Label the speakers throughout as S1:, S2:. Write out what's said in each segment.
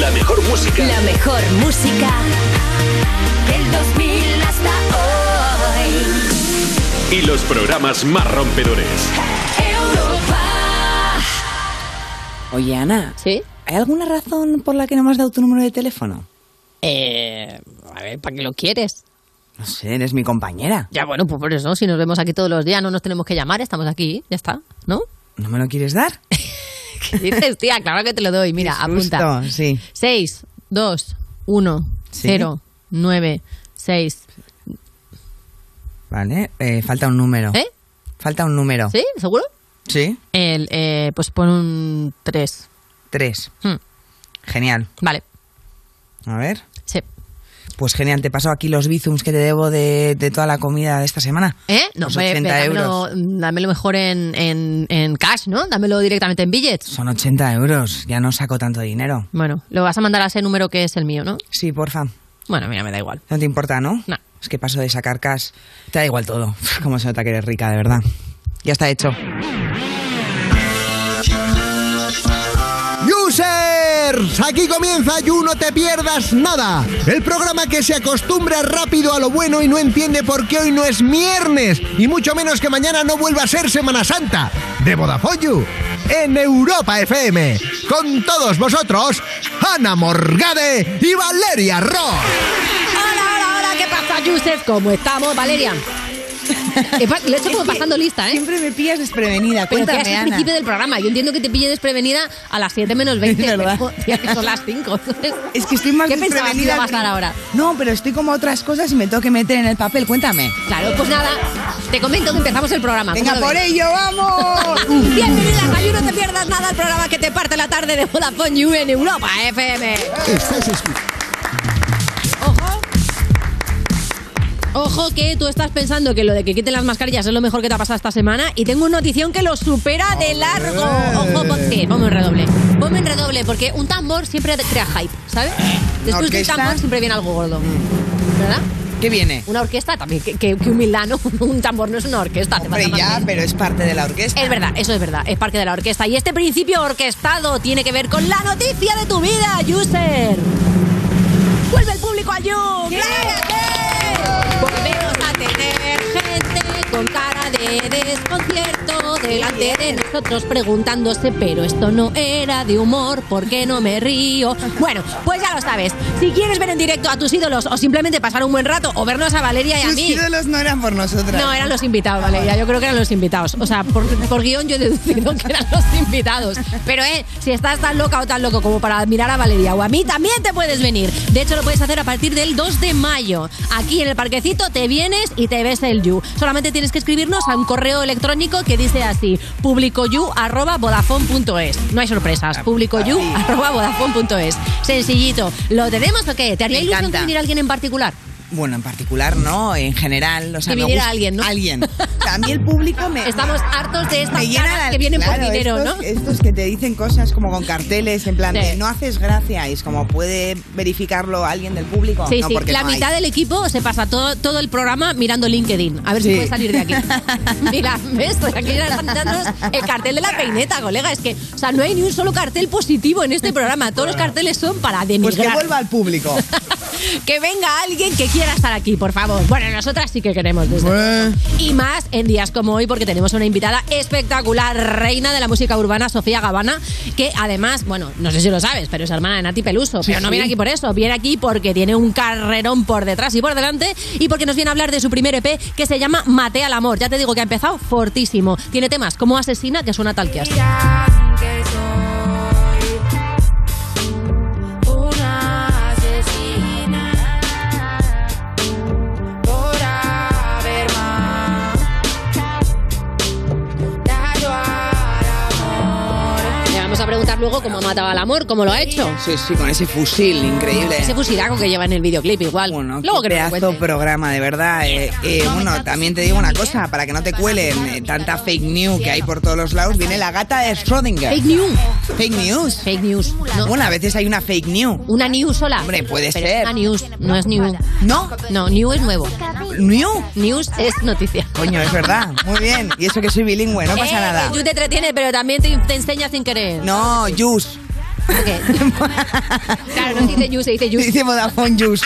S1: La mejor música.
S2: La mejor música del 2000 hasta
S1: Y los programas más rompedores.
S2: hoy. Europa.
S3: Oye, Ana,
S4: ¿Sí?
S3: ¿hay alguna razón por la que no me has dado tu número de teléfono?
S4: Eh, a ver, ¿para qué lo quieres?
S3: No sé, eres mi compañera.
S4: Ya, bueno, pues por eso, si nos vemos aquí todos los días, no nos tenemos que llamar, estamos aquí, ya está, ¿no?
S3: ¿No me lo quieres dar?
S4: ¿Qué dices, tía? Claro que te lo doy, mira, apunta.
S3: Justo, sí.
S4: 6, 2, 1,
S3: ¿Sí?
S4: 0, 9, 6.
S3: Vale, eh, falta un número.
S4: ¿Eh?
S3: Falta un número.
S4: ¿Sí? ¿Seguro?
S3: Sí.
S4: El, eh, pues pon un 3.
S3: Tres. Genial.
S4: Vale,
S3: A ver.
S4: sí.
S3: Pues genial, te paso aquí los bizums que te debo de, de toda la comida de esta semana.
S4: ¿Eh? No,
S3: Los
S4: me-
S3: 80
S4: me-
S3: euros.
S4: Dámelo, dámelo mejor en, en, en cash, ¿no? Dámelo directamente en billets.
S3: Son 80 euros, ya no saco tanto dinero.
S4: Bueno, lo vas a mandar a ese número que es el mío, ¿no?
S3: Sí, porfa.
S4: Bueno, mira, me da igual.
S3: No te importa, ¿no?
S4: No.
S3: Es que paso de sacar cash. Te da igual todo. Como se nota que eres rica, de verdad. Ya está hecho.
S5: Users, aquí comienza You No Te Pierdas Nada, el programa que se acostumbra rápido a lo bueno y no entiende por qué hoy no es viernes y mucho menos que mañana no vuelva a ser Semana Santa de Vodafone You, en Europa FM. Con todos vosotros, Ana Morgade y Valeria Ross.
S4: Hola, hola, hola, ¿qué pasa, Yusef? ¿Cómo estamos, Valeria? Eh, pa- Lo he hecho como pasando lista, ¿eh?
S3: Siempre me pillas desprevenida.
S4: Pero que
S3: Cuéntame,
S4: es el
S3: Ana.
S4: principio del programa. Yo entiendo que te pille desprevenida a las 7 menos 20.
S3: Es verdad.
S4: pero, tía, que son las 5.
S3: Es que estoy más
S4: ¿Qué pensabas que iba
S3: desprevenida
S4: a pasar ahora?
S3: No, pero estoy como a otras cosas y me tengo que meter en el papel. Cuéntame.
S4: Claro, pues nada, te comento que empezamos el programa. Uh.
S3: Venga,
S4: ¿Cómo lo
S3: por
S4: ves?
S3: ello, vamos.
S4: Bienvenidas a You, no te pierdas nada, el programa que te parte la tarde de Vodafone You en Europa FM.
S5: Estás escuchando.
S4: Ojo. Ojo que tú estás pensando que lo de que quiten las mascarillas es lo mejor que te ha pasado esta semana y tengo una notición que lo supera de largo. Ojo, porque ponme un redoble. Ponme un redoble porque un tambor siempre crea hype, ¿sabes? Después de un
S3: orquesta. Mm.
S4: tambor siempre viene algo gordo. ¿Verdad?
S3: ¿Qué viene?
S4: Una orquesta también, que, que- que humildad, ¿no? Un tambor no es una orquesta. hace
S3: Hombre,
S4: falta más
S3: ya, pero es parte de la orquesta.
S4: es verdad, eso es verdad, es parte de la orquesta. Y este principio orquestado tiene que ver con la noticia de tu vida, user. ¡Vuelve el público a You! ¡Claro que sí! Volvemos a tener gente con cara de desconcierto delante de nosotros preguntándose, pero esto no era de humor, ¿por qué no me río? Bueno, pues ya lo sabes. Si quieres ver en directo a tus ídolos o simplemente pasar un buen rato o vernos a Valeria y a
S3: Sus
S4: mí.
S3: ídolos no eran por nosotras.
S4: No, eran los invitados, vale. Ya yo creo que eran los invitados. O sea, por, por guión yo he deducido que eran los invitados. Pero, eh, si estás tan loca o tan loco como para admirar a Valeria o a mí, también te puedes venir. De hecho, lo puedes hacer a partir del 2 de mayo. Aquí en el parquecito te vienes y te ves el You. Solamente tienes que escribirnos a un correo electrónico que dice así: publicoyu.vodafone.es. No hay sorpresas.
S6: Ah,
S4: publicoyu.vodafone.es. Sencillito. ¿Lo tenemos o qué? ¿Te haría
S3: Me
S4: ilusión
S3: encanta.
S4: que viniera alguien en particular?
S3: Bueno, en particular no, en general. O sea,
S4: Que
S3: me
S4: viniera
S3: gusta-
S4: alguien, ¿no?
S3: Alguien. A mí el público me...
S4: Estamos hartos de estas
S6: Me llena
S4: caras
S6: la-
S4: que vienen por
S6: claro,
S4: dinero,
S6: estos,
S4: ¿no?
S6: Estos que te dicen cosas como con carteles, en plan,
S4: Sí.
S6: de, no haces gracia, y es como, ¿puede verificarlo alguien del público?
S4: Sí,
S6: no,
S4: sí,
S6: porque
S4: la
S6: no hay.
S4: mitad del equipo se pasa todo, todo el programa mirando LinkedIn. A ver si
S6: Sí.
S4: puede salir de aquí. Mira, ves, Pues aquí ya están dándonos el cartel de la peineta, colega. Es que, o sea, no hay ni un solo cartel positivo en este programa. Todos los carteles son para
S6: Pues que
S4: denigrar.
S6: vuelva al público.
S4: que venga alguien que quiera estar aquí, por favor. Bueno, nosotras sí que queremos. desde luego. Y más en días como hoy, porque tenemos una invitada espectacular, reina de la música urbana, Sofía Gavana, que además, bueno, no sé si lo sabes, pero es hermana de Nati Peluso. pero no viene aquí por eso, viene aquí porque tiene un carrerón por detrás y por delante y porque nos viene a hablar de su primer EP que se llama Mate al Amor. Ya te digo que ha empezado fortísimo. Tiene temas como Asesina, que suena tal que así.
S7: que soy una asesina por haber matado al amor.
S4: Le vamos a preguntar luego cómo ha matado al amor, cómo lo ha hecho.
S3: Sí, sí, con ese fusil increíble.
S4: Ese fusilaco que lleva en el videoclip igual.
S3: Bueno,
S4: Luego
S3: qué
S4: que nos lo
S3: pedazo
S4: cuente.
S3: programa, de verdad. Eh, eh, bueno, también te digo una cosa, para que no te cuelen eh, tanta fake news que hay por todos los lados, viene la gata de Schrödinger.
S4: Fake news.
S3: Fake news.
S4: Fake news. No.
S3: Bueno, a veces hay una fake news.
S4: Una news sola.
S3: Hombre, puede
S4: Pero
S3: ser.
S4: es Una news, no es new.
S3: ¿No?
S4: No, new es nuevo.
S3: ¿New?
S4: News es noticia.
S3: Coño, es verdad. Muy bien. Y eso que soy bilingüe, no pasa
S4: Eh,
S3: nada.
S4: que You te entretiene, pero también te, te enseña sin querer.
S3: Ah. No, Jus.
S4: Porque- claro, no se dice Yus, se dice Yus.
S8: Dice Vodafone Jus.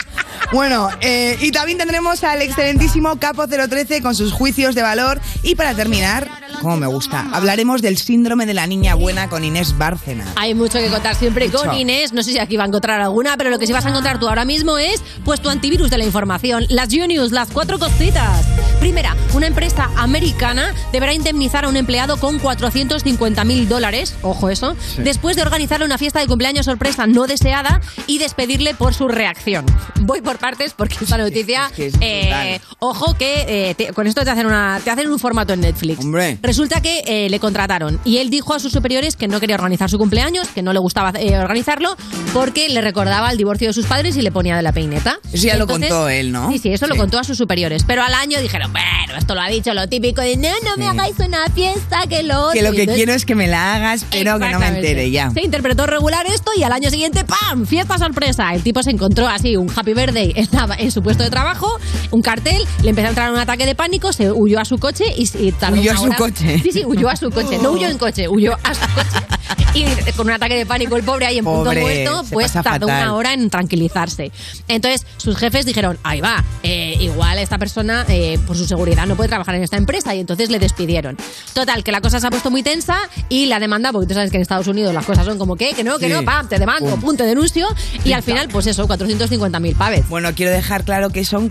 S8: Bueno, eh, y también tendremos al excelentísimo Capo 013 con sus juicios de valor. Y para terminar, como me gusta, hablaremos del síndrome de la niña buena con Inés Bárcena.
S4: Hay mucho que contar siempre con Inés. No sé si aquí va a encontrar alguna, pero lo que sí vas a encontrar tú ahora mismo es pues tu antivirus de la información, las Genius, las cuatro cositas. Primera, una empresa americana deberá indemnizar a un empleado con 450 mil dólares, ojo eso, después de organizarle una fiesta de cumpleaños sorpresa no deseada y despedirle por su reacción. Voy por partes porque esta noticia,
S3: que es brutal.
S4: eh, ojo que eh, te- con esto te hacen, una, te hacen un formato en Netflix.
S3: Hombre.
S4: Resulta que eh, le contrataron y él dijo a sus superiores que no quería organizar su cumpleaños, que no le gustaba eh, organizarlo porque le recordaba el divorcio de sus padres y le ponía de la peineta.
S3: Eso ya lo contó él, ¿no?
S4: Sí, sí, eso lo
S3: Sí.
S4: contó a sus superiores. Pero al año dijeron, bueno, esto lo ha dicho lo típico de no, no me hagáis una fiesta, que lo otro".
S3: Que lo
S4: Y
S3: que
S4: Oh, entonces-
S3: quiero es que me la hagas, pero que no me
S4: Exactamente.
S3: entere ya.
S4: Se interpretó regular esto y al año siguiente, ¡pam! Fiesta sorpresa. El tipo se encontró así un happy birthday en, la- en su puesto de trabajo, un cartel, le empezó a entrar un ataque de pánico, se huyó a su coche y, y tardó
S3: Huyó
S4: una
S3: a su
S4: hora-
S3: coche.
S4: Sí, sí, huyó a su coche. No huyó en coche, huyó a su coche. Y con un ataque de pánico el pobre ahí en punto
S3: Pobre,
S4: muerto,
S3: se
S4: pues
S3: pasa
S4: tardó
S3: fatal.
S4: una hora en tranquilizarse. Entonces sus jefes dijeron, ahí va, eh, igual esta persona eh, por su seguridad no puede trabajar en esta empresa y entonces le despidieron. Total, que la cosa se ha puesto muy tensa y la demanda, porque tú sabes que en Estados Unidos las cosas son como que, que no, que
S3: Sí.
S4: no, pam, te demando,
S3: Pum.
S4: pum, te denuncio y al final pues eso, 450.000 paves.
S3: Bueno, quiero dejar claro que son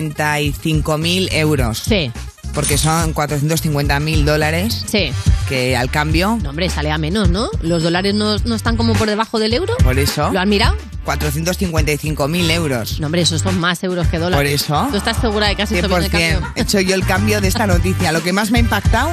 S3: 455.000 euros.
S4: Sí,
S3: Porque son 450.000 dólares
S4: sí.
S3: que al cambio,
S4: No, hombre, sale a menos, ¿no? Los dólares no, no están como por debajo del euro.
S3: por eso,
S4: ¿Lo han mirado?
S3: 455.000 euros.
S4: No, hombre, esos son más euros que
S3: Por
S4: dólares.
S3: eso,
S4: ¿Tú estás segura de que has hecho bien el
S3: 100%
S4: cambio?
S3: he hecho yo el cambio de esta noticia. Lo que más me ha impactado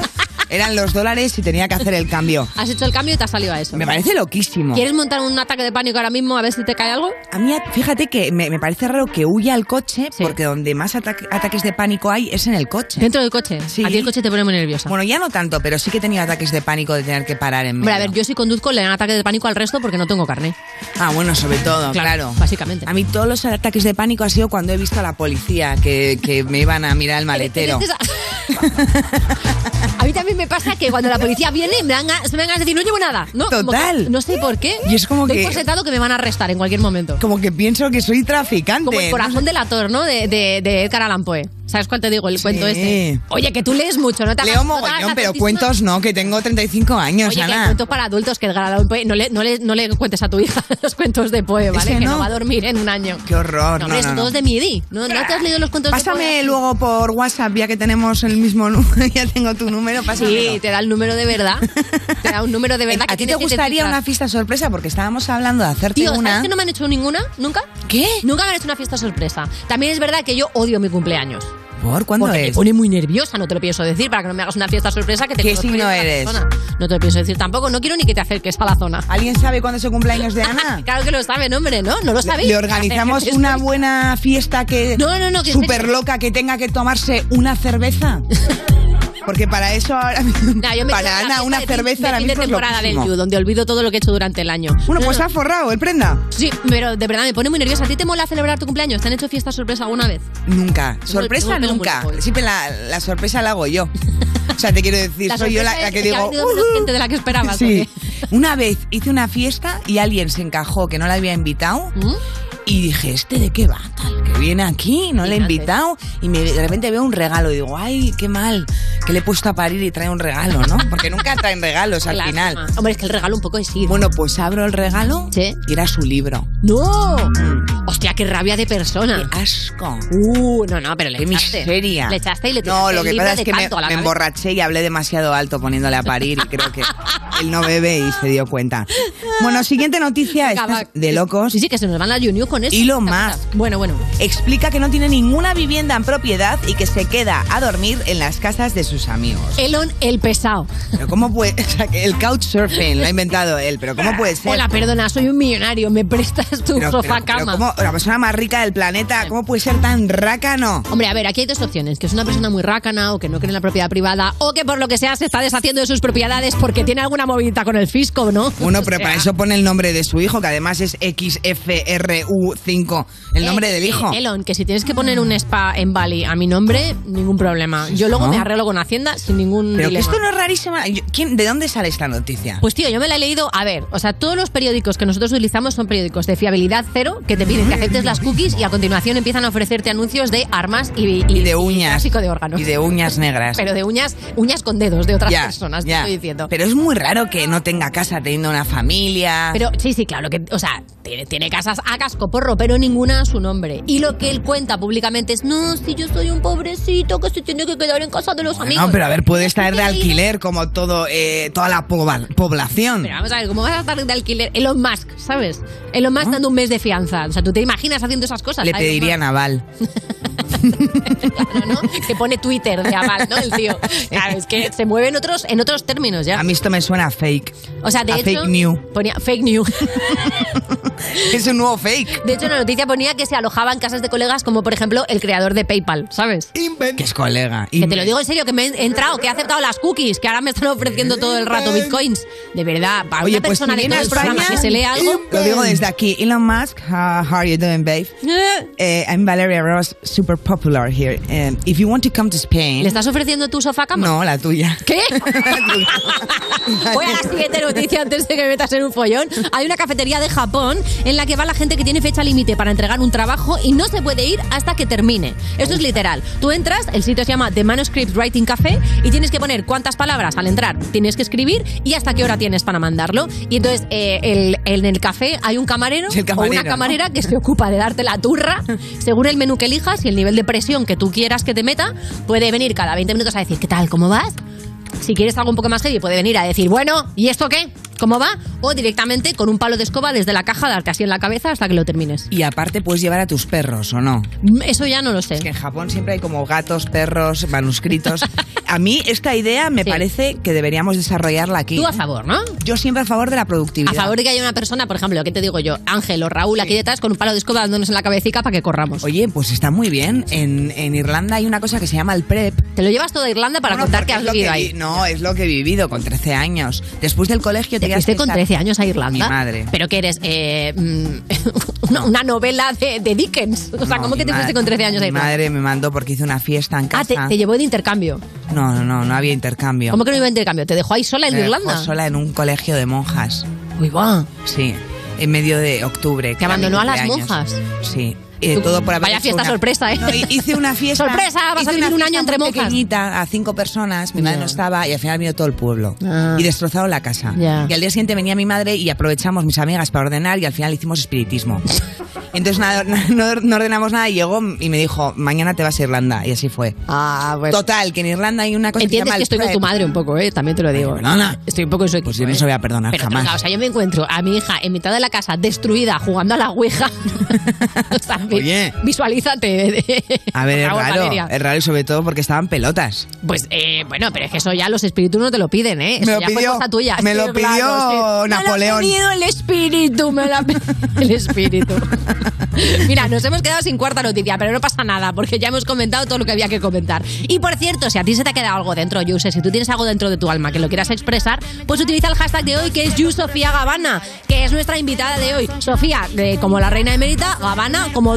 S3: eran los dólares y tenía que hacer el cambio.
S4: Has hecho el cambio y te has salido a eso.
S3: Me parece loquísimo.
S4: ¿Quieres montar un ataque de pánico ahora mismo a ver si te cae algo?
S3: A mí, fíjate que me, me parece raro que huya al coche,
S4: Sí.
S3: porque donde más ataque- ataques de pánico hay es en el coche.
S4: Dentro del coche.
S3: Sí.
S4: A ti el coche te pone muy nerviosa.
S3: Bueno, ya no tanto, pero sí que he tenido ataques de pánico de tener que parar en medio.
S4: Hombre, a ver, yo si conduzco le dan ataque de pánico al resto porque no tengo carné.
S3: Ah, bueno, sobre todo, claro.
S4: Básicamente.
S3: A mí todos los ataques de pánico ha sido cuando he visto a la policía que, que me iban a mirar el maletero.
S4: Entonces, a- a mí también me pasa que cuando la policía viene me dan, ga- se me dan ganas de decir, no llevo nada. No, como
S3: Total.
S4: que- no sé por qué.
S3: Y es como
S4: Doy
S3: que-
S4: por sentado que me van a arrestar en cualquier momento.
S3: Como que pienso que soy traficante.
S4: Como el
S3: ¿no?
S4: corazón delator, ¿no? De, de, de Edgar Allan Poe. ¿Sabes cuál te digo? El cuento este. Oye, que tú lees mucho, ¿no te
S3: Leo
S4: hagas- no te hagas
S3: mogollón,
S4: la
S3: pero
S4: tontísima.
S3: cuentos no, que tengo 35 años,
S4: Oye, que hay
S3: Ana.
S4: cuentos para adultos que Edgar Allan Poe, no le, no, le, no le cuentes a tu hija los cuentos de Poe, ¿vale?
S3: Ese
S4: que no.
S3: no.
S4: va a dormir en un año.
S3: Qué horror.
S4: No,
S3: No,
S4: hombre,
S3: no,
S4: son
S3: no.
S4: todos de MIDI. ¿No, ¿No te has leído los cuentos de Poe?
S3: Pásame luego por WhatsApp, ya que tenemos el mismo número, ya tengo tu número, pásamelo.
S4: Sí, te da el número de verdad. Te da un número de verdad que
S3: Eh, ¿A ti te
S4: tienes que
S3: gustaría
S4: descifrar.
S3: una fiesta sorpresa? Porque estábamos hablando de hacerte
S4: Tío,
S3: una.
S4: ¿sabes que no me han hecho ninguna? ¿Nunca? ¿Qué? Nunca me han hecho una fiesta sorpresa. También es verdad que yo odio mi cumpleaños.
S3: ¿Por cuándo
S4: Porque me
S3: es?
S4: pone muy nerviosa, no te lo pienso decir, para que no me hagas una fiesta sorpresa que te
S3: ¿Qué
S4: construye
S3: signo
S4: otra
S3: eres?
S4: persona. No te lo pienso decir tampoco, no quiero ni que te acerques a la zona.
S3: ¿Alguien sabe cuándo es el cumpleaños de Ana?
S4: Claro que lo saben, hombre, ¿no? No lo sabéis.
S3: Le organizamos
S4: Es
S3: una buena fiesta que
S4: No, no, no, que en
S3: super loca que tenga que tomarse una cerveza. Porque para eso ahora
S4: No, yo
S3: mismo-
S4: me quedo
S3: para
S4: en la
S3: Ana una
S4: fiesta de fin- de
S3: cerveza ahora
S4: fin de
S3: mismo es
S4: temporada del
S3: loquísimo.
S4: You, donde olvido todo lo que he hecho durante el año.
S3: Bueno,
S4: No,
S3: pues
S4: no.
S3: ha forrado el prenda.
S4: Sí, pero de verdad me pone muy nerviosa. ¿A ti te mola celebrar tu cumpleaños? ¿Te han hecho fiesta sorpresa alguna vez?
S3: Nunca.
S4: el- tengo
S3: Sorpresa
S4: el pelo muy
S3: nunca.
S4: joven.
S3: Siempre la, la sorpresa la hago yo. O sea, te quiero decir, soy yo la,
S4: sorpresa
S3: la
S4: es
S3: que
S4: ha
S3: digo.
S4: venido menos
S3: "Ujú".
S4: gente de la que esperabas.
S3: Sí. Una vez hice una fiesta y alguien se encajó que no la había invitado.
S4: ¿o qué? ¿Mm?
S3: Y dije, ¿este de qué va? Tal, que viene aquí, no le he
S4: Fíjate.
S3: invitado. Y me, de repente veo un regalo y digo, ay, qué mal, que le he puesto a parir y trae un regalo, ¿no? Porque nunca traen regalos al
S4: Lástima.
S3: final.
S4: Hombre, es que el regalo un poco es ir.
S3: Bueno, pues abro el regalo
S4: Sí.
S3: y era su libro.
S4: ¡No! Hostia, qué rabia de persona.
S3: Asco.
S4: Uh, no, no, pero le
S3: Qué
S4: echaste.
S3: miseria.
S4: Le echaste y le tiraste
S3: No, lo
S4: el
S3: que
S4: libro
S3: pasa es
S4: de
S3: que me,
S4: canto a la
S3: me
S4: cabeza.
S3: emborraché y hablé demasiado alto poniéndole a parir y creo que él no bebe y se dio cuenta. Bueno, siguiente noticia
S4: Venga,
S3: esta
S4: va.
S3: es de locos.
S4: Sí, sí, que se nos van las Junior con eso.
S3: Y lo
S4: ¿Te
S3: más.
S4: acuerdas? Bueno, bueno.
S3: explica que no tiene ninguna vivienda en propiedad y que se queda a dormir en las casas de sus amigos.
S4: Elon el pesado.
S3: Pero ¿cómo puede...? o sea, que el couchsurfing lo ha inventado él, pero ¿cómo puede ser?
S4: Hola, perdona, soy un millonario. ¿Me prestas es tu
S3: Pero- pero-
S4: sofá
S3: pero
S4: cama.
S3: ¿cómo? la persona más rica del planeta, ¿cómo puede ser tan rácano?
S4: Hombre, a ver, aquí hay dos opciones, que es una persona muy rácana o que no cree en la propiedad privada o que por lo que sea se está deshaciendo de sus propiedades porque tiene alguna movidita con el fisco, ¿no?
S3: Bueno,
S4: O
S3: pero
S4: sea,
S3: para eso pone el nombre de su hijo, que además es XFRU5, el nombre
S4: eh,
S3: del
S4: eh,
S3: hijo.
S4: Elon, que si tienes que poner un spa en Bali a mi nombre, ningún problema. Yo luego
S3: ¿No?
S4: me arreglo con Hacienda sin ningún
S3: Pero que
S4: dilema.
S3: esto no es rarísimo. Yo- ¿quién- ¿De dónde sale esta noticia?
S4: Pues tío, yo me la he leído, a ver, o sea, todos los periódicos que nosotros utilizamos son periódicos de fiabilidad cero, que te piden que aceptes las cookies y a continuación empiezan a ofrecerte anuncios de armas y, y-
S3: y de uñas.
S4: tráfico de órganos.
S3: Y de uñas negras.
S4: Pero de uñas, uñas con dedos de otras
S3: Ya,
S4: personas,
S3: ya.
S4: te estoy diciendo.
S3: Pero es muy raro que no tenga casa teniendo una familia.
S4: Pero sí, sí, claro que, o sea, tiene, tiene casas a casco porro, pero ninguna a su nombre. Y lo que él cuenta públicamente es, no, si yo soy un pobrecito que se tiene que quedar en casa de los amigos.
S3: no, pero a ver, puede
S4: Yo
S3: estar de
S4: estoy ahí.
S3: alquiler como todo, eh, toda la poba- población.
S4: Pero vamos a ver, ¿cómo vas a estar de alquiler? Elon Musk, ¿sabes? Elon Musk dando un mes de fianza. O sea, tú te imaginas haciendo esas cosas.
S3: Ah. Le
S4: ¿sabes?
S3: pediría naval.
S4: Claro, ¿no? Que pone Twitter de aval, ¿no? El tío. Claro, es que se mueve en otros, en otros términos ya.
S3: A mí esto me suena a fake.
S4: O sea, de
S3: a
S4: hecho.
S3: fake news.
S4: Ponía fake news.
S3: Es un nuevo fake.
S4: De hecho, en la noticia ponía que se alojaba en casas de colegas, como por ejemplo el creador de PayPal, ¿sabes?
S5: Invent.
S3: Que es colega.
S4: Que te lo digo en serio, que me he entrado, que he aceptado las cookies, que ahora me están ofreciendo todo el rato bitcoins. De verdad, para
S3: Oye,
S4: una
S3: pues
S4: persona
S3: si
S4: de
S3: viene
S4: todo
S3: a
S4: el programa
S3: España,
S4: que se lee algo.
S3: Lo digo desde aquí. Elon Musk, how, how are you doing, babe?
S4: eh,
S3: Eh, I'm Valeria Ross, super popular here. Um, if you want to come to Spain...
S4: ¿Le estás ofreciendo tu sofá cama?
S3: No, la tuya.
S4: ¿Qué? Voy a la siguiente noticia antes de que me metas en un follón. Hay una cafetería de Japón en la que va la gente que tiene fecha límite para entregar un trabajo y no se puede ir hasta que termine. Esto es literal. Tú entras, el sitio se llama The Manuscript Writing Café y tienes que poner cuántas palabras al entrar tienes que escribir y hasta qué hora tienes para mandarlo. Y entonces eh, el- en el café hay un camarero,
S3: Sí, el camarero,
S4: o una
S3: ¿no?
S4: camarera que se ocupa de darte la turra según el menú que elijas y el nivel de presión que tú quieras que te meta. Puede venir cada 20 minutos a decir, ¿qué tal? ¿Cómo vas? Si quieres algo un poco más heavy, puede venir a decir, bueno, ¿y esto qué? ¿Cómo va? O directamente con un palo de escoba desde la caja, darte así en la cabeza hasta que lo termines.
S3: Y aparte puedes llevar a tus perros, ¿o no?
S4: Mm, Eso ya no lo sé.
S3: Que en Japón siempre hay como gatos, perros, manuscritos. A mí esta idea me
S4: Sí.
S3: parece que deberíamos desarrollarla aquí.
S4: Tú a favor, ¿no?
S3: Yo siempre a favor de la
S4: A
S3: productividad.
S4: favor de que haya una persona, por ejemplo, ¿qué te digo yo? Ángel o Raúl aquí detrás con un palo de escoba dándonos en la cabecita para que corramos.
S3: Oye, pues está muy bien. En, en Irlanda hay una cosa que se llama el PrEP.
S4: Te lo llevas toda Irlanda para
S3: Bueno,
S4: contar
S3: porque
S4: que has
S3: es lo
S4: vivido
S3: vi-
S4: ahí.
S3: No, es lo que he vivido con 13 años. Después del colegio
S4: Te
S3: tenías
S4: fuiste
S3: que
S4: con
S3: estar-
S4: 13 años a Irlanda.
S3: Mi madre.
S4: Pero que eres eh, mm, una, una novela de, de Dickens. O sea,
S3: No,
S4: ¿cómo
S3: mi
S4: que te
S3: ma-
S4: fuiste con 13 años a
S3: Mi
S4: Irlanda?
S3: madre me mandó porque hice una fiesta en casa.
S4: ah, te, te llevó de intercambio.
S3: No, no, no, no había intercambio.
S4: ¿Cómo que no iba a intercambio? ¿Te dejó ahí sola en
S3: Me dejó
S4: Irlanda?
S3: sola en un colegio de monjas.
S4: Uy, va.
S3: Sí, en medio de octubre. que era mi
S4: abandonó a las
S3: cumpleaños.
S4: monjas.
S3: Sí. eh,
S4: Tú-
S3: todo por haber
S4: vaya
S3: hecho
S4: fiesta
S3: una-
S4: sorpresa, ¿eh?
S3: No, hi- hice una fiesta.
S4: Sorpresa, vas a
S3: hice
S4: vivir un
S3: fiesta
S4: año entre
S3: muy
S4: monjas.
S3: pequeñita, a cinco personas. Mi madre
S4: Ya.
S3: no estaba y al final vino todo el pueblo.
S4: Ah.
S3: Y destrozado la casa.
S4: Ya.
S3: Y al día siguiente venía mi madre y aprovechamos mis amigas para ordenar y al final hicimos espiritismo. Entonces nada, no, no ordenamos nada y llegó y me dijo, mañana te vas a Irlanda. Y así fue.
S4: Ah, bueno.
S3: Total, que en Irlanda hay una cosa que se
S4: Entiendes
S3: llama
S4: que
S3: el
S4: estoy con
S3: PrEP.
S4: tu madre un poco, ¿eh? También te lo digo.
S3: perdona.
S4: Estoy un poco en su equipo.
S3: Pues yo no
S4: ¿eh?
S3: se voy a perdonar
S4: Pero,
S3: jamás.
S4: claro, o sea, yo me encuentro a mi hija en mitad de la casa destruida jugando a la Ouija. O sea, vi-
S3: Oye.
S4: Visualízate.
S3: A ver,
S4: Por
S3: eh. es
S4: favor,
S3: raro.
S4: Valeria.
S3: Es raro y sobre todo porque estaban pelotas.
S4: Pues eh, bueno, pero es que eso ya los espíritus no te lo piden, ¿eh? Eso
S3: Me lo
S4: ya fue
S3: pidió-
S4: cosa tuya.
S3: me lo pidió Napoleón.
S4: Me lo ha pedido el espíritu, me lo ha pedido el espíritu. Mira, nos hemos quedado sin cuarta noticia, pero no pasa nada, porque ya hemos comentado todo lo que había que comentar. Y por cierto, si a ti se te ha quedado algo dentro, Yuse, si tú tienes algo dentro de tu alma que lo quieras expresar, pues utiliza el hashtag de hoy que es YouSofía Gabbana, que es nuestra invitada de hoy. Sofía, eh, como la reina emérita, Gabbana como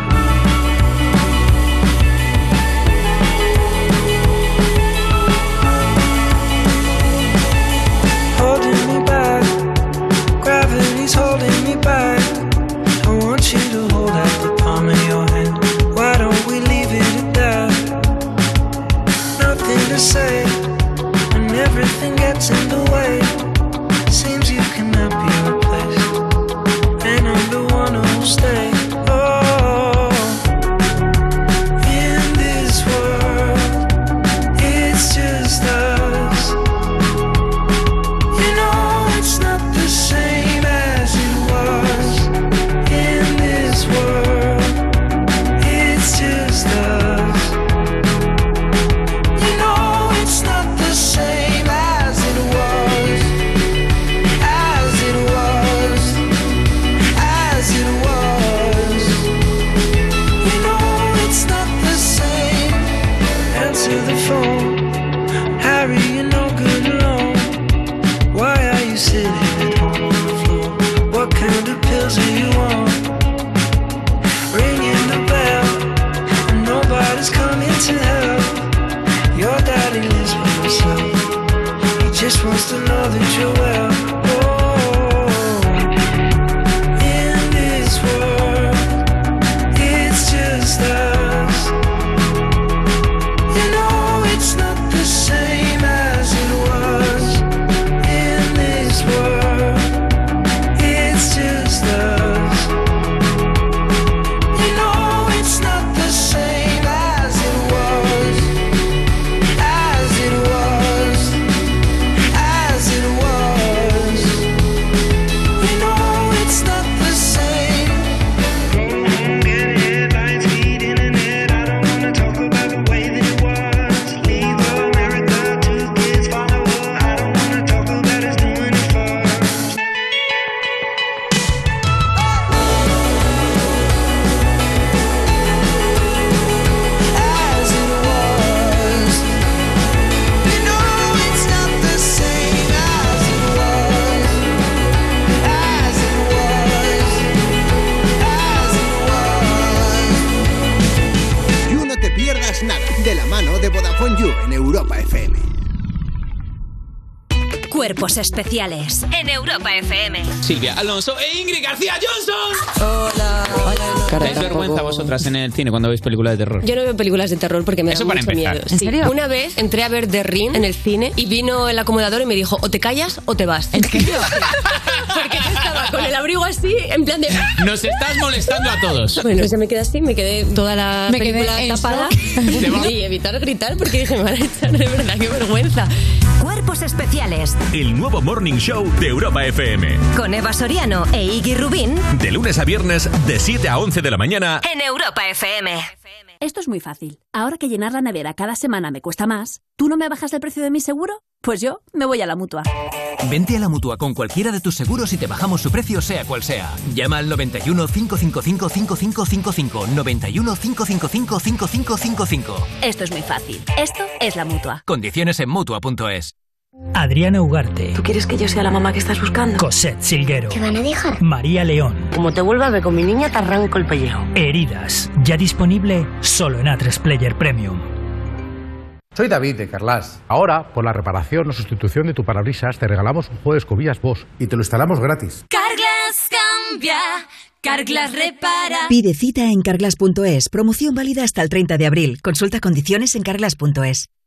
S9: holding me back. Gravity's holding me back. I want you to hold out the palm of your hand. Why don't we leave it at that? Nothing to say, and everything gets in the way. Seems you cannot be replaced, and I'm the one who'll stay. Oh.
S10: you well. Oh, in this world, it's just us. You know it's not the same as it was. In this world, it's just us. You know it's not the same as it was. As it was. As it was. You know it's not the same. Get headlines feeding in it. I don't wanna talk about the way that it was. Leave America, two kids follow her. I don't wanna talk about us doing it first. As it was, you know it's not the same as it was. As it was, as it was.
S5: You no te pierdas nada de la mano de Vodafone You en Europa FM.
S11: Cuerpos especiales en Europa FM.
S9: Silvia Alonso e Ingrid García Johnson. ¿Tenéis vergüenza vosotras en el cine cuando veis películas de terror?
S4: Yo no veo películas de terror porque me
S9: Eso
S4: da
S9: para
S4: mucho
S9: empezar.
S4: miedo.
S9: ¿En
S4: Sí.
S12: serio?
S4: Una vez entré a ver The Ring en el cine y vino el acomodador y me dijo, o te callas o te vas. ¿En serio? porque yo estaba con el abrigo así, en plan de... "Ah".
S9: Nos estás molestando a todos.
S4: Bueno, se me quedé así, me quedé toda la
S12: Me quedé
S4: película
S12: en
S4: tapada
S9: Te va-
S4: y evitar gritar porque dije, me van a echar de verdad, qué vergüenza.
S11: Cuerpos especiales
S13: El nuevo Morning Show de Europa FM.
S11: con Eva Soriano e Iggy Rubín
S13: De lunes a viernes, de 7 a 11 de la mañana.
S11: en Europa FM.
S14: Esto es muy fácil. Ahora que llenar la nevera cada semana me cuesta más, ¿tú no me bajas el precio de mi seguro? Pues yo me voy a la mutua.
S15: Vente a la mutua con cualquiera de tus seguros y te bajamos su precio, sea cual sea. Llama al 91 555 5555. 91 555 5555.
S14: Esto es muy fácil. Esto es la mutua.
S15: Condiciones en mutua.es.
S10: Adriana Ugarte,
S14: ¿Tú quieres que yo sea la mamá que estás buscando?
S10: Cosette Silguero,
S14: van a dejar?
S10: María León,
S14: Como te vuelva a ver con mi niña, te arranco el pellejo.
S10: Heridas, ya disponible solo en A3 Player Premium.
S16: Soy David de Carlas. Ahora, por la reparación o sustitución de tu parabrisas, te regalamos un juego de escobillas vos y te lo instalamos gratis.
S11: Carglass cambia, Carglass repara.
S17: Pide cita en carglass.es. Promoción válida hasta el 30 de abril. Consulta condiciones en carglass.es.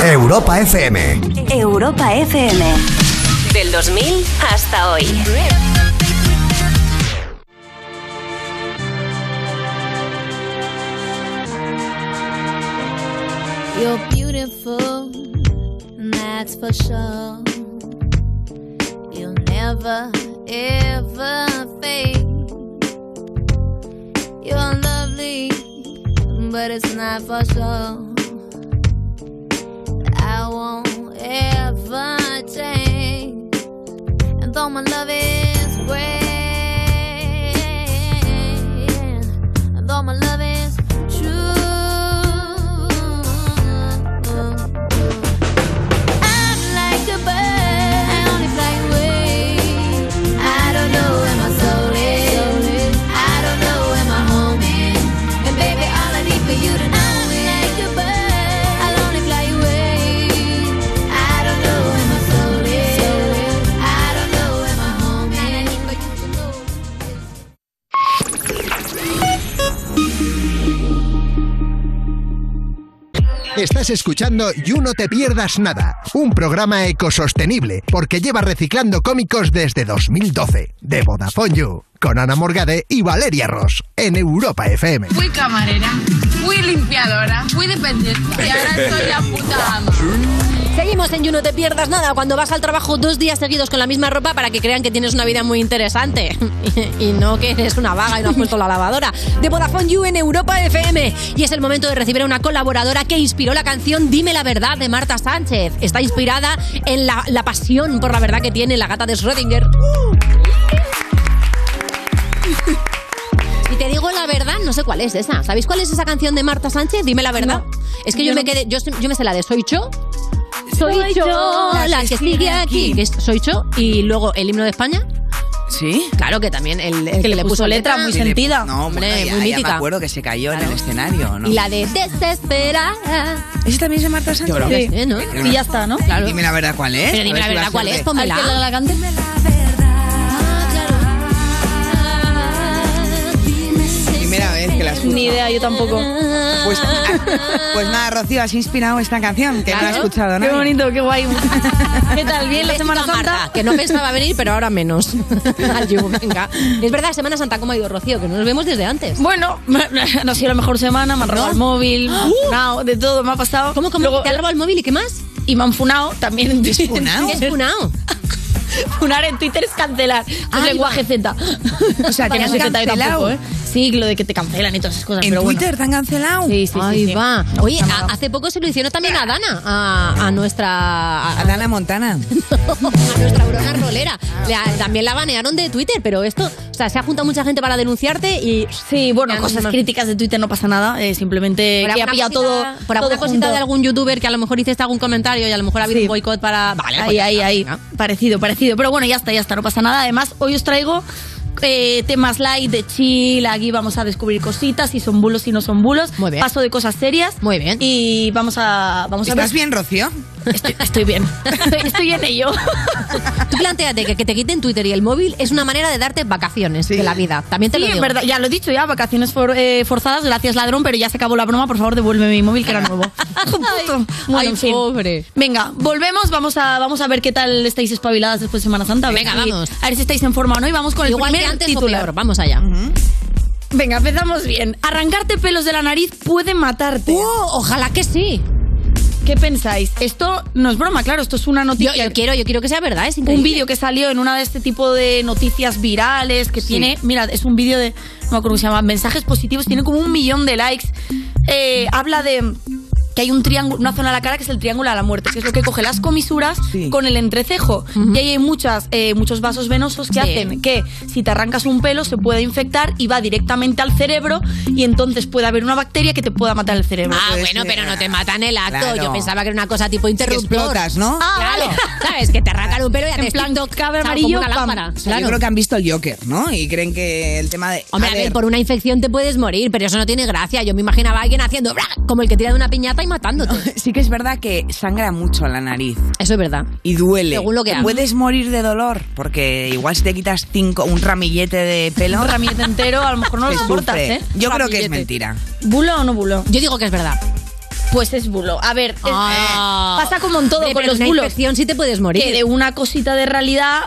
S18: Europa FM.
S14: Europa FM. Del 2000 hasta hoy.
S19: You're beautiful, and that's for sure. You'll never, ever fade. You're lovely, but it's not for sure. I won't ever change. And though my love is great, and though my love is true. I'm like a bird, I only fly away. I don't know where my soul is. I don't know where my home is. And baby, all I need for you to know is like a bird, I only fly away. I don't know where my soul is. I don't know where my home is. But you to know.
S5: Estás escuchando You No Te Pierdas Nada, un programa ecosostenible porque lleva reciclando cómicos desde 2012. De Vodafone You, con Ana Morgade y Valeria Ross, en Europa FM.
S20: Fui camarera, fui limpiadora, fui dependiente y ahora soy la puta ama.
S4: Seguimos en You No Te Pierdas Nada cuando vas al trabajo dos días seguidos con la misma ropa para que crean que tienes una vida muy interesante y no que eres una vaga y no has puesto la lavadora. De Vodafone You en Europa FM. Y es el momento de recibir a una colaboradora que inspiró la canción Dime la Verdad de Marta Sánchez. Está inspirada en la, la pasión por la verdad que tiene la gata de Schrödinger. Y te digo la verdad, no sé cuál es esa. ¿Sabéis cuál es esa canción de Marta Sánchez? Dime la verdad. Es que yo,
S21: Yo
S4: me
S21: no.
S4: quedé, yo, yo me sé la de Soy Cho. Soy
S21: Soy
S4: yo
S21: yo,
S4: la que sigue aquí. que es Soy yo y luego el himno de España.
S3: ¿Sí?
S4: Claro que también el, el que le puso letra muy
S3: Que le-
S4: sentida.
S3: Pues No,
S4: Hombre,
S3: bueno, ya-
S4: muy
S3: ya me
S4: mítica.
S3: acuerdo que se cayó en el escenario, ¿no?
S4: Y la de Desesperada.
S3: ¿Esa también es de Marta Sánchez?
S4: creo que Sí. sí, ¿no? Y ya está, ¿no? Claro.
S3: Dime la verdad cuál es.
S4: Pero dime
S3: A
S4: la
S3: ver si va a
S4: verdad
S3: ser
S4: cuál
S3: de-
S4: es, pónmela.
S3: Primera vez que la escucho.
S6: Ni idea, yo tampoco.
S3: Pues, ah, pues nada, Rocío, has inspirado esta canción que no
S4: Claro.
S3: he escuchado, ¿no?
S4: Qué bonito,
S6: qué guay. ¿Qué tal? ¿Bien la
S4: Besito
S6: Semana
S4: a Marta,
S6: Santa?
S4: que no pensaba venir, pero ahora menos. Ayu, venga. Es verdad, Semana Santa, ¿cómo ha ido Rocío? Que no nos vemos desde antes.
S6: Bueno, no ha sido la mejor semana, me han robado el móvil,
S4: ¡Ah!
S6: me han funao, de todo, me ha pasado. ¿Cómo, cómo? ¿Te han robado el móvil y qué más? Y me han funao también. ¿Qué es
S4: funao? ¿Qué es
S6: funao? Funar en Twitter es cancelar. Es lenguaje Z. O
S3: sea, ¿te han cancelado?
S6: Sí, lo de que te cancelan y todas esas cosas.
S3: ¿En
S6: pero bueno.
S3: Twitter te han cancelado?
S6: Sí, sí, sí,
S4: Ahí
S6: sí.
S4: va.
S6: No,
S4: Oye,
S6: está
S4: a-
S6: mal.
S4: hace poco se lo hicieron también a Dana, a, a nuestra. A,
S3: Dana Montana.
S4: a nuestra Aurora Rolera. La- también la banearon de Twitter, pero esto. O sea, se ha juntado mucha gente para denunciarte y.
S6: Sí, bueno, cosas críticas de Twitter no pasa nada. eh, simplemente que ha pillado todo.
S4: Por alguna
S6: todo
S4: cosita
S6: junto.
S4: de algún youtuber que a lo mejor hiciste algún comentario y a lo mejor ha habido un boicot para. Vale, pues
S6: ahí,
S4: ya
S6: ahí,
S4: está.
S6: ahí. Parecido, parecido. Pero bueno, ya está, ya está, no pasa nada. Además, hoy os traigo eh, temas light de chill. Aquí vamos a descubrir cositas, si son bulos, si no son bulos. Muy bien. Paso de cosas serias. Muy bien. Y vamos a, vamos a ver.
S3: ¿Estás bien, Rocío?
S6: Estoy, estoy bien. Estoy, estoy en ello.
S4: Tú planteate que, que te quiten Twitter y el móvil es una manera de darte vacaciones de la vida. También te
S6: Sí,
S4: lo digo.
S6: en verdad, ya lo he dicho, ya, vacaciones for- eh, forzadas, gracias ladrón, pero ya se acabó la broma, por favor, devuelve mi móvil que era nuevo. Hijo puto. Bueno, en fin. Venga, volvemos, vamos a, vamos a ver qué tal estáis espabiladas después de Semana Santa. a ver
S4: Venga,
S6: si-
S4: vamos.
S6: A ver si estáis en forma o no y vamos con el
S4: Igual que
S6: primer
S4: antes o
S6: titular.
S4: peor. Vamos allá.
S6: Venga, empezamos bien. Arrancarte pelos de la nariz puede matarte.
S4: Oh, ojalá que sí.
S6: ¿Qué pensáis? Esto no es broma, claro, esto es una noticia. Yo,
S4: quiero, yo quiero que sea verdad, es
S6: Un vídeo que salió en una de este tipo de noticias virales que tiene, mira, es un vídeo de, no me acuerdo cómo se llama, mensajes positivos, tiene como un millón de likes. Eh, habla de que hay un triángulo, una zona de la cara que es el triángulo de la muerte, que es lo que coge las comisuras con el entrecejo. Y ahí hay muchas, eh, muchos vasos venosos que hacen que si te arrancas un pelo se puede infectar y va directamente al cerebro y entonces puede haber una bacteria que te pueda matar el cerebro.
S3: Pues
S4: Ah, bueno, pero no te matan el acto.
S6: Claro.
S4: Yo pensaba que era una cosa tipo interruptor.
S3: explotas, ¿no?
S4: Ah, claro. ¿Sabes? Que te arrancan un pelo y haces plan, cabe
S3: amarillo,
S4: una
S3: pam.
S4: lámpara.
S3: O sea, Yo
S4: Claro.
S3: creo que han visto el Joker, ¿no? Y creen que el tema de...
S4: Hombre, a ver, por una infección te puedes morir, pero eso no tiene gracia. Yo me imaginaba a alguien haciendo ¡bra! como el que tira de una piñata y matándote.
S3: Sí que es verdad que sangra mucho la nariz.
S4: Eso es verdad.
S3: Y duele.
S4: Según lo que
S3: Te
S4: hagas.
S3: Puedes morir de dolor, porque igual si te quitas cinco, un ramillete de pelo...
S6: Un ramillete entero, a lo mejor no lo
S3: se
S6: soportas,
S3: sufre.
S6: ¿eh?
S3: Yo creo que es
S6: Ramillete.
S3: mentira.
S6: ¿Bulo o no bulo?
S4: Yo digo que es verdad.
S6: Pues es bulo. A ver, es- pasa como en todo
S4: Hombre,
S6: con
S4: pero
S6: los
S4: una
S6: bulos.
S4: infección sí te puedes morir.
S6: Que de una cosita de realidad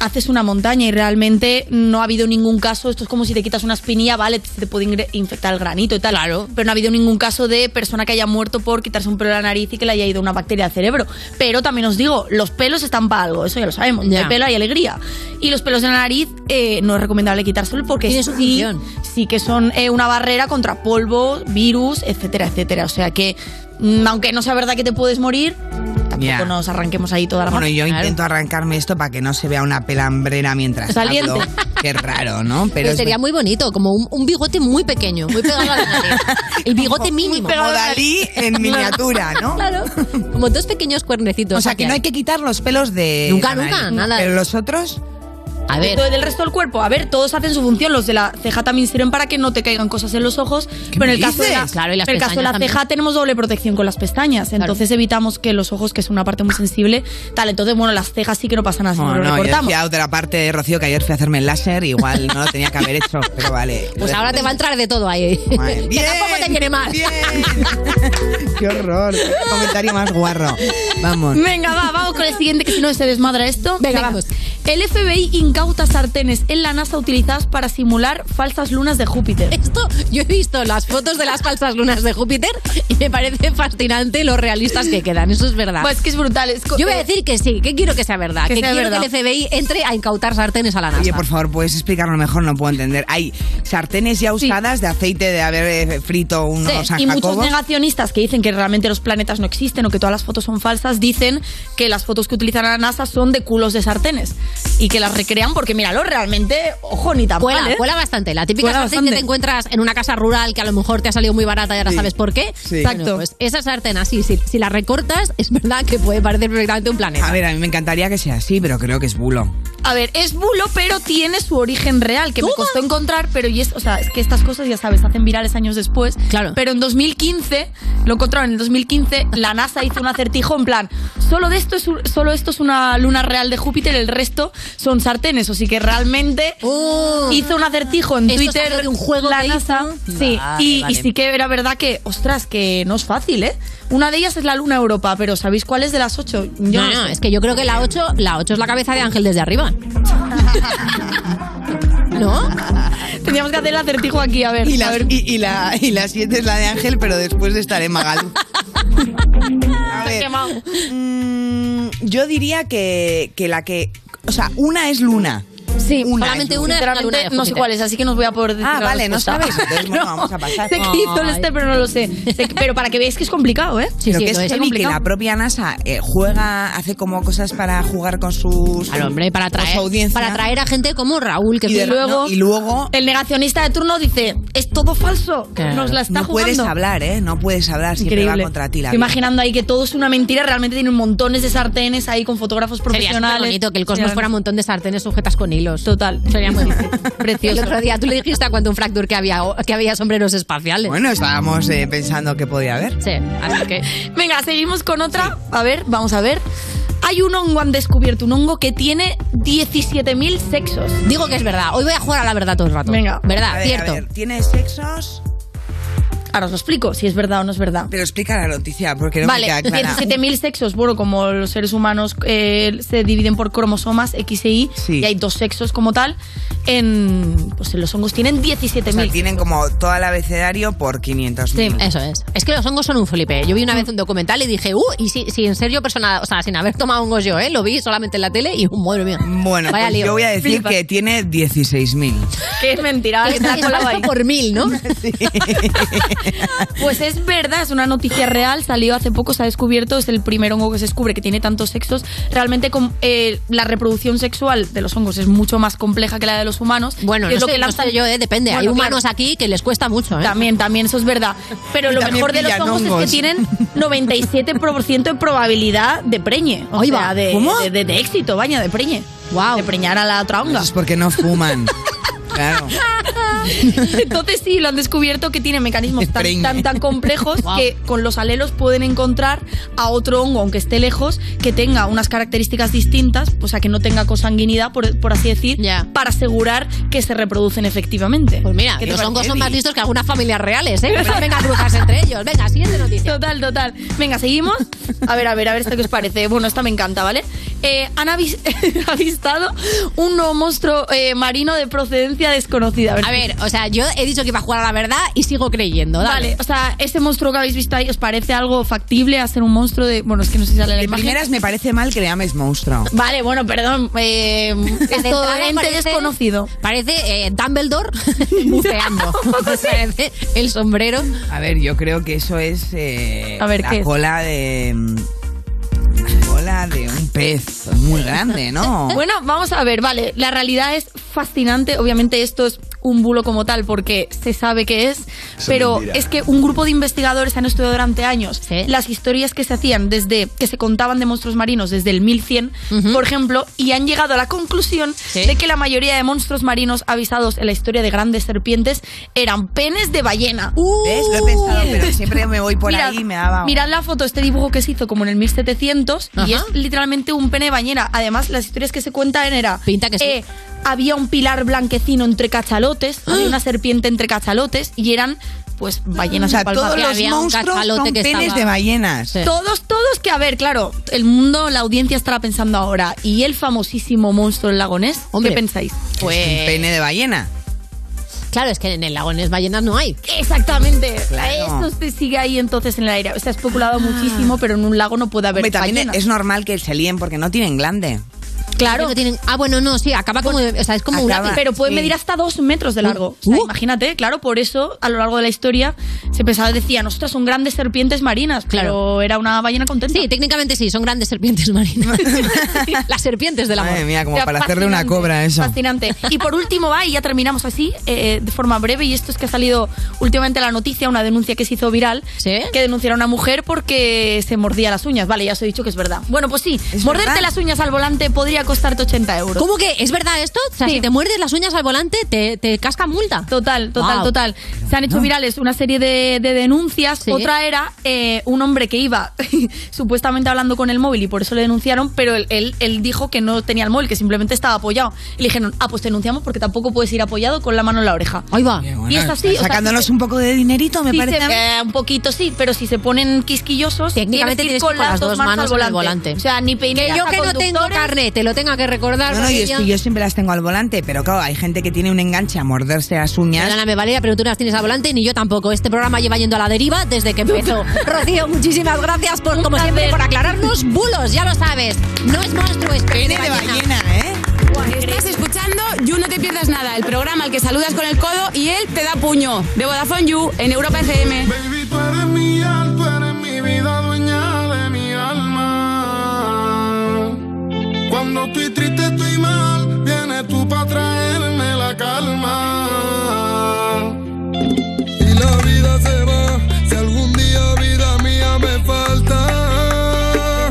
S6: haces una montaña y realmente no ha habido ningún caso. Esto es como si te quitas una espinilla, vale, se te puede ingre- infectar el granito y tal. Claro. Pero no ha habido ningún caso de persona que haya muerto por quitarse un pelo de la nariz y que le haya ido una bacteria al cerebro. Pero también os digo, los pelos están para algo, eso ya lo sabemos.
S4: Ya.
S6: Hay pelo, hay alegría. Y los pelos de la nariz eh, no es recomendable quitárselo porque
S4: Tiene su
S6: sí,
S4: función.
S6: sí que son eh, una barrera contra polvo, virus, etcétera, etcétera. O sea que, mm, aunque no sea verdad que te puedes morir, tampoco
S3: Ya.
S6: nos arranquemos ahí toda la
S3: Bueno,
S6: mano.
S3: yo intento arrancarme esto para que no se vea una pelambrera mientras
S4: Saliente.
S3: hablo. Qué raro, ¿no? Pero,
S4: Pero
S3: es
S4: sería muy bonito, como un, un bigote muy pequeño, muy pegado a la nariz. El bigote mínimo.
S3: pegado a la Dalí nariz. en miniatura, ¿no?
S4: Claro. Como dos pequeños cuernecitos.
S3: O sea, que no hay que quitar los pelos de.
S4: Nunca,
S3: la
S4: nunca,
S3: nariz.
S4: nada.
S3: Pero los otros.
S4: A ver.
S6: Del resto del cuerpo, a ver, todos hacen su función. Los de la ceja también sirven para que no te caigan cosas en los ojos. Pero en
S4: me
S6: el caso de la,
S4: dices? Claro, y las
S6: en el caso de la
S4: pestañas también.
S6: ceja tenemos doble protección con las pestañas. Entonces evitamos que los ojos, que es una parte muy sensible, tal. Entonces, bueno, las cejas sí que no pasa nada si
S4: Oh,
S6: no,
S3: No,
S6: lo
S3: no, yo
S6: recortamos.
S3: decía de la parte de Rocío que ayer fui a hacerme el láser, igual no lo tenía que haber hecho, pero vale.
S4: Pues ahora te va a entrar de todo ahí. que tampoco te viene mal.
S3: Qué horror, qué comentario más guarro. Vamos.
S4: oh,
S6: Venga, va, vamos con el siguiente, que si no se desmadra esto. Venga, vamos. El FBI incauta sartenes en la NASA utilizadas para simular falsas lunas de Júpiter.
S4: Esto, yo he visto las fotos de las falsas lunas de Júpiter y me parece fascinante lo realistas que quedan. Eso es verdad.
S6: Pues que es brutal. es co-
S4: Yo voy a decir que sí, que quiero que sea verdad. Que,
S6: Que sea
S4: quiero
S6: verdad.
S4: que el FBI entre a incautar sartenes a la NASA.
S3: Oye, por favor, ¿puedes explicarlo mejor? No puedo entender. Hay sartenes ya usadas de aceite de haber eh, frito unos
S6: Sí,
S3: San
S6: y muchos
S3: Jacobos.
S6: negacionistas que dicen que realmente los planetas no existen o que todas las fotos son falsas dicen que las fotos que utilizan a la NASA son de culos de sartenes y que las recrean porque míralo realmente ojo ni tan
S4: Cuela,
S6: mal, ¿eh?
S4: cuela bastante. La típica
S6: Cuela
S4: sartén que
S6: bastante.
S4: te encuentras en una casa rural que a lo mejor te ha salido muy barata y ahora
S6: Sí.
S4: sabes por qué.
S3: Sí.
S4: Bueno,
S3: Exacto.
S4: pues esa sartén así, si, si la recortas, es verdad que puede parecer perfectamente un planeta.
S3: A ver, a mí me encantaría que sea así, pero creo que es bulo.
S6: A ver, es bulo, pero tiene su origen real, que me costó encontrar, pero y es, o sea, es que estas cosas, ya sabes, se hacen virales años después. Claro. Pero en 2015, lo encontraron en el 2015, la NASA hizo un acertijo en plan, solo de esto es un- solo esto es una luna real de Júpiter, el resto son sartenes, así que realmente hizo un acertijo en
S4: Oh. Esto es
S6: Twitter
S4: algo de un juego
S6: la
S4: que
S6: NASA.
S4: hizo.
S6: Sí,
S4: Vale,
S6: y, y
S4: vale.
S6: sí que era verdad que, ostras, que no es fácil, ¿eh? Una de ellas es la luna Europa, pero ¿sabéis cuál es de las ocho? Yo
S4: no,
S6: no
S4: no,
S6: sé.
S4: es que yo creo que la 8, la 8 es la cabeza de Ángel desde arriba. ¿No?
S6: Teníamos que hacer el acertijo aquí, a ver.
S3: Y la, y, y la, y la siete es la de Ángel, pero después estaré Magal. A ver. Mm, yo diría que, que la que. O sea, una es luna.
S6: Sí,
S3: solamente una es la
S6: Sinceramente,
S3: luna de
S6: no sé
S3: Júpiter.
S6: cuál es, así que no os voy a poder decir.
S3: Ah,
S6: la
S3: vale, no
S6: respuesta.
S3: sabéis. Entonces, bueno,
S6: No.
S3: vamos a pasar.
S6: Sé que hizo el
S3: Ay.
S6: este, pero no lo sé. Sé que- Pero para que veáis que es complicado, ¿eh?
S3: Pero que es heavy que la propia NASA eh, juega, hace como cosas para jugar con sus.
S4: Al hombre, para
S3: con su
S4: traer,
S3: audiencia.
S4: para traer a gente como Raúl, que
S3: Y
S4: fue
S3: de-
S4: luego.
S3: no, y luego-
S6: El negacionista de turno dice, es todo falso,
S3: Claro.
S6: nos la está
S3: no
S6: jugando.
S3: puedes hablar, ¿eh? No puedes hablar, siempre
S6: Increíble.
S3: va contra ti la
S6: Estoy
S3: vida.
S6: imaginando ahí que todo es una mentira, realmente tienen montones de sartenes ahí con fotógrafos
S4: Sería
S6: profesionales.
S4: bonito que el cosmos
S6: Sí,
S4: fuera un montón de sartenes sujetas con hilos.
S6: Total.
S4: Sería muy
S6: precioso.
S4: El otro día tú le dijiste a Quantum Fracture que había, que había sombreros espaciales.
S3: Bueno, estábamos eh, pensando que podía haber.
S4: Sí, así que.
S6: Venga, seguimos con otra. A ver, vamos a ver. Hay un hongo han descubierto, un hongo que tiene 17.000 sexos.
S4: Digo que es verdad. Hoy voy a jugar a la verdad todo el rato.
S6: Venga.
S4: ¿Verdad?
S3: A ver, a
S4: Cierto.
S3: ver, ¿Tiene sexos?
S6: Ahora os lo explico, si es verdad o no es verdad.
S3: Pero explica la noticia, porque no
S6: vale,
S3: me queda clara.
S6: 17.000 sexos. Bueno, como los seres humanos eh, se dividen por cromosomas X e Y,
S3: Sí.
S6: y hay dos sexos como tal, en, pues en los hongos tienen 17.000.
S3: O sea, tienen como todo el abecedario por 500
S4: Sí, eso es. Es que los hongos son un flipe. Yo vi una vez un documental y dije, uh, y si, si en serio persona, o sea, sin haber tomado hongos yo, ¿eh? Lo vi solamente en la tele y, uh, madre mía.
S3: Bueno,
S4: Vaya
S3: pues
S4: lío.
S3: yo voy a decir
S4: Flipas.
S3: que tiene 16.000.
S6: Que es mentira,
S4: Está
S6: está colado ahí.
S4: por mil, ¿no?
S6: Pues es verdad, es una noticia real, salió hace poco, se ha descubierto, es el primer hongo que se descubre que tiene tantos sexos. Realmente com- eh, la reproducción sexual de los hongos es mucho más compleja que la de los humanos.
S4: Bueno,
S6: Que
S4: no
S6: es lo
S4: sé,
S6: que
S4: no
S6: lanzan-
S4: sé yo, ¿eh? depende. Hay
S6: Bueno,
S4: humanos
S6: claro.
S4: aquí que les cuesta mucho. ¿eh?
S6: También, también, eso es verdad. Pero
S4: Y
S6: lo
S4: también
S6: mejor de los
S4: pillan
S6: hongos,
S4: hongos.
S6: es que tienen 97% de probabilidad de preñe. O
S4: Ahí
S6: sea,
S4: va.
S6: De,
S4: ¿Cómo?
S6: De, de- de éxito, vaya, de preñe. De preñar a la otra honga.
S3: Es porque no fuman. claro.
S6: Entonces sí, lo han descubierto que tiene mecanismos tan, tan, tan complejos que con los alelos pueden encontrar a otro hongo, aunque esté lejos, que tenga unas características distintas, o sea, que no tenga consanguinidad, por, por así decir, para asegurar que se reproducen efectivamente. Pues
S4: Mira, los hongos son más listos que algunas familias reales, ¿eh? No vengan brujas entre ellos. Venga, siguiente noticia.
S6: Total, total. Venga, seguimos. A ver, a ver, a ver, esto que os parece. Bueno, esta me encanta, ¿vale? Eh, han avis- avistado un nuevo monstruo eh, marino de procedencia desconocida.
S4: A ver, o sea, yo he dicho que iba a jugar a la verdad y sigo creyendo. dale.
S6: Vale, o sea, este monstruo que habéis visto ahí, ¿os parece algo factible hacer un monstruo de...? Bueno, es que no sé si sale la
S3: De
S6: imagen.
S3: primeras me parece mal que le llames monstruo.
S6: Vale, bueno, perdón. Eh, es
S4: De
S6: todo
S4: entrada
S6: ente
S4: parece-
S6: desconocido.
S4: Parece eh, Dumbledore buceando. Parece el sombrero.
S3: A ver, yo creo que eso es eh,
S4: A ver,
S3: la
S4: ¿qué es?
S3: cola de la cola de un pez muy grande, ¿no?
S6: Bueno, vamos a ver, vale. La realidad es fascinante. Obviamente esto es un bulo como tal porque se sabe que es, pero
S21: mentira.
S6: es que un grupo de investigadores han estudiado durante años las historias que se hacían desde que se contaban de monstruos marinos desde el 1100, por ejemplo, y han llegado a la conclusión de que la mayoría de monstruos marinos avisados en la historia de grandes serpientes eran penes de ballena. ¡Uh!
S3: ¿Ves? Lo he pensado, pero siempre me voy por ahí y me daba.
S6: Mirad la foto, este dibujo que se hizo como en el 1700 y es
S3: Ajá.
S6: literalmente un pene de bañera. Además, las historias que se cuentan era... eh, Pinta
S4: que sí. Ah.
S6: había un pilar blanquecino entre cachalotes, había una serpiente entre cachalotes y eran pues ballenas
S3: O sea,
S6: en Palma,
S3: todos
S6: que
S3: los
S6: había un
S3: monstruos
S6: cachalote
S3: son
S6: que
S3: penes
S6: estaba-
S3: de ballenas. Sí.
S6: Todos, todos que, a ver, claro, el mundo, la audiencia estará pensando ahora. ¿Y el famosísimo monstruo del lagonés? ¿Qué pensáis?
S3: un pene de ballena.
S4: Pues Claro, es que en el lago Ness ballenas no hay.
S6: Exactamente.
S3: Claro. Ah.
S6: Eso se sigue ahí entonces en el aire. Se ha especulado muchísimo, pero en un lago no puede haber
S3: Hombre, también
S6: ballenas.
S3: es normal que se líen porque no tienen glande.
S4: Claro. ah, bueno, no, sí, acaba como. de- o sea, es como un
S6: Acaba,
S4: lápiz.
S6: pero puede
S4: Sí.
S6: medir hasta dos metros de largo. O sea, imagínate, claro, por eso a lo largo de la historia se pensaba, decía, nosotras son grandes serpientes marinas, pero era una ballena contenta. Sí,
S4: técnicamente sí, son grandes serpientes marinas. Las serpientes del amor.
S3: Madre mía, como
S6: O sea,
S3: para hacerle una
S6: fascinante,
S3: cobra eso.
S6: Fascinante. Y por último, va, y ya terminamos así, eh, de forma breve, y esto es que ha salido últimamente la noticia, una denuncia que se hizo viral, que denunciaron a una mujer porque se mordía las uñas. Vale, ya os he dicho que es verdad. Bueno, pues sí, morderte
S4: verdad.
S6: las uñas al volante podría costarte 80 euros.
S4: ¿Cómo que es verdad esto? O sea, si te muerdes las uñas al volante, te, te casca multa.
S6: Total, total,
S4: Guau.
S6: total. Se han hecho virales una serie de, de denuncias.
S4: Sí.
S6: Otra era eh, un hombre que iba supuestamente hablando con el móvil y por eso le denunciaron, pero él, él, él dijo que no tenía el móvil, que simplemente estaba apoyado. Y le dijeron, ah, pues te denunciamos porque tampoco puedes ir apoyado con la mano en la oreja.
S4: Ahí va.
S6: y es así. o sea,
S3: Sacándonos un poco de dinerito, me
S6: si
S3: parece.
S6: se-
S3: a mí.
S6: eh, un poquito sí, pero si se ponen quisquillosos,
S4: Técnicamente
S6: tienes que ir con
S4: tienes que ir con
S6: las dos manos,
S4: en el
S6: al volante.
S4: volante.
S6: O sea, ni peinar
S4: Que yo que no tengo carnet, te lo tenga que recordar.
S3: No, no,
S4: porque
S3: yo,
S4: yo-
S3: sí, yo siempre las tengo al volante, pero claro, hay gente que tiene un enganche a morderse las uñas.
S4: Perdóname, Valeria, pero tú no las tienes al volante ni yo tampoco. Este programa lleva yendo a la deriva desde que empezó. Rocío, muchísimas gracias por, como siempre, por aclararnos bulos, ya lo sabes. No es monstruo, es pene de ballena,
S3: ¿eh?
S11: Estás escuchando You No Te Pierdas Nada, el programa al que saludas con el codo y él te da puño. De Vodafone You, en Europa FM.
S22: Baby, tú eres mi al, tú eres mi vida, dueña de mi alma. Cuando estoy triste, estoy mal, vienes tú para traerme la calma. Y la vida se va, si algún día vida mía me falta.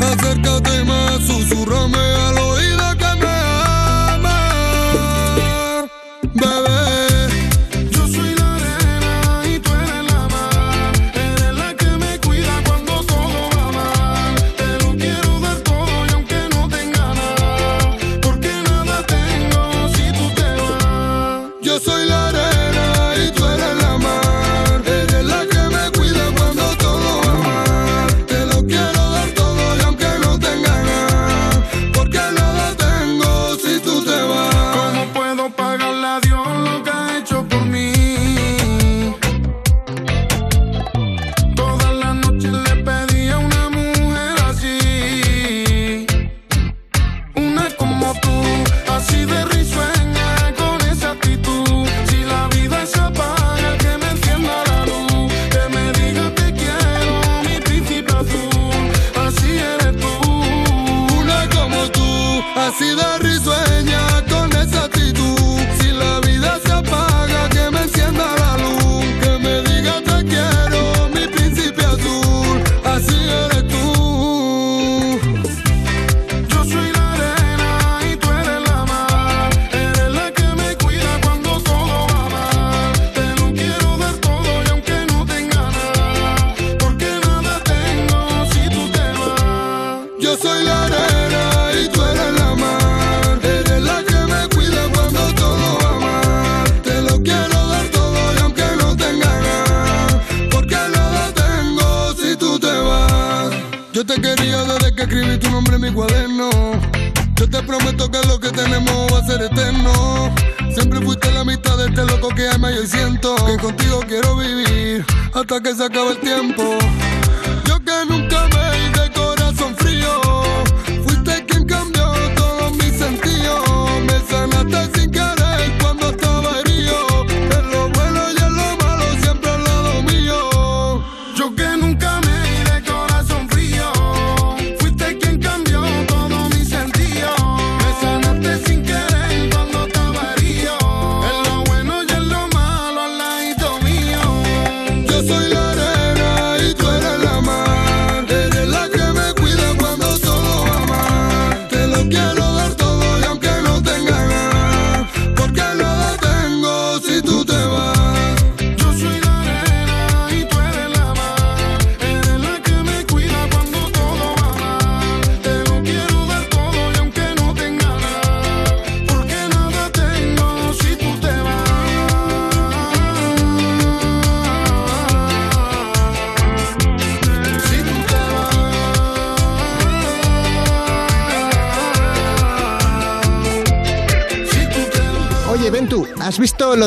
S22: Acércate más, susurrame al oído que me ama, bebé. Yo soy la arena y tú eres la mar, eres la que me cuida cuando todo va mal. Te lo quiero dar todo y aunque no tenga nada, porque nada tengo si tú te vas. Yo soy la arena y tú eres la mar, eres la que me cuida cuando todo va mal. Te lo quiero dar todo y aunque no tenga nada, porque nada tengo si tú te vas. ¿Cómo puedo pagarle a Dios lo que ha hecho por mí? Todas las noches le pedí a una mujer así. Una como tú, así de risueña, con esa actitud. Si la vida se apaga, que me encienda la luz. Que me diga te quiero, mi príncipe azul. Así eres tú. Una como tú, así de risueña, con esa actitud. Si la vida se apaga, que me encienda la luz. Que me diga te quiero, mi príncipe azul. Así eres tú. Yo soy la arena y tú eres la mar, eres la que me cuida cuando todo va mal. Te lo quiero dar todo y aunque no tenga nada, porque nada tengo si tú te vas. Yo soy la arena y tú eres la mar, eres la que me cuida cuando todo va mal. Te lo quiero dar todo y aunque no tenga nada, porque nada tengo si tú te vas. Yo te quería desde que escribí tu nombre en mi cuaderno. Yo te prometo que lo que tenemos va a ser eterno. Siempre fuiste la mitad de este loco que ama y hoy siento que contigo quiero vivir hasta que se acabe el tiempo. Yo que nunca me hice corazón frío. Fuiste quien cambió todos mis sentidos. Me sanaste sin querer cuando estaba herido. En lo bueno y en lo malo siempre al lado mío. Yo que nunca me iré corazón frío. Fuiste quien cambió todo mi sentido. Me sanaste sin querer cuando estaba herido. En lo bueno y en lo malo al ladito mío. Yo soy la arena y tú eres la mar. Eres
S5: Edu, ¿has visto lo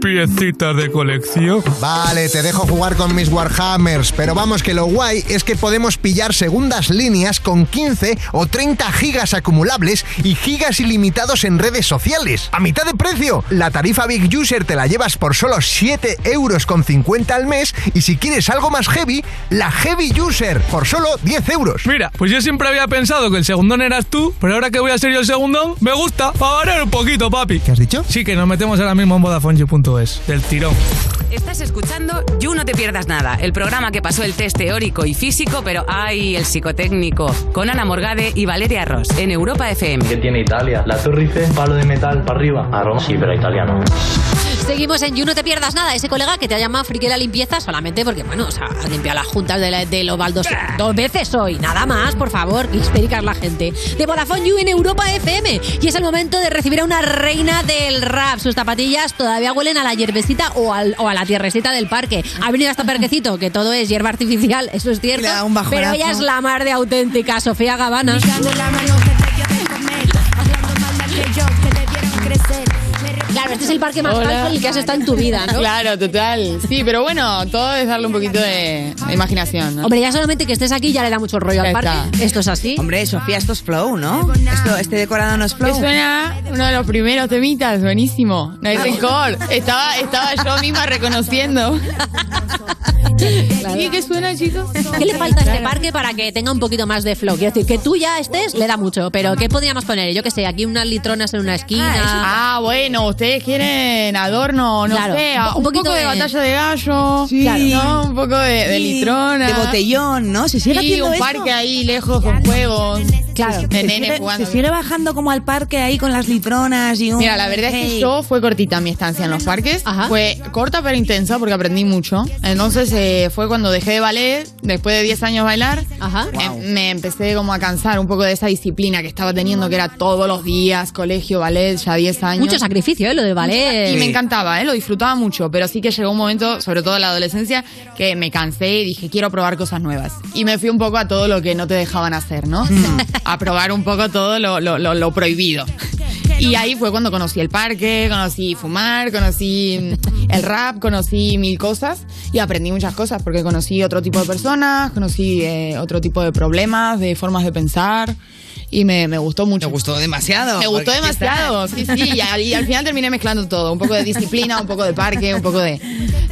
S23: piecitas de colección.
S5: Vale, te dejo jugar con mis Warhammers, pero vamos que lo guay es que podemos pillar segundas líneas con 15 o 30 gigas acumulables y gigas ilimitados en redes sociales. A mitad de precio. La tarifa Big User te la llevas por solo 7 euros con 50 al mes y si quieres algo más heavy, la Heavy User por solo 10 euros.
S23: Mira, pues yo siempre había pensado que el segundón eras tú, pero ahora que voy a ser yo el segundón, me gusta, para variar un poquito, papi.
S5: ¿Qué has dicho?
S23: Sí, que nos metemos ahora mismo en VodafoneYou.es, del tirón.
S17: Estás escuchando You No Te Pierdas Nada, el programa que pasó el test teórico y físico, pero ¡ay! el psicotécnico, con Ana Morgade y Valeria Ross, en Europa FM.
S11: ¿Qué tiene Italia? La torrice, palo de metal para arriba. A Roma sí, pero italiano.
S4: Seguimos en You, no te pierdas nada. Ese colega que te llama friki de la limpieza solamente porque, bueno, o sea, ha limpiado la junta de, la- de los baldos dos veces hoy. Nada más, por favor, que histérica es la gente. De Vodafone You en Europa FM. Y es el momento de recibir a una reina del rap. Sus zapatillas todavía huelen a la hierbecita o, al- o a la tierrecita del parque. Ha venido hasta Parquecito, que todo es hierba artificial, eso es cierto. pero
S19: bajonazo.
S4: ella es la mar de auténtica, Sofía Gavana. Claro, este es el parque más
S20: Hola.
S4: falso que has estado en tu vida, ¿no?
S20: Claro, total. Sí, pero bueno, todo es darle un poquito de imaginación. ¿no?
S4: Hombre, ya solamente que estés aquí ya le da mucho rollo al
S20: Ya está.
S4: parque. Esto es así.
S3: Hombre, Sofía, esto es flow, ¿no? Esto, este decorado no es
S20: Me
S3: flow.
S20: suena uno de los primeros temitas, buenísimo.
S3: Ah,
S20: No es encore. Estaba, estaba yo misma reconociendo.
S4: ¿Y qué suena, chicos? ¿Qué le falta a este parque para que tenga un poquito más de flow? Quiero decir, que tú ya estés, le da mucho, pero ¿qué podríamos poner? Yo qué sé, aquí unas litronas en una esquina.
S20: Ah, bueno, ustedes quieren adorno, no
S4: Claro,
S20: sé,
S4: un
S20: un,
S4: poquito
S20: poco de,
S4: de-
S20: batalla de gallo,
S3: Claro.
S20: ¿no? un poco de, de
S3: Sí,
S20: litrona.
S3: de botellón, ¿no? Se sigue
S20: sí,
S3: haciendo
S20: un
S3: eso.
S20: parque ahí lejos con juegos,
S4: claro,
S20: de
S3: Se
S20: nene
S3: sigue-
S20: jugando.
S3: se sigue bajando como al parque ahí con las litronas y un...
S20: Mira, la verdad es que
S3: Hey.
S20: yo fue cortita mi estancia en los parques. Fue corta pero intensa porque aprendí mucho. Entonces eh, fue cuando dejé de ballet, después de 10 años bailar, me, me empecé como a cansar un poco de esa disciplina que estaba teniendo, que era todos los días, colegio, ballet, ya 10 años.
S4: Mucho sacrificio, ¿eh? Lo de ballet.
S20: Y me encantaba, ¿eh? lo disfrutaba mucho, pero sí que llegó un momento, sobre todo en la adolescencia, que me cansé y dije, quiero probar cosas nuevas. Y me fui un poco a todo lo que no te dejaban hacer, ¿no?
S3: Mm.
S20: a probar un poco todo lo, lo- lo- lo prohibido. Y ahí fue cuando conocí el parque, conocí fumar, conocí el rap, conocí mil cosas y aprendí muchas cosas porque conocí otro tipo de personas, conocí eh, otro tipo de problemas, de formas de pensar y me, me gustó mucho. Me
S3: gustó demasiado.
S20: Me gustó
S3: porque aquí
S20: demasiado, sí,
S3: está.
S20: sí. Y al, y al final terminé mezclando todo. Un poco de disciplina, un poco de parque, un poco de,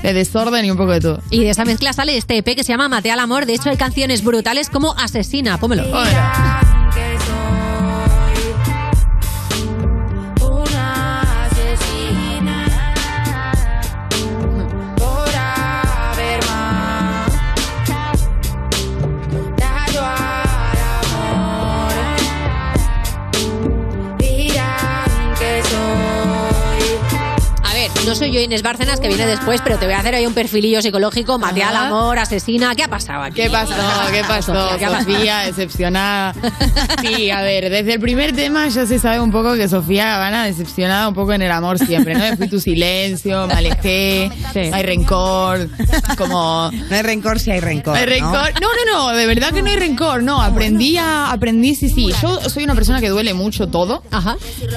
S20: de desorden y un poco de todo.
S4: Y de esa mezcla sale este EP que se llama Mate al amor. De hecho, hay canciones brutales como Asesina. Pómelo.
S24: Una asesina por haber más Tallo al amor Dirán que soy
S4: A ver, no soy yo Inés Bárcenas, que viene después, pero te voy a hacer ahí un perfilillo psicológico. Mate al
S20: Ajá.
S4: amor, asesina. ¿Qué ha pasado aquí?
S20: ¿Qué pasó? ¿Qué pasó?
S4: Sofía, ¿qué ha pasado?
S20: Sofía, decepcionada. Sí, a ver, desde el primer tema ya se sabe un poco que Sofía Gavana decepcionada un poco en el amor siempre, ¿no? Fui tu silencio, me alejé, no hay rencor, como...
S3: No hay rencor si hay rencor,
S20: Hay rencor.
S3: ¿no? Ah,
S20: No, no, no, de verdad que no hay rencor. No, aprendí a. Aprendí, sí, sí. Yo soy una persona que duele mucho todo,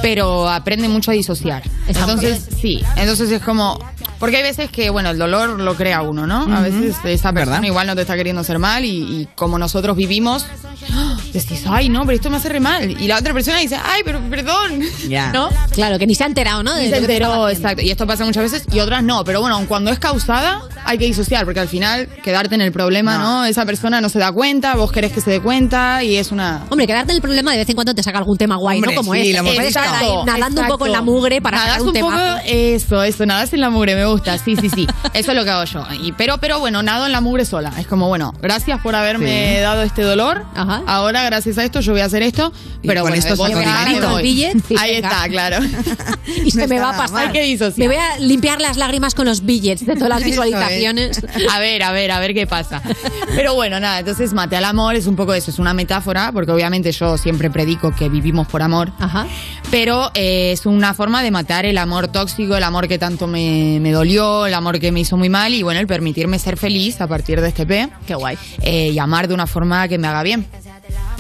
S20: pero aprende mucho a disociar. Entonces, sí. Entonces es como. Porque hay veces que, bueno, el dolor lo crea uno, ¿no? A
S3: Ujú.
S20: veces esa persona
S3: ¿Verdad?
S20: igual no te está queriendo hacer mal y, y como nosotros vivimos, ¡ah! decís, ay, no, pero esto me hace re mal. Y la otra persona dice, ay, pero perdón.
S3: Ya.
S20: ¿No?
S4: Claro, que ni se ha enterado, ¿no?
S20: Ni
S4: De
S20: se
S4: lo que
S20: enteró, exacto. Y esto pasa muchas veces y otras no. Pero bueno, aun cuando es causada, hay que disociar, porque al final quedarte en el problema, ¿no? Esa persona no se da cuenta, vos querés que se dé cuenta y es una.
S4: Hombre, quedarte en el problema de vez en cuando te saca algún tema guay,
S20: Hombre,
S4: ¿no? Como
S20: sí,
S4: este.
S20: lo
S4: que
S20: hemos
S4: puedes estar
S20: visto.
S4: ahí nadando un
S20: Exacto.
S4: poco en la mugre para
S20: Nadás
S4: sacar un,
S20: un poco,
S4: temazo.
S20: eso, eso, nadás en la mugre, me gusta. Sí, sí, sí. Eso es lo que hago yo. Y, pero, pero bueno, nado en la mugre sola. Es como, bueno, gracias por haberme
S3: Sí.
S20: dado este dolor. Ahora, gracias a esto, yo voy a hacer esto.
S3: Y
S20: Pero
S3: con
S20: bueno,
S3: esto
S20: vos
S3: saco
S20: ya
S3: dinero.
S20: me
S3: Grito al
S20: voy.
S4: billet, sí,
S20: Ahí
S4: venga.
S20: está, claro.
S4: Y se me va a pasar.
S20: Hay que disociar.
S4: Me voy a limpiar las lágrimas con los billets de todas las
S20: Eso
S4: visualizaciones vacaciones.
S20: A ver, a ver, a ver qué pasa. Pero bueno, nada, entonces Mate al Amor es un poco eso, es una metáfora, porque obviamente yo siempre predico que vivimos por amor, pero eh, es una forma de matar el amor tóxico, el amor que tanto me, me dolió, el amor que me hizo muy mal y bueno, el permitirme ser feliz a partir de este P. Qué guay. y amar de una forma que me haga bien.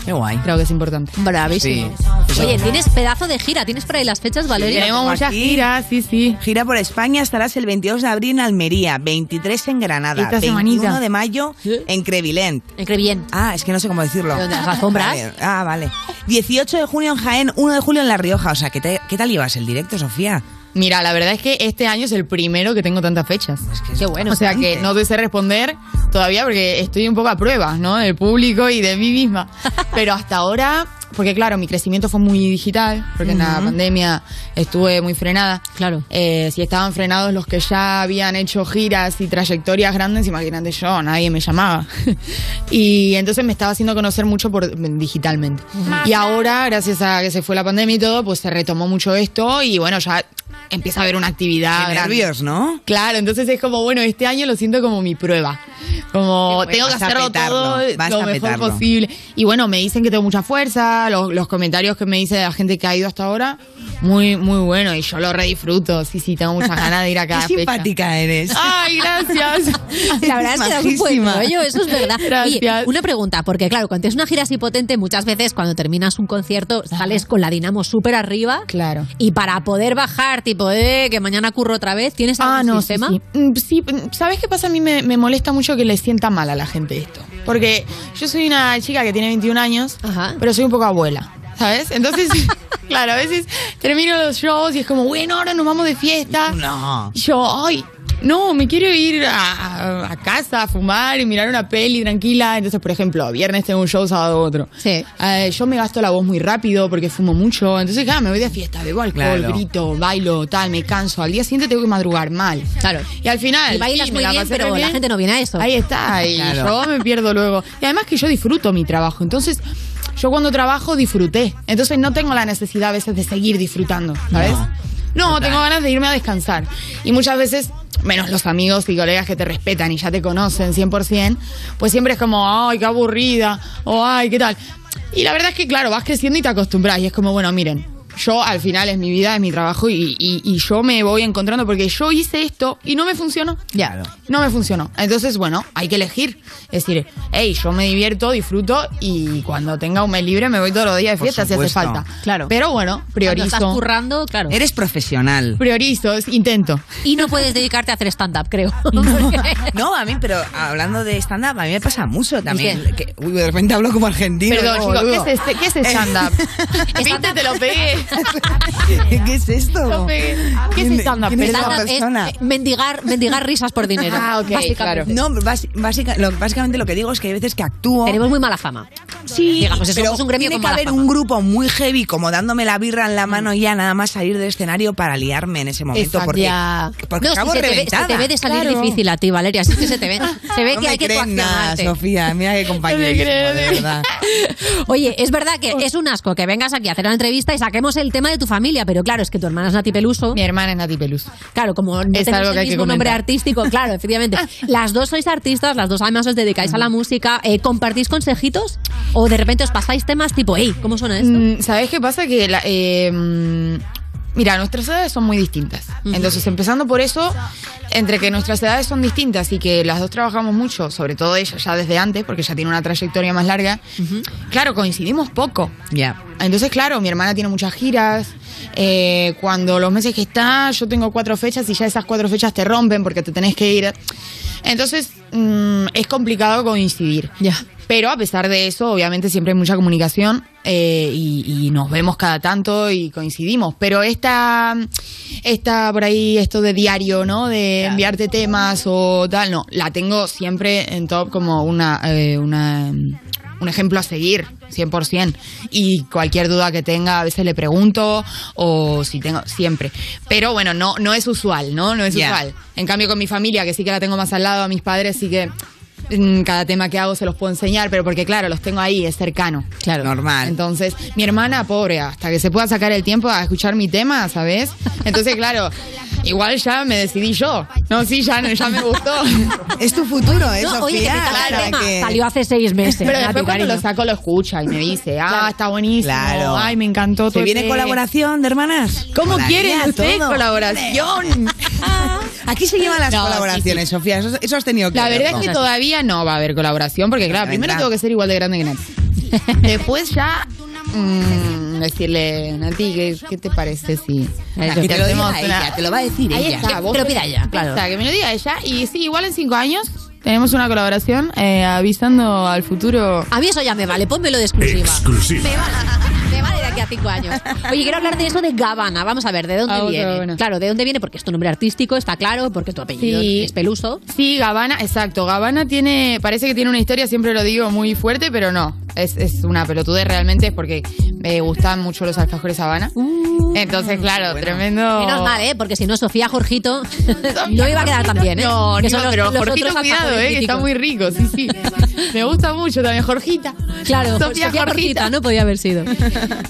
S3: Qué guay.
S20: Creo que es importante.
S4: Bravísimo. Oye, tienes pedazo de gira, tienes por ahí las fechas, Valeria.
S20: giras, sí, sí.
S3: Gira por España, estarás el 22 de abril en Almería, 23 en Granada,
S4: Esta
S3: 21
S4: semanita.
S3: de mayo en Crevilent.
S4: En Crevillent.
S3: Ah, es que no sé cómo decirlo.
S4: ¿Dónde las alfombras?
S3: Vale. Ah, vale. 18 de junio en Jaén, 1 de julio en La Rioja. O sea, ¿qué, te- qué tal llevas el directo, Sofía?
S20: Mira, la verdad es que este año es el primero que tengo tantas fechas.
S4: Qué bueno.
S20: O sea que no te sé responder todavía porque estoy un poco a pruebas, ¿no? Del público y de mí misma. Pero hasta ahora, porque claro, mi crecimiento fue muy digital, porque en la
S4: Ujú.
S20: pandemia estuve muy frenada. Claro. si estaban frenados los que ya habían hecho giras y trayectorias grandes, imagínate yo, nadie me llamaba. y entonces me estaba haciendo conocer mucho por, digitalmente. Y ahora, gracias a que se fue la pandemia y todo, pues se retomó mucho esto y bueno, ya empieza a haber una actividad.
S3: Qué
S20: grande.
S3: nervios, ¿no?
S20: Claro, entonces es como, bueno, este año lo siento como mi prueba. Como
S3: Qué bueno,
S20: tengo que
S3: vas a
S20: hacerlo
S3: petarlo,
S20: todo
S3: vas
S20: lo
S3: a
S20: mejor
S3: petarlo.
S20: posible. Y bueno, me dicen que tengo mucha fuerza, los, los comentarios que me dice la gente que ha ido hasta ahora, muy, muy bueno. Y yo lo redisfruto. Sí, sí, tengo muchas ganas de ir a cada
S3: Qué
S20: fecha.
S3: simpática eres.
S20: Ay, gracias.
S4: La verdad es que das un buen
S20: Majísima.
S4: rollo, eso es verdad. Oye,
S20: Gracias.
S4: una pregunta, porque claro, cuando es una gira así potente, muchas veces cuando terminas un concierto sales con la dinamo súper arriba.
S20: Claro.
S4: Y para poder bajar, tipo, eh, que mañana curro otra vez, ¿tienes algún
S20: Ah, no, sí,
S4: sistema?
S20: sí. Mm, Sí, mm, ¿sabes qué pasa? A mí me, me molesta mucho que le sienta mal a la gente esto. Porque yo soy una chica que tiene 21 años, pero soy un poco abuela, ¿sabes? Entonces, claro, a veces termino los shows y es como, bueno, ahora nos vamos de fiesta.
S3: No.
S20: Y yo, ay, no, me quiero ir a, a- a casa a fumar y mirar una peli tranquila. Entonces, por ejemplo, viernes tengo un show, sábado otro. Sí. yo me gasto la voz muy rápido porque fumo mucho. Entonces, claro, me voy de fiesta, bebo alcohol,
S4: Claro.
S20: grito, bailo, tal, me canso. Al día siguiente tengo que madrugar mal. Claro. Y al final.
S4: Y bailas
S20: sí, me
S4: muy
S20: la
S4: bien,
S20: pasé
S4: pero
S20: re
S4: la
S20: bien.
S4: gente no viene a eso.
S20: Ahí está, y
S4: Claro.
S20: yo me pierdo luego. Y además que yo disfruto mi trabajo. Entonces, yo cuando trabajo disfruté. Entonces no tengo la necesidad a veces de seguir disfrutando, ¿sabes? No, tengo ganas de irme a descansar. Y muchas veces, menos los amigos y colegas que te respetan y ya te conocen 100%, pues siempre es como, ay, qué aburrida, o ay, qué tal. Y la verdad es que, claro, vas creciendo y te acostumbras. Y es como, bueno, miren, yo al final es mi vida, es mi trabajo y, y- y yo me voy encontrando porque yo hice esto y no me funcionó. Ya. No me funcionó. Entonces, bueno, hay que elegir. Es decir, hey, yo me divierto, disfruto y cuando tenga un mes libre me voy todos los días de
S3: Por
S20: fiesta si hace
S3: supuesto.
S20: falta. Claro. Pero bueno, priorizo.
S4: Cuando estás currando, claro.
S3: Eres profesional.
S20: Priorizo, es- intento.
S4: Y no puedes dedicarte a hacer stand-up, creo.
S3: No, a mí, pero hablando de stand-up, a mí me pasa mucho también.
S4: ¿Y
S3: que- uy, de repente hablo como argentino.
S20: Perdón,
S3: ¿no,
S20: chicos,
S3: boludo?
S20: ¿qué es este, qué es stand-up? Viste, te lo pegué.
S3: ¿Qué es esto?
S20: Lo pegué. ¿Qué es stand-up?
S3: ¿Quién es esta
S20: Perdón.
S3: persona?
S4: mendigar, mendigar risas por dinero.
S3: Ah, ok, claro. No, bas- básica- lo- básicamente lo que digo es que hay veces que actúo.
S4: Tenemos muy mala fama.
S3: Sí,
S4: Digamos, es-
S3: pero
S4: somos un gremio
S3: tiene
S4: con
S3: que
S4: mala
S3: haber
S4: fama.
S3: un grupo muy heavy, como dándome la birra en la mano ya nada más salir del escenario para liarme en ese momento.
S4: Exacto.
S3: Porque,
S4: Ya.
S3: porque
S4: No, si
S3: acabo
S4: se te ve-
S3: reventada.
S4: se te ve de salir difícil a ti, Valeria. Sí que se te ve. Se ve
S3: No
S4: que
S3: me
S4: hay que
S3: crees nada,
S4: coaccionarte.
S3: Sofía, mira qué compañerismo,
S4: creo,
S3: de
S4: de-
S3: verdad.
S4: Oye, es verdad que es un asco que vengas aquí a hacer una entrevista y saquemos el tema de tu familia, pero claro, es que tu hermana es Nati Peluso. Mi
S20: hermana es Nati Peluso.
S4: Claro, como no
S20: Es
S4: tenéis
S20: algo
S4: el
S20: que hay que
S4: mismo nombre
S20: comentar.
S4: artístico, claro, efectivamente. Las dos sois artistas, las dos además os dedicáis a la música. eh, ¿Compartís consejitos? ¿O de repente os pasáis temas tipo, hey, ¿cómo suena esto?
S20: Mm, ¿Sabes qué pasa? Que la- eh, mm, Mira, nuestras edades son muy distintas. Entonces, empezando por eso, entre que nuestras edades son distintas y que las dos trabajamos mucho, sobre todo ella ya desde antes, porque ya tiene una trayectoria más larga, claro, coincidimos poco.
S3: Ya.
S20: Entonces, claro, mi hermana tiene muchas giras. eh, cuando los meses que está, yo tengo cuatro fechas y ya esas cuatro fechas te rompen porque te tenés que ir. Entonces, mm, es complicado coincidir. Pero a pesar de eso, obviamente siempre hay mucha comunicación eh, y, y nos vemos cada tanto y coincidimos. Pero esta, esta por ahí, esto de diario, ¿no? De enviarte temas o tal, no. La tengo siempre en top como una, eh, una mm, un ejemplo a seguir, 100%. Y cualquier duda que tenga, a veces le pregunto o si tengo, siempre. Pero bueno, no, no es usual, ¿no? No es
S3: Ya.
S20: usual. En cambio, con mi familia, que sí que la tengo más al lado, a mis padres sí que mm, cada tema que hago se los puedo enseñar, pero porque claro, los tengo ahí, es cercano.
S3: Claro. Normal.
S20: Entonces, mi hermana, pobre, hasta que se pueda sacar el tiempo a escuchar mi tema, ¿sabes? Entonces, claro, Igual ya me decidí yo. No, sí, ya, ya me gustó.
S3: es tu futuro, ¿eh,
S4: No, oye, que te saca el tema. Salió hace seis meses.
S20: Pero después
S4: Nati,
S20: cuando
S4: cariño.
S20: lo saco lo escucha y me dice, ah, está buenísimo.
S3: Claro.
S20: Ay, me encantó.
S3: ¿Se
S20: todo
S3: viene
S20: este".
S3: colaboración de hermanas?
S20: ¿Cómo quieren
S3: quiere
S20: usted colaboración?
S4: Ah.
S3: Aquí se llevan las colaboraciones, Sofía. Eso, eso has tenido que
S20: La
S3: ver,
S20: verdad
S3: ¿no?
S20: es que todavía no va a haber colaboración, porque claro, primero
S3: vendrá.
S20: tengo que ser igual de grande que Nati. Después ya mm, decirle, Nati, ¿qué, qué te parece si
S4: Claro, que te lo diga ella, te lo va a decir
S20: Ahí
S4: ella.
S20: está,
S4: Que
S20: vos
S4: te lo pida ella,
S20: pensá,
S4: claro.
S20: que me lo diga ella. Y sí, igual en cinco años tenemos una colaboración eh, avisando al futuro.
S4: A mí eso ya me vale, pónmelo de exclusiva. Me vale, me vale de aquí a cinco años. Oye, quiero hablar de eso de Gabana. Vamos a ver, ¿de dónde
S20: Ah, bueno,
S4: viene?
S20: bueno.
S4: Claro, ¿de dónde viene? Porque es tu nombre artístico, está claro, porque es tu apellido
S20: Sí.
S4: es Peluso.
S20: Sí, Gabana, exacto. Gabana tiene, parece que tiene una historia, siempre lo digo, muy fuerte, pero no. Es, es una pelotudez realmente, es porque me gustan mucho los alfajores Habana. Entonces, claro, tremendo.
S4: Uh. Menos mal, ¿eh? Porque si no, Sofía Jorgito no iba a quedar tan bien, ¿eh?
S20: No,
S4: Que
S20: no,
S4: son los-
S20: pero
S4: los
S20: Jorgito,
S4: otros
S20: cuidado,
S4: alfajores
S20: eh, que está
S4: míticos.
S20: muy rico, sí, sí. Me gusta mucho también, Jorgita.
S4: Claro, Sofía Jorgita, no podía haber sido.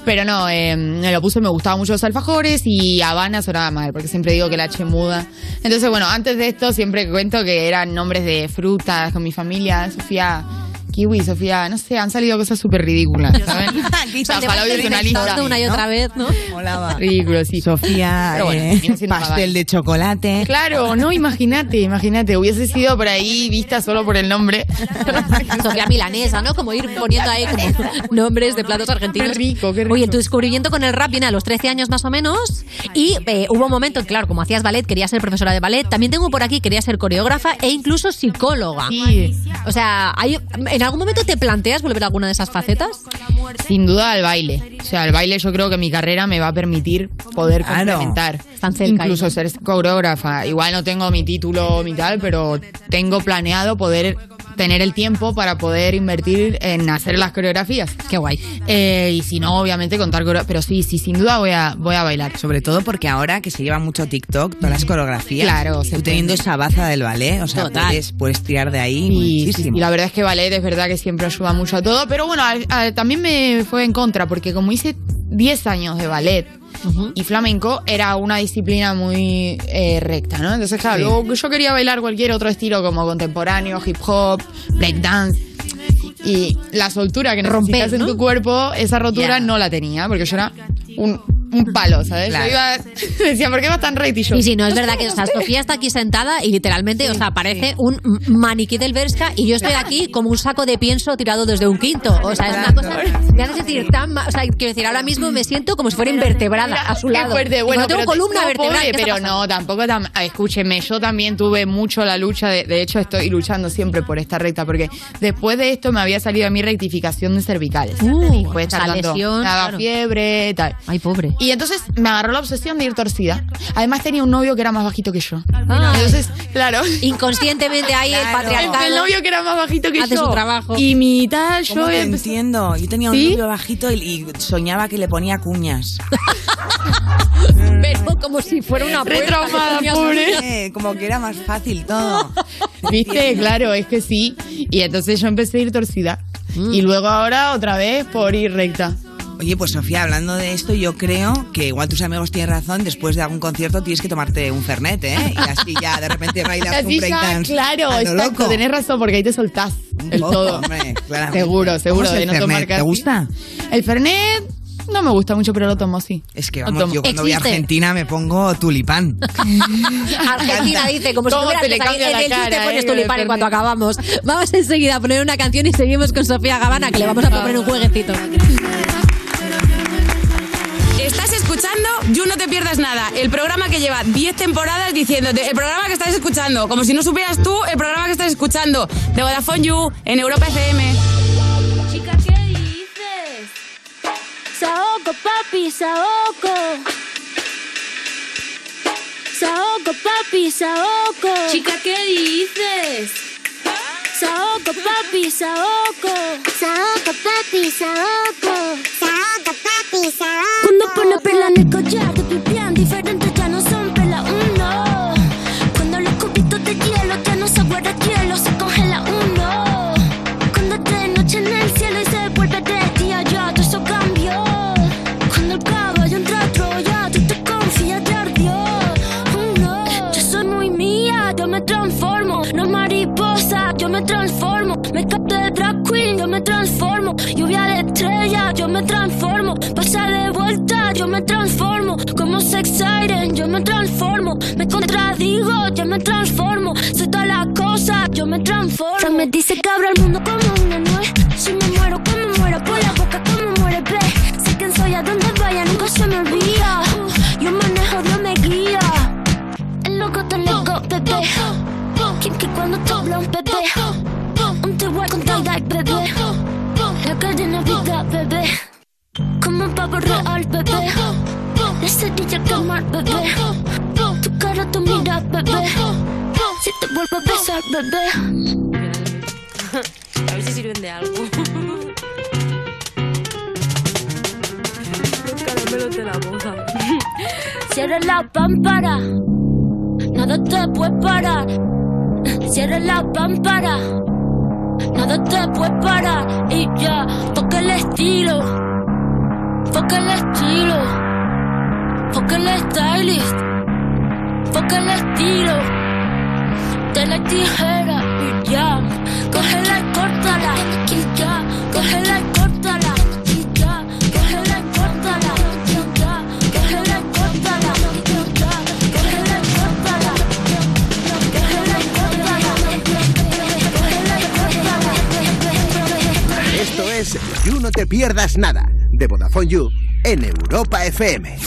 S20: Pero no, eh, me lo puse, me gustaban mucho los alfajores y Habana sonaba mal, porque siempre digo que la H muda. Entonces, bueno, antes de esto siempre cuento que eran nombres de frutas con mi familia, Sofía... Kiwi, Sofía, no sé, han salido cosas súper ridículas, ¿saben? O sea,
S4: Te
S20: ojalá
S4: vas
S20: hubiese una lista.
S4: inventando una y otra vez, ¿no?
S20: Ridículo, sí.
S3: Sofía,
S20: Pero bueno,
S3: eh,
S20: termina siendo
S3: pastel de chocolate.
S20: Claro, no, imagínate, imagínate, hubiese sido por ahí vista solo por el nombre.
S4: Sofía Milanesa, ¿no? Como ir poniendo ahí como nombres de platos argentinos. Qué rico, qué rico. Oye, tu descubrimiento con el rap viene a los 13 años más o menos. Y eh, hubo un momento, en que, claro, como hacías ballet, querías ser profesora de ballet. También tengo por aquí, querías ser coreógrafa e incluso psicóloga. O sea, hay- ¿en algún momento te planteas volver a alguna de esas facetas?
S20: Sin duda al baile. O sea, el baile yo creo que mi carrera me va a permitir poder complementar. Incluso ser coreógrafa. Igual no tengo mi título, mi tal, pero tengo planeado poder tener el tiempo para poder invertir en hacer las coreografías. Eh,
S4: Qué guay.
S20: y si no, obviamente contar coreo- Pero sí, sí, sin duda voy a, voy a bailar.
S3: Sobre todo porque ahora que se lleva mucho TikTok, todas las coreografías.
S20: Claro,
S3: Tú teniendo esa baza del ballet, o sea,
S20: Total.
S3: puedes, puedes tirar de ahí muchísimo.
S20: Y la verdad es que ballet es verdad que siempre ayuda mucho a todo, pero bueno, al- al- también me fue en contra, porque como hice 10 años de ballet y flamenco, era una disciplina muy eh, recta, ¿no? Entonces, claro,
S25: Sí.
S20: luego yo quería bailar cualquier otro estilo como contemporáneo, hip hop, breakdance. Y la soltura que necesitas
S25: Romper,
S20: en
S25: ¿no?
S20: tu cuerpo, esa
S25: Ya.
S20: rotura no la tenía, porque yo era un, un palo, ¿sabes?
S4: Claro.
S20: Yo iba, decía, ¿por qué va tan recto? Y yo,
S4: Y si no, es verdad
S20: sé,
S4: que o
S20: no
S4: sea,
S20: sé".
S4: Sofía está aquí sentada y literalmente, o sea, parece un m- maniquí del Berska y yo estoy aquí como un saco de pienso tirado desde un quinto. O sea, es una cosa me hace sentir tan ma- O sea, quiero decir, ahora mismo me siento como si fuera invertebrada a su
S20: Qué
S4: lado.
S20: fuerte,
S4: Digo,
S20: bueno,
S4: tengo
S20: pero-
S4: columna
S20: no,
S4: vertebral.
S20: pobre,
S4: ¿qué está
S20: pero
S4: pasando?
S20: no, tampoco tan. ah, Escúcheme, yo también tuve mucho la lucha, de, de hecho estoy luchando siempre por esta recta, porque después de esto me había salido a mí rectificación de cervicales. Fue
S4: o sea,
S20: tardando,
S4: Uh, lesión,
S20: me daba
S4: claro.
S20: fiebre, tal.
S4: Ay, pobre.
S20: Y entonces me agarró la obsesión de ir torcida. Además tenía un novio que era más bajito que yo.
S4: Ah.
S20: Entonces, claro.
S4: Inconscientemente ahí el patriarcado.
S20: El novio que era más bajito que
S4: Hace
S20: yo.
S4: Ah, su trabajo.
S20: Y mi tal, Ah, yo
S3: ¿Cómo te
S20: empecé-
S3: entiendo. Yo tenía un
S20: ¿Sí?
S3: libro bajito y, y soñaba que le ponía cuñas.
S4: Pero como si fuera una puerta.
S20: Retraumada,
S3: Dios
S20: pobre.
S3: mío, eh, Como que era más fácil todo.
S20: ¿Viste? Claro, es que sí. Y entonces yo empecé a ir torcida.
S3: Mm.
S20: Y luego ahora otra vez por ir recta.
S3: Oye, pues Sofía, hablando de esto, yo creo que igual tus amigos tienen razón. Después de algún concierto tienes que tomarte un fernet, ¿eh? Y así ya de repente bailas un
S20: Así ya,
S3: breakdance.
S20: claro,
S3: a lo
S20: exacto,
S3: loco.
S20: tenés razón, porque ahí te soltás el
S3: poco,
S20: todo.
S3: hombre, claramente.
S20: seguro, seguro,
S3: ¿Cómo
S20: de
S3: es el
S20: no tomar
S3: Fernet? ¿Te
S20: casi.
S3: gusta?
S20: El Fernet no me gusta mucho, pero lo tomo, sí.
S3: Es que
S20: Lo
S3: vamos,
S20: tomo.
S3: yo cuando voy a Argentina me pongo tulipán.
S4: Argentina dice, como si
S20: ¿Cómo
S4: tuviera
S20: te le
S4: que salir
S20: cambia
S4: en
S20: la
S4: el pues YouTube,
S20: cara,
S4: te pones
S20: eh,
S4: tu tulipán en cuanto acabamos. Vamos enseguida a poner una canción y seguimos con Sofía Gabana, que le vamos a proponer un jueguecito.
S17: Estás escuchando You No Te Pierdas Nada, el programa que lleva 10 temporadas diciéndote, el programa que estás escuchando, como si no supieras tú el programa que estás escuchando, de Vodafone You, en Europa FM.
S19: Chica, ¿qué dices? Saoco, papi, saoco. Saoco, papi, saoco. Chica, ¿qué dices? Saoco, papi, saoco. Saoco, papi, saoco. Saoco, papi, saoco. Cuando pone perla nel collar, più bien diferente, ya no son perla uno. Cuando los cubitos de hielo ya no se guarda hielo, se congela uno. Cuando de noche en el cielo y se vuelve de día, ya todo eso cambió. Cuando el caballo entra a Troya, tú te confías, ya ardió. Oh, no.
S25: me transformo. Me capté de drag queen, yo me transformo. Lluvia de estrella, yo me transformo. Pasa de vuelta, yo me transformo. Como sex siren, yo me transformo. Me contradigo, yo me transformo. Soy todas las cosas, yo me transformo. Frank me dice que abro el mundo como una nuez. Si me muero, como muero, por la boca, como muere, ve. Sé quién soy, a donde vaya, nunca se me olvida. Yo manejo, Dios me guía. El loco tan loco, bebé. Quien que cuando te habla un bebé. Un te voy con tanda, bebé. La calle no vida, bebé. Como pavo real, bebé. La cerilla calmar, bebé. Tu cara, tu mira, bebé. Si te vuelvo a besar, bebé.
S26: A ver si sirven de algo.
S25: Caramelo de la boca. Cierra la pámpara. Nada te puede parar. Cierra la pámpara. Nada te puede parar. Y ya, toca el estilo. Toca el estilo. Toca el stylist. Toca el estilo. De la tijera. Y ya, cógela y córtala. Y ya, cógela y córtala. Y ya, cógela y córtala. Y ya, cógela y córtala. Y ya, cógela y córtala.
S5: Esto es You No Te Pierdas Nada de Vodafone You en Europa FM.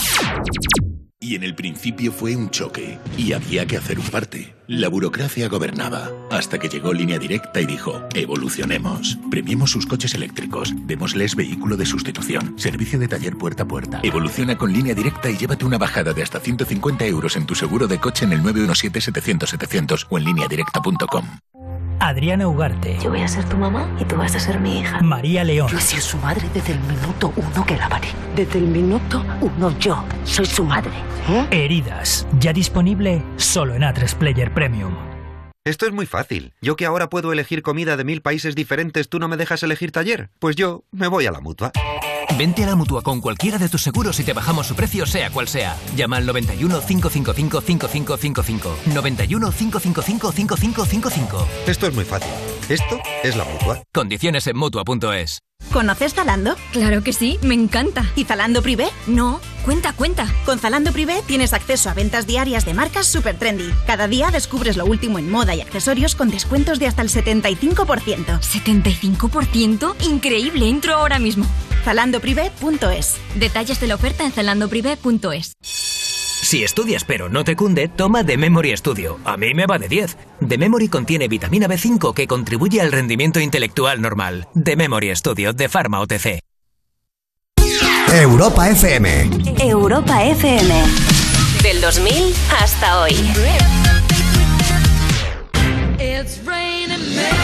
S1: Y en el principio fue un choque y había que hacer un parte. La burocracia gobernaba hasta que llegó Línea Directa y dijo, evolucionemos. Premiemos sus coches eléctricos, démosles vehículo de sustitución, servicio de taller puerta a puerta. Evoluciona con Línea Directa y llévate una bajada de hasta 150 euros en tu seguro de coche en el 917-700-700 o en lineadirecta.com.
S14: Adriana Ugarte. Yo voy a ser tu mamá y tú vas a ser mi hija. María León. Yo he sido su madre desde el minuto uno que la paré. Desde el minuto uno yo soy su madre. ¿eh? Heridas. Ya disponible solo en A3 Player Premium.
S12: Esto es muy fácil. Yo que ahora puedo elegir comida de mil países diferentes, ¿tú no me dejas elegir taller? Pues yo me voy a la mutua.
S15: Vente a la mutua con cualquiera de tus seguros y te bajamos su precio, sea cual sea. Llama al 91 555 5555. 91 555 5555.
S12: Esto es muy fácil. Esto es la mutua.
S15: Condiciones en mutua.es.
S4: ¿Conoces Zalando? Claro que sí, me encanta. ¿Y Zalando Privé? No, cuenta, cuenta. Con Zalando Privé tienes acceso a ventas diarias de marcas super trendy. Cada día descubres lo último en moda y accesorios con descuentos de hasta el 75%. ¿75%? Increíble, entro ahora mismo. ZalandoPrivé.es.
S27: Detalles de la oferta en zalandoprivé.es.
S15: Si estudias pero no te cunde, toma The Memory Studio. A mí me va de 10. The Memory contiene vitamina B5 que contribuye al rendimiento intelectual normal. The Memory Studio de Pharma OTC.
S5: Europa FM.
S28: Europa FM. Del 2000 hasta hoy.
S7: It's raining men.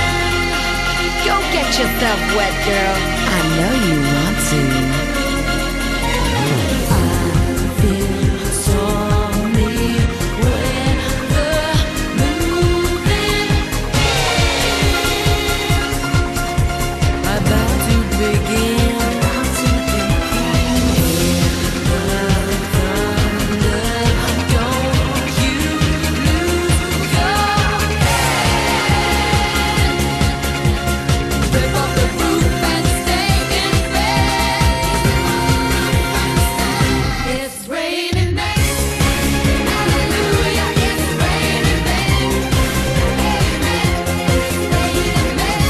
S7: Go get yourself wet, girl. I know you want to. About to begin. It's raining men. Hallelujah, it's raining men. Amen. It's raining men.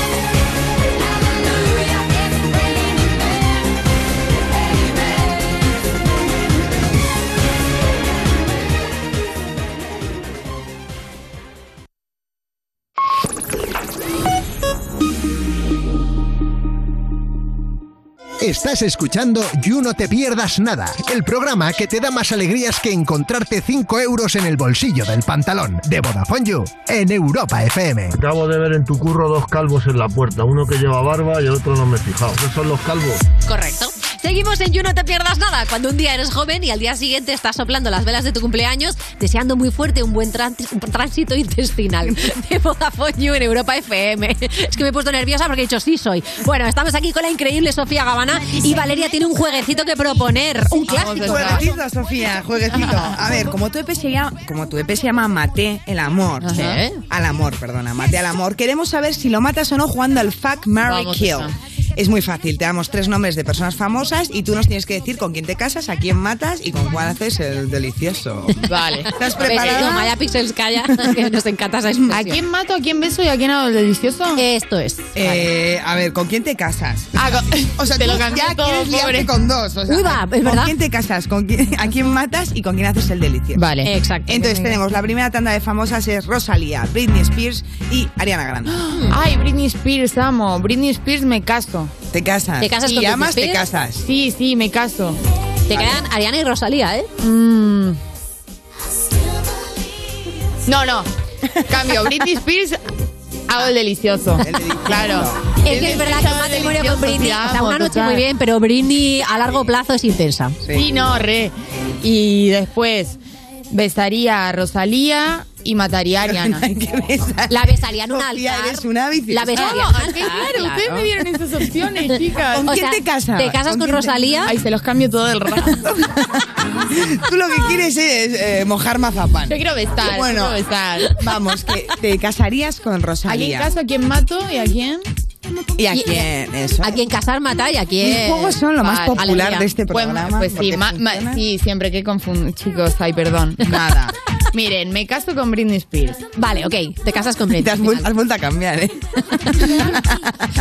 S7: Hallelujah, it's raining men. Amen.
S5: Estás escuchando You No Te Pierdas Nada, el programa que te da más alegrías que encontrarte 5 euros en el bolsillo del pantalón de Vodafone You en Europa FM.
S29: Acabo de ver en tu curro dos calvos en la puerta, uno que lleva barba y el otro no me he fijado. ¿Qué son los calvos?
S30: Correcto.
S4: Seguimos en You No Te Pierdas Nada. Cuando un día eres joven y al día siguiente estás soplando las velas de tu cumpleaños, deseando muy fuerte un buen trán- tránsito intestinal. De Vodafone You en Europa FM. Es que me he puesto nerviosa porque he dicho sí soy. Bueno, estamos aquí con la increíble Sofía Gavana y Valeria tiene un jueguecito que proponer. Un clásico.
S3: Jueguecito, Sofía, jueguecito. A ver, como tu EP se llama, como tu EP se llama ¿eh? Maté el amor,
S4: Ajá.
S3: ¿sí? al amor, perdona, Maté al amor. Queremos saber si lo matas o no jugando al Fuck, Marry,
S20: Vamos,
S3: Kill.
S20: esa.
S3: Es muy fácil, te damos tres nombres de personas famosas y tú nos tienes que decir con quién te casas, a quién matas y con cuál haces el delicioso.
S20: Vale.
S3: ¿Estás preparada?
S4: Toma, ya Pues, Pixels calla, que nos encanta esa expresión.
S20: ¿A quién mato, a quién beso y a quién hago el delicioso?
S4: Esto es.
S3: Eh, a ver, ¿con quién te casas?
S20: o
S3: sea,
S20: Ah, te
S3: tú
S20: lo canté
S3: ya
S20: todo,
S3: quieres liarte
S20: pobre.
S3: con dos. o sea,
S20: Uy, va, es
S3: ¿Con
S20: verdad.
S3: quién te casas? ¿Con quién- ¿A quién matas y con quién haces el delicioso?
S20: Vale.
S4: Exacto.
S3: Entonces
S20: Venga.
S3: tenemos la primera tanda de famosas es Rosalía, Britney Spears y Ariana Grande.
S20: Ay, Britney Spears, amo. Britney Spears, me caso.
S3: ¿Te casas?
S20: ¿Te casas
S3: y
S20: con Britney
S3: amas, te
S20: Spears?
S3: casas.
S20: Sí, sí, me caso.
S4: Te quedan Ariana y Rosalía, ¿eh?
S20: Mm. No, no. Cambio. Britney Spears, hago Ah, el delicioso. Claro.
S4: Es que es verdad que un matrimonio con Britney.
S20: Delicioso,
S4: o
S20: te
S4: sea, una
S20: amo,
S4: noche
S20: total.
S4: muy bien, pero Britney a largo plazo es intensa.
S20: Sí, no, re. Y después besaría a Rosalía y mataría a Ariana.
S4: La besaría en un altar. La besaría en un
S20: ¿Cómo?
S4: altar,
S20: Claro,
S4: claro.
S20: ustedes me dieron esas opciones, chicas.
S4: ¿Con O quién sea, te casas? ¿te casas ¿Con con quién te- Rosalía?
S20: Ay, se los cambio todo el rato.
S3: Tú lo que quieres es eh, mojar mazapán.
S20: Yo quiero besar,
S3: Bueno,
S20: quiero besar.
S3: vamos, que te casarías con
S20: ¿A quién
S3: Rosalía.
S20: caso, a quién mato y a quién?
S3: ¿Y a quién? Eso.
S4: ¿A quién casar, matar y a quién?
S3: Mis juegos son lo más
S20: Vale,
S3: popular de este
S20: Pues,
S3: programa,
S20: Pues, sí,
S3: porque
S20: ma- ma- sí, siempre que confundo. Chicos, ay, perdón. Nada. Miren, me caso con Britney Spears.
S4: Vale, ok, te casas con Britney.
S3: Te has, vuel- has vuelto a cambiar, ¿eh?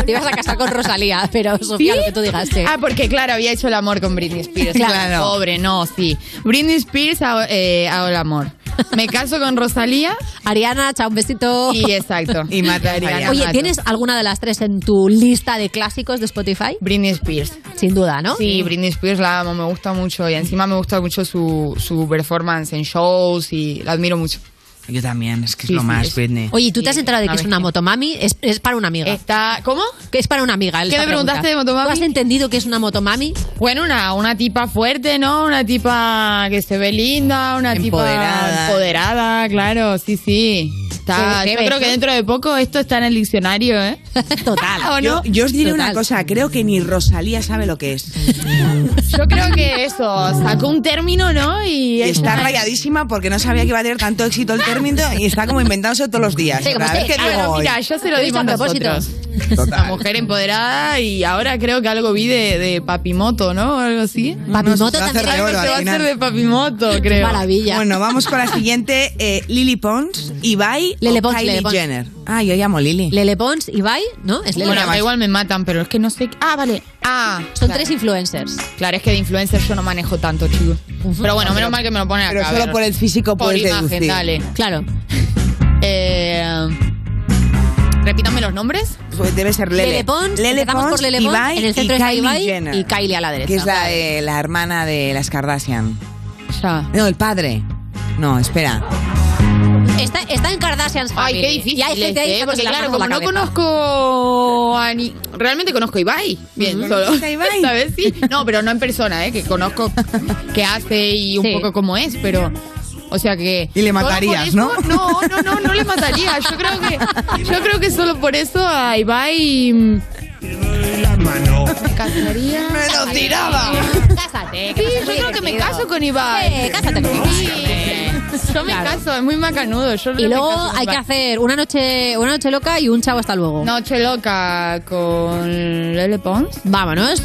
S4: Te ibas a casar con Rosalía, pero Sofía,
S20: ¿Sí?
S4: lo que tú digas. sí.
S20: Ah, porque claro, había hecho el amor con Britney Spears.
S4: Claro.
S20: Claro. Pobre, no, sí. Britney Spears, hago, eh, hago el amor. Me caso con Rosalía.
S4: Ariana, chao, un besito.
S20: Y exacto.
S3: Y mata a Ariana.
S4: Oye, ¿tienes alguna de las tres en tu lista de clásicos de Spotify?
S20: Britney Spears.
S4: Sin duda, ¿Ah, ¿no?
S20: Sí, Britney Spears la amo, me gusta mucho. Y encima me gusta mucho su, su performance en shows y la admiro mucho.
S3: Yo también, es que es
S20: Sí,
S3: lo
S20: sí,
S3: más,
S20: es-
S3: Britney.
S4: Oye, ¿y ¿tú te has enterado de
S20: una
S4: que es una motomami? Es, es para una amiga.
S20: Está, ¿Cómo?
S4: Que es para una amiga.
S20: ¿Qué me preguntaste de
S4: motomami? ¿Tú has entendido que es una motomami?
S20: Bueno, una, una tipa fuerte, ¿no? Una tipa que se ve linda, una
S4: Empoderada.
S20: tipa empoderada, claro, sí, sí. Está, yo
S3: Qué heavy,
S20: creo que
S3: ¿no?
S20: dentro de poco esto está en el diccionario, ¿eh?
S4: Total.
S20: ¿O
S3: Yo,
S20: no?
S3: yo os diré una cosa, creo que ni Rosalía sabe lo que es.
S20: Yo creo que eso, sacó un término, ¿no? Y
S3: Y está rayadísima porque no sabía que iba a tener tanto éxito el término y está como inventándose todos los días.
S20: Sí, como
S3: Cada vez
S20: usted-
S3: que
S20: Ah,
S3: digo
S20: no,
S3: hoy.
S20: mira, yo se lo
S4: Lo
S20: dimos
S4: hizo a propósito.
S20: nosotros. La mujer empoderada y ahora creo que algo vi de, de Papimoto, ¿no? O Algo así.
S3: Papimoto No, se va a hacer también. de
S20: Algo
S3: oro
S20: se va
S3: al
S20: a
S3: final.
S20: hacer de Papimoto, creo.
S3: Bueno, vamos con la siguiente. eh, Lily Pons, Ibai
S4: Lele
S3: o
S4: Pons,
S3: Kylie
S4: Lele Pons.
S3: Jenner. Ah, yo llamo Lily.
S4: Lele Pons, Ibai, ¿no? Es Lele
S20: Bueno,
S4: Pons.
S20: da igual me matan, pero es que no sé. Ah, vale. Ah.
S4: Son
S20: claro.
S4: tres influencers.
S20: Claro, es que de influencers yo no manejo tanto, chicos. Pero bueno, menos mal que me lo ponen acá.
S3: Pero solo
S20: a ver.
S3: por el físico
S20: Por
S3: puedes
S20: imagen,
S3: deducir.
S20: dale.
S4: Claro.
S20: Eh, Repítame los nombres.
S3: Pues debe ser Lele.
S20: Lele Pons,
S3: Lele
S20: empezamos
S3: Pons,
S20: por Lele Pons,
S3: Ibai
S20: en el
S4: centro
S3: y
S4: está
S3: Kylie
S4: Ibai
S3: Jenner,
S4: y Kylie a la derecha.
S3: Que es la, de- la hermana de las Kardashian.
S20: Ya.
S3: No, el padre. No, espera.
S4: Está, está en Kardashians
S20: Ay,
S4: Family.
S20: qué difícil.
S4: Y hay gente ahí
S20: este,
S4: que
S20: porque
S4: se la
S20: claro,
S4: arma
S20: como
S4: por ¿eh? la
S20: no
S4: cabeza.
S20: conozco a ni... Realmente conozco a Ibai. Bien, solo.
S4: ¿Conoces a Ibai?
S20: ¿Sabes? Sí. No, pero no en persona, ¿eh? Que conozco qué hace y un poco cómo es, pero... O sea que...
S3: Y le
S20: solo por
S3: matarías,
S20: eso-
S3: ¿no?
S20: No, no, no, no le mataría. Yo creo que, yo creo que solo por eso a Ibai... mm, Me casaría...
S3: ¡Me lo tiraba!
S20: Cásate. Sí, yo creo que me
S4: divertido.
S20: caso con Ibai.
S4: Eh, cásate con
S20: Sí. Yo me
S4: Claro.
S20: caso, es muy macanudo. Yo
S4: Y
S20: me
S4: luego
S20: caso con
S4: hay que
S20: Ibai.
S4: hacer una noche, Eh, una noche loca y un chavo hasta luego.
S20: Noche loca con Lele Pons.
S4: Vámonos.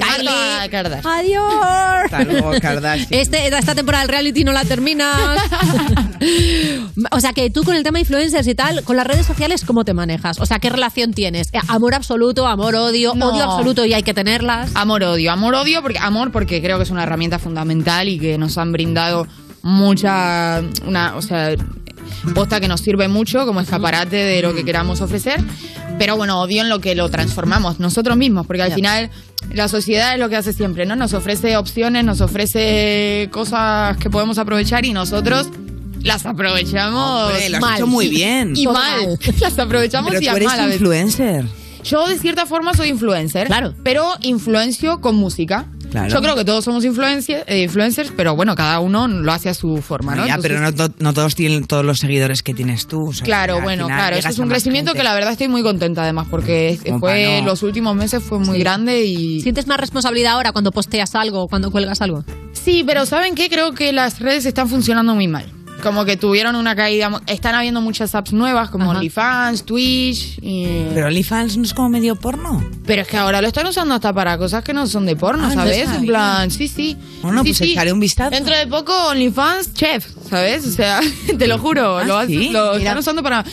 S4: Kylie.
S20: Marta Kardashian.
S4: Adiós.
S3: Hasta luego, Kardashian.
S4: Este, esta temporada del reality no la terminas. o sea que tú con el tema influencers y tal, con las redes sociales, ¿cómo te manejas? O sea, ¿qué relación tienes? Eh, ¿Amor absoluto, amor odio,
S20: No.
S4: odio absoluto y hay que tenerlas?
S20: Amor odio, amor odio porque amor porque creo que es una herramienta fundamental y que nos han brindado mucha una, o sea, posta que nos sirve mucho como escaparate de lo que queramos ofrecer, pero bueno, odio en lo que lo transformamos nosotros mismos, porque al
S4: Ya.
S20: final la sociedad es lo que hace siempre, ¿no? Nos ofrece opciones, nos ofrece cosas que podemos aprovechar y nosotros las aprovechamos
S3: Hombre, lo has Mal. hecho muy bien.
S20: y
S3: Total.
S20: mal. Las aprovechamos
S3: Pero
S20: y
S3: tú
S20: a
S3: eres
S20: mal a veces.
S3: influencer.
S20: Yo de cierta forma soy influencer, claro. pero influencio con música.
S3: Claro.
S20: Yo creo que todos somos influenci- eh, influencers, pero bueno, cada uno lo hace a su forma, ¿no?
S3: Ah, Ya,
S20: Entonces-
S3: pero no, to- no todos tienen todos los seguidores que tienes tú. o sea,
S20: Claro,
S3: al
S20: bueno,
S3: final
S20: claro. Eso
S3: llegas
S20: es un
S3: a más
S20: crecimiento
S3: gente.
S20: que la verdad estoy muy contenta además porque
S3: Como
S20: fue
S3: pa' no.
S20: los últimos meses fue muy grande y
S4: ¿Sientes más responsabilidad ahora cuando posteas algo o cuando cuelgas algo?
S20: Sí, pero ¿saben qué? Creo que las redes están funcionando muy mal. Como que tuvieron una caída, mu- están habiendo muchas apps nuevas como OnlyFans, Twitch y
S3: Pero OnlyFans no es como medio porno.
S20: pero es que ahora lo están usando hasta para cosas que no son de porno,
S3: Ah, no
S20: ¿sabes? En
S3: sabía.
S20: plan, sí, sí.
S3: Bueno,
S20: Sí,
S3: pues
S20: sí.
S3: echaré un vistazo.
S20: Dentro de poco OnlyFans chef, ¿sabes? O sea, te lo juro,
S3: Ah,
S20: lo, has-
S3: ¿sí?
S20: lo
S3: Mira.
S20: están usando para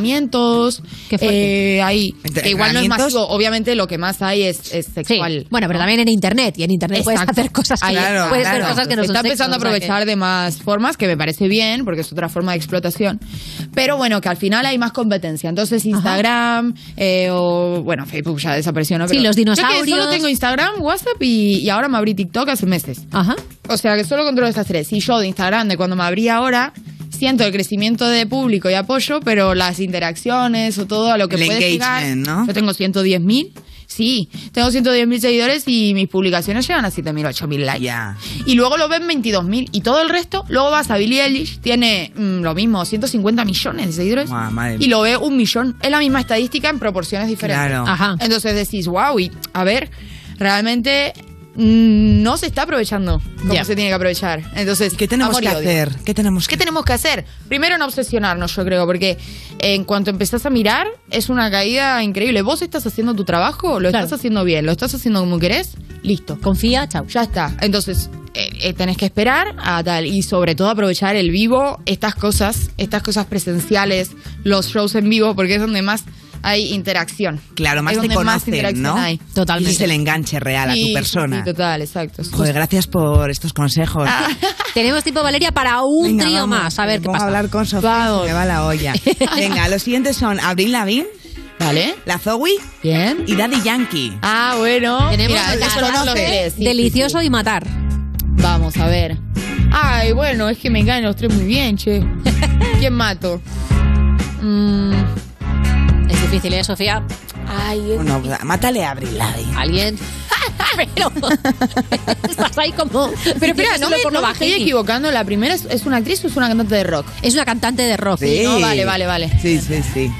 S20: entrenamientos, eh, ahí,
S4: Entre-
S20: que igual no es
S4: entrenamientos.
S20: masivo, obviamente lo que más hay es, es sexual.
S4: Bueno, pero
S20: ¿no?
S4: también en internet. Y en internet
S20: Exacto.
S4: puedes hacer cosas que,
S20: Ahí está,
S4: puedes hacer cosas que no son
S20: Está
S4: sexo,
S20: empezando a
S4: o sea que-
S20: aprovechar de más formas, que me parece bien, porque es otra forma de explotación. Pero bueno, que al final hay más competencia. Entonces Instagram eh, o, bueno, Facebook ya desapareció, ¿no?
S4: Sí,
S20: Pero
S4: los
S20: yo que
S4: dinosaurios.
S20: solo tengo Instagram, WhatsApp y, y ahora me abrí TikTok hace meses.
S4: Ajá.
S20: O sea, que solo controlo estas tres. Y yo de Instagram, de cuando me abrí ahora... Siento el crecimiento de público y apoyo, pero las interacciones o todo a lo que
S3: El
S20: puede llegar.
S3: engagement, ¿no?
S20: Yo tengo 110.000 Sí, tengo 110.000 seguidores y mis publicaciones llegan a 7.000, 8.000 likes. Y luego lo ven 22.000 y todo el resto, luego vas a Billie Eilish, tiene mm, lo mismo, 150 millones de seguidores
S3: Guau, madre
S20: y lo ve un millón. Es la misma estadística en proporciones diferentes.
S3: Claro.
S20: Ajá. Entonces decís, wow, y a ver, realmente mm, no se está aprovechando como
S3: Ya.
S20: se tiene que aprovechar. Entonces, ¿qué
S3: tenemos que hacer? ¿Qué tenemos
S20: ¿Qué tenemos que hacer? Primero no obsesionarnos, yo creo, porque en cuanto empezás a mirar, es una caída increíble. Vos estás haciendo tu trabajo, lo estás haciendo bien, lo estás haciendo como querés, listo.
S4: Confía, chao.
S20: Ya está. Entonces, eh, eh, tenés que esperar a tal y sobre todo aprovechar el vivo, estas cosas, estas cosas presenciales, los shows en vivo, porque es donde más hay interacción.
S3: Claro, más
S20: Es
S3: te
S20: donde más
S3: conocen,
S20: interacción
S3: ¿no?
S20: hay.
S3: Y es el enganche real a
S20: Sí,
S3: tu persona.
S20: sí, total, Ah, exacto.
S3: Joder, gracias por estos consejos.
S4: Tenemos tiempo, Valeria, para un
S3: Venga,
S4: trío
S3: vamos,
S4: más. A ver qué
S3: Voy a
S4: pasa.
S3: hablar con Sofía, se me va la olla. Venga, los siguientes son Abril Lavigne.
S20: Vale.
S3: La Zoe.
S20: Bien.
S3: Y Daddy Yankee.
S20: Ah, bueno.
S4: Tenemos
S20: Mira,
S4: que
S20: los
S4: matar,
S20: conoces.
S4: ¿eh?
S20: Sí, sí,
S4: Delicioso y matar.
S20: Vamos a ver. Ay, bueno, es que me caen los tres muy bien, che. ¿Quién mato?
S4: Mm. Es difícil, ¿eh, Sofía?
S20: Ay,
S3: Bueno, pues, mátale a Abril Lavigne.
S4: ¿Alguien? Pero estás ahí como...
S20: Pero espera, no me, no me estoy equivocando. ¿La primera es, es una actriz o es una cantante de rock?
S4: Es una cantante de rock.
S3: Sí.
S20: No, vale, vale, vale.
S3: Sí, sí, sí.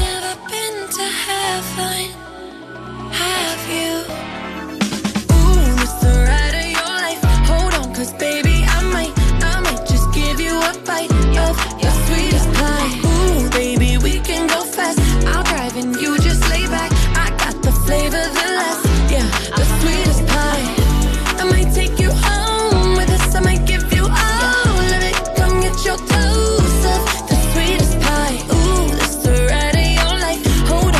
S24: to heaven, have you? Ooh, it's the ride of your life. Hold on, cause baby, I might, I might just give you a bite of your sweetest pie. Ooh, baby, we can go fast. I'll drive and you just lay back. I got the flavor, the last, yeah, the sweetest pie. I might take you home with us. I might give you all of it. Come get your dose of the sweetest pie. Ooh, it's the ride of your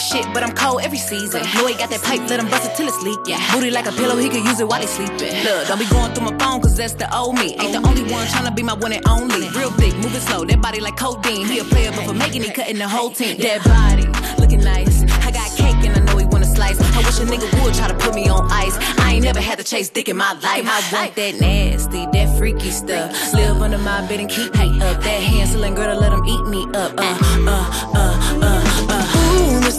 S31: shit, but I'm cold every season. Know he got that pipe, let him bust it till it's leak. Yeah. Booty like a pillow, he could use it while he sleeping. Look, don't be going through my phone, cause that's the old me. Ain't the only one tryna be my one and only. Real thick, moving slow, that body like codeine. He a player, but for making it, cutting the whole team. That body, looking nice. I got cake and I know he wanna slice. I wish a nigga would try to put me on ice. I ain't never had to chase dick in my life. I want that nasty, that freaky stuff. Live under my bed and keep me up. That handsome girl to let him eat me up. Uh, uh, uh, uh, uh.
S24: Ooh, it's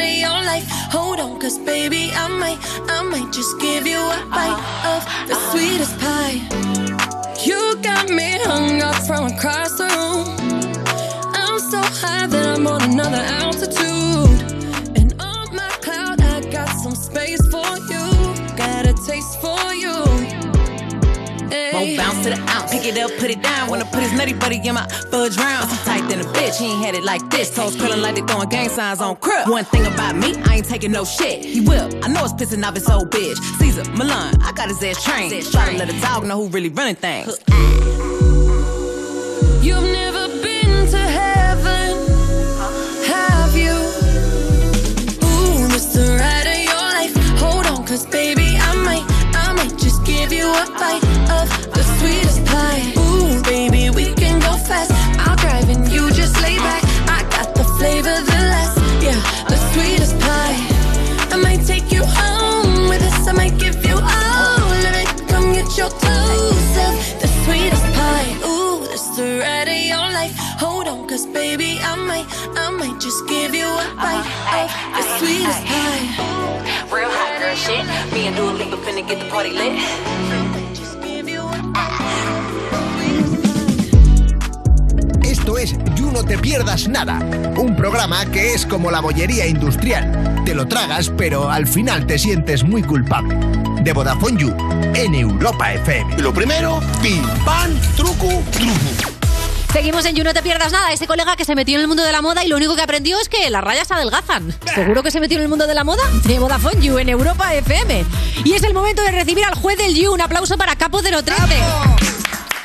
S24: of your life. Hold on, cause baby, I might, I might just give you a bite of the sweetest pie. You got me hung up from across the room. I'm so high that I'm on another altitude. And on my cloud, I got some space for you. Got a taste for you.
S31: Won't bounce to the ounce. Pick it up, put it down. Wanna put his nutty buddy in my fudge round. I'm tight than a bitch, he ain't had it like this. Toes curling like they throwing gang signs on crib. One thing about me, I ain't taking no shit. He will. I know it's pissing off his old bitch. Caesar, Milan, I got his ass trained. Try to let a dog know who really running things.
S24: You've never been to heaven, have you? Ooh, it's the ride of your life. Hold on, cause baby, I might, I might just give you a bite of the sweetest pie. Ooh, baby, we can go fast. I'll drive and you just lay back. I got the flavor, the last, yeah, the sweetest pie. I might take you home with us. I might give you all of it. Come get your dose of the sweetest pie. Ooh, that's the ride of your life. Hold on, cause baby, I might, I might just give you a bite of the sweetest pie.
S31: Real hot girl shit. Me and Dua Lipa finna get the party lit.
S5: Esto es You No Te Pierdas Nada, un programa que es como la bollería industrial. Te lo tragas, pero al final te sientes muy culpable. De Vodafone You, en Europa FM. Lo primero, pim, pam, truco, truco.
S4: Seguimos en You, no te pierdas nada. Este colega que se metió en el mundo de la moda y lo único que aprendió es que las rayas adelgazan. ¿Seguro que se metió en el mundo de la moda? De Vodafone You en Europa FM. Y es el momento de recibir al juez del You. Un aplauso para Capo 013.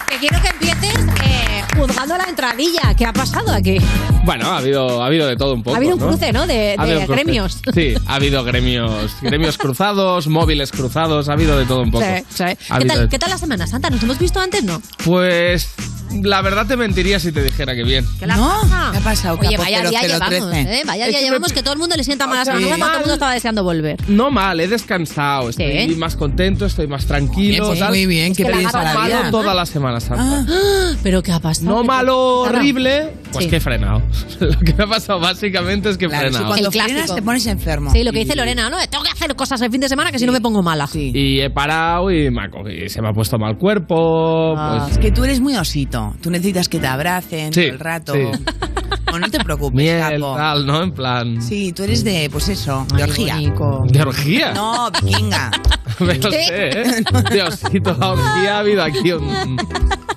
S4: Que quiero que empieces eh, juzgando la entradilla. ¿Qué ha pasado aquí?
S9: Bueno, ha habido, ha habido de todo un poco.
S4: ha habido un
S9: ¿no?
S4: cruce, ¿no? De,
S9: Ha
S4: de
S9: habido un cruce.
S4: gremios.
S9: Sí, ha habido gremios. Gremios cruzados, móviles cruzados, ha habido de todo un poco.
S4: Sí, sí.
S9: Ha
S4: ¿Qué,
S9: habido de-
S4: tal, ¿Qué tal la Semana Santa? ¿Nos hemos visto antes? No.
S9: Pues la verdad te mentiría si te dijera que bien.
S4: ¿Qué no. ¿Qué ha pasado? Oye,
S9: Capo
S4: vaya día
S9: 0013?
S4: llevamos, ¿eh? Vaya
S9: Es
S4: día
S9: que me-
S4: llevamos que todo el mundo le sienta mal a la
S9: Sí.
S4: Semana Santa, todo el mundo estaba deseando volver.
S9: No mal, he descansado, estoy
S4: Sí.
S9: más contento, estoy más tranquilo.
S4: Bien,
S9: tal.
S4: pues muy bien, Es ¿qué que la piensa la
S9: Malo
S4: vida?
S9: toda la Semana Santa.
S4: Ah, ¿Pero qué ha pasado?
S9: No
S4: ¿Qué-
S9: malo,
S4: Claro.
S9: horrible. Pues
S4: Sí.
S9: que he frenado. Lo que me ha pasado básicamente es que he
S3: Claro,
S9: frenado.
S3: si cuando
S4: El clásico.
S3: frenas te pones enfermo.
S4: Sí, lo que dice Lorena, ¿no? Tengo que hacer cosas el fin de semana que si no me pongo mala.
S9: Y he parado y, me ha co- y se me ha puesto mal cuerpo.
S3: Ah,
S9: pues-
S3: es que tú eres muy osito. Tú necesitas que te abracen
S9: Sí,
S3: todo el rato.
S9: sí.
S3: Bueno, no te preocupes, capo.
S9: Tal, ¿no? En plan.
S3: Sí, tú eres de, pues eso, de orgía.
S9: ¿De orgía?
S3: No, vikinga.
S9: Me lo sé, ¿eh? De osito a orgía ha habido aquí un,